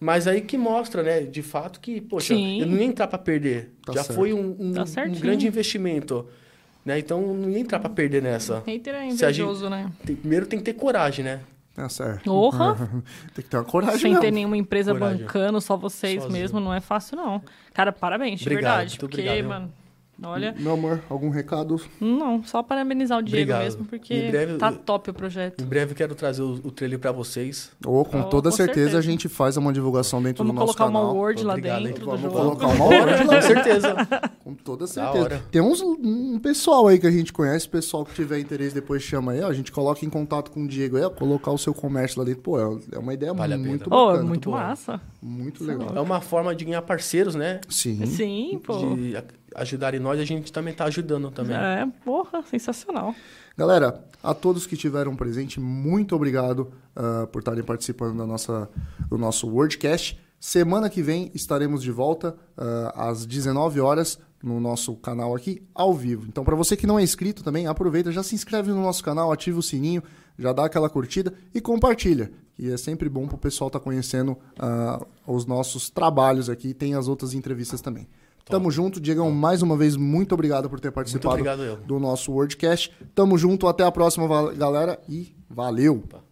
Mas aí que mostra, né, de fato, que, poxa,
Sim.
eu não ia entrar pra perder.
Tá
Já
certo.
foi um, um-
Tá
um
certinho.
grande investimento. Né? Então, eu não ia entrar pra perder nessa.
Hater é
Se a gente-
invejoso, né?
Tem- primeiro tem que ter coragem, né?
Tá certo.
Porra!
Tem que ter uma coragem
Sem
mesmo.
ter nenhuma empresa
Uhum. Coragem.
bancando, só vocês
Sozinho.
mesmo, não é fácil, não. Cara, parabéns, de
Obrigado,
verdade.
muito
Porque,
obrigado.
mano, olha.
Meu amor, algum recado?
Não, só parabenizar o Diego
Obrigado.
mesmo, porque
Em breve-
tá top o
Em
projeto.
breve quero trazer o, o trailer pra vocês.
Ou com
Oh,
toda
com
certeza,
certeza.
a gente faz uma divulgação dentro
Vamos
do nosso
colocar uma
canal.
Word lá
Obrigado, hein?
dentro do
Vamos
jogo.
colocar uma Word lá,
Com certeza.
Com toda
Da
certeza.
hora.
Tem uns, um pessoal aí que a gente conhece, pessoal que tiver interesse depois chama aí, ó, a gente coloca em contato com o Diego aí, ó, colocar o seu comércio lá dentro. Pô, é é uma ideia
Vale a pena.
muito
Oh, é
bacana,
muito
bom.
massa.
muito legal.
É uma forma de ganhar parceiros, né?
Sim.
Sim, pô.
De a- ajudarem nós, a gente também tá ajudando também.
É, porra, sensacional.
Galera, a todos que tiveram presente, muito obrigado ah, por estarem participando da nossa, do nosso WordCast. Semana que vem estaremos de volta ah, às 19 horas no nosso canal aqui, ao vivo. Então, para você que não é inscrito também, aproveita, já se inscreve no nosso canal, ativa o sininho, já dá aquela curtida e compartilha. E é sempre bom para o pessoal estar conhecendo ah, os nossos trabalhos aqui. Tem as outras entrevistas também. Tamo junto, Diegão, mais uma vez, muito obrigado por ter participado
obrigado, eu.
do nosso WordCast. Tamo junto, até a próxima, va- galera, e valeu!
Opa.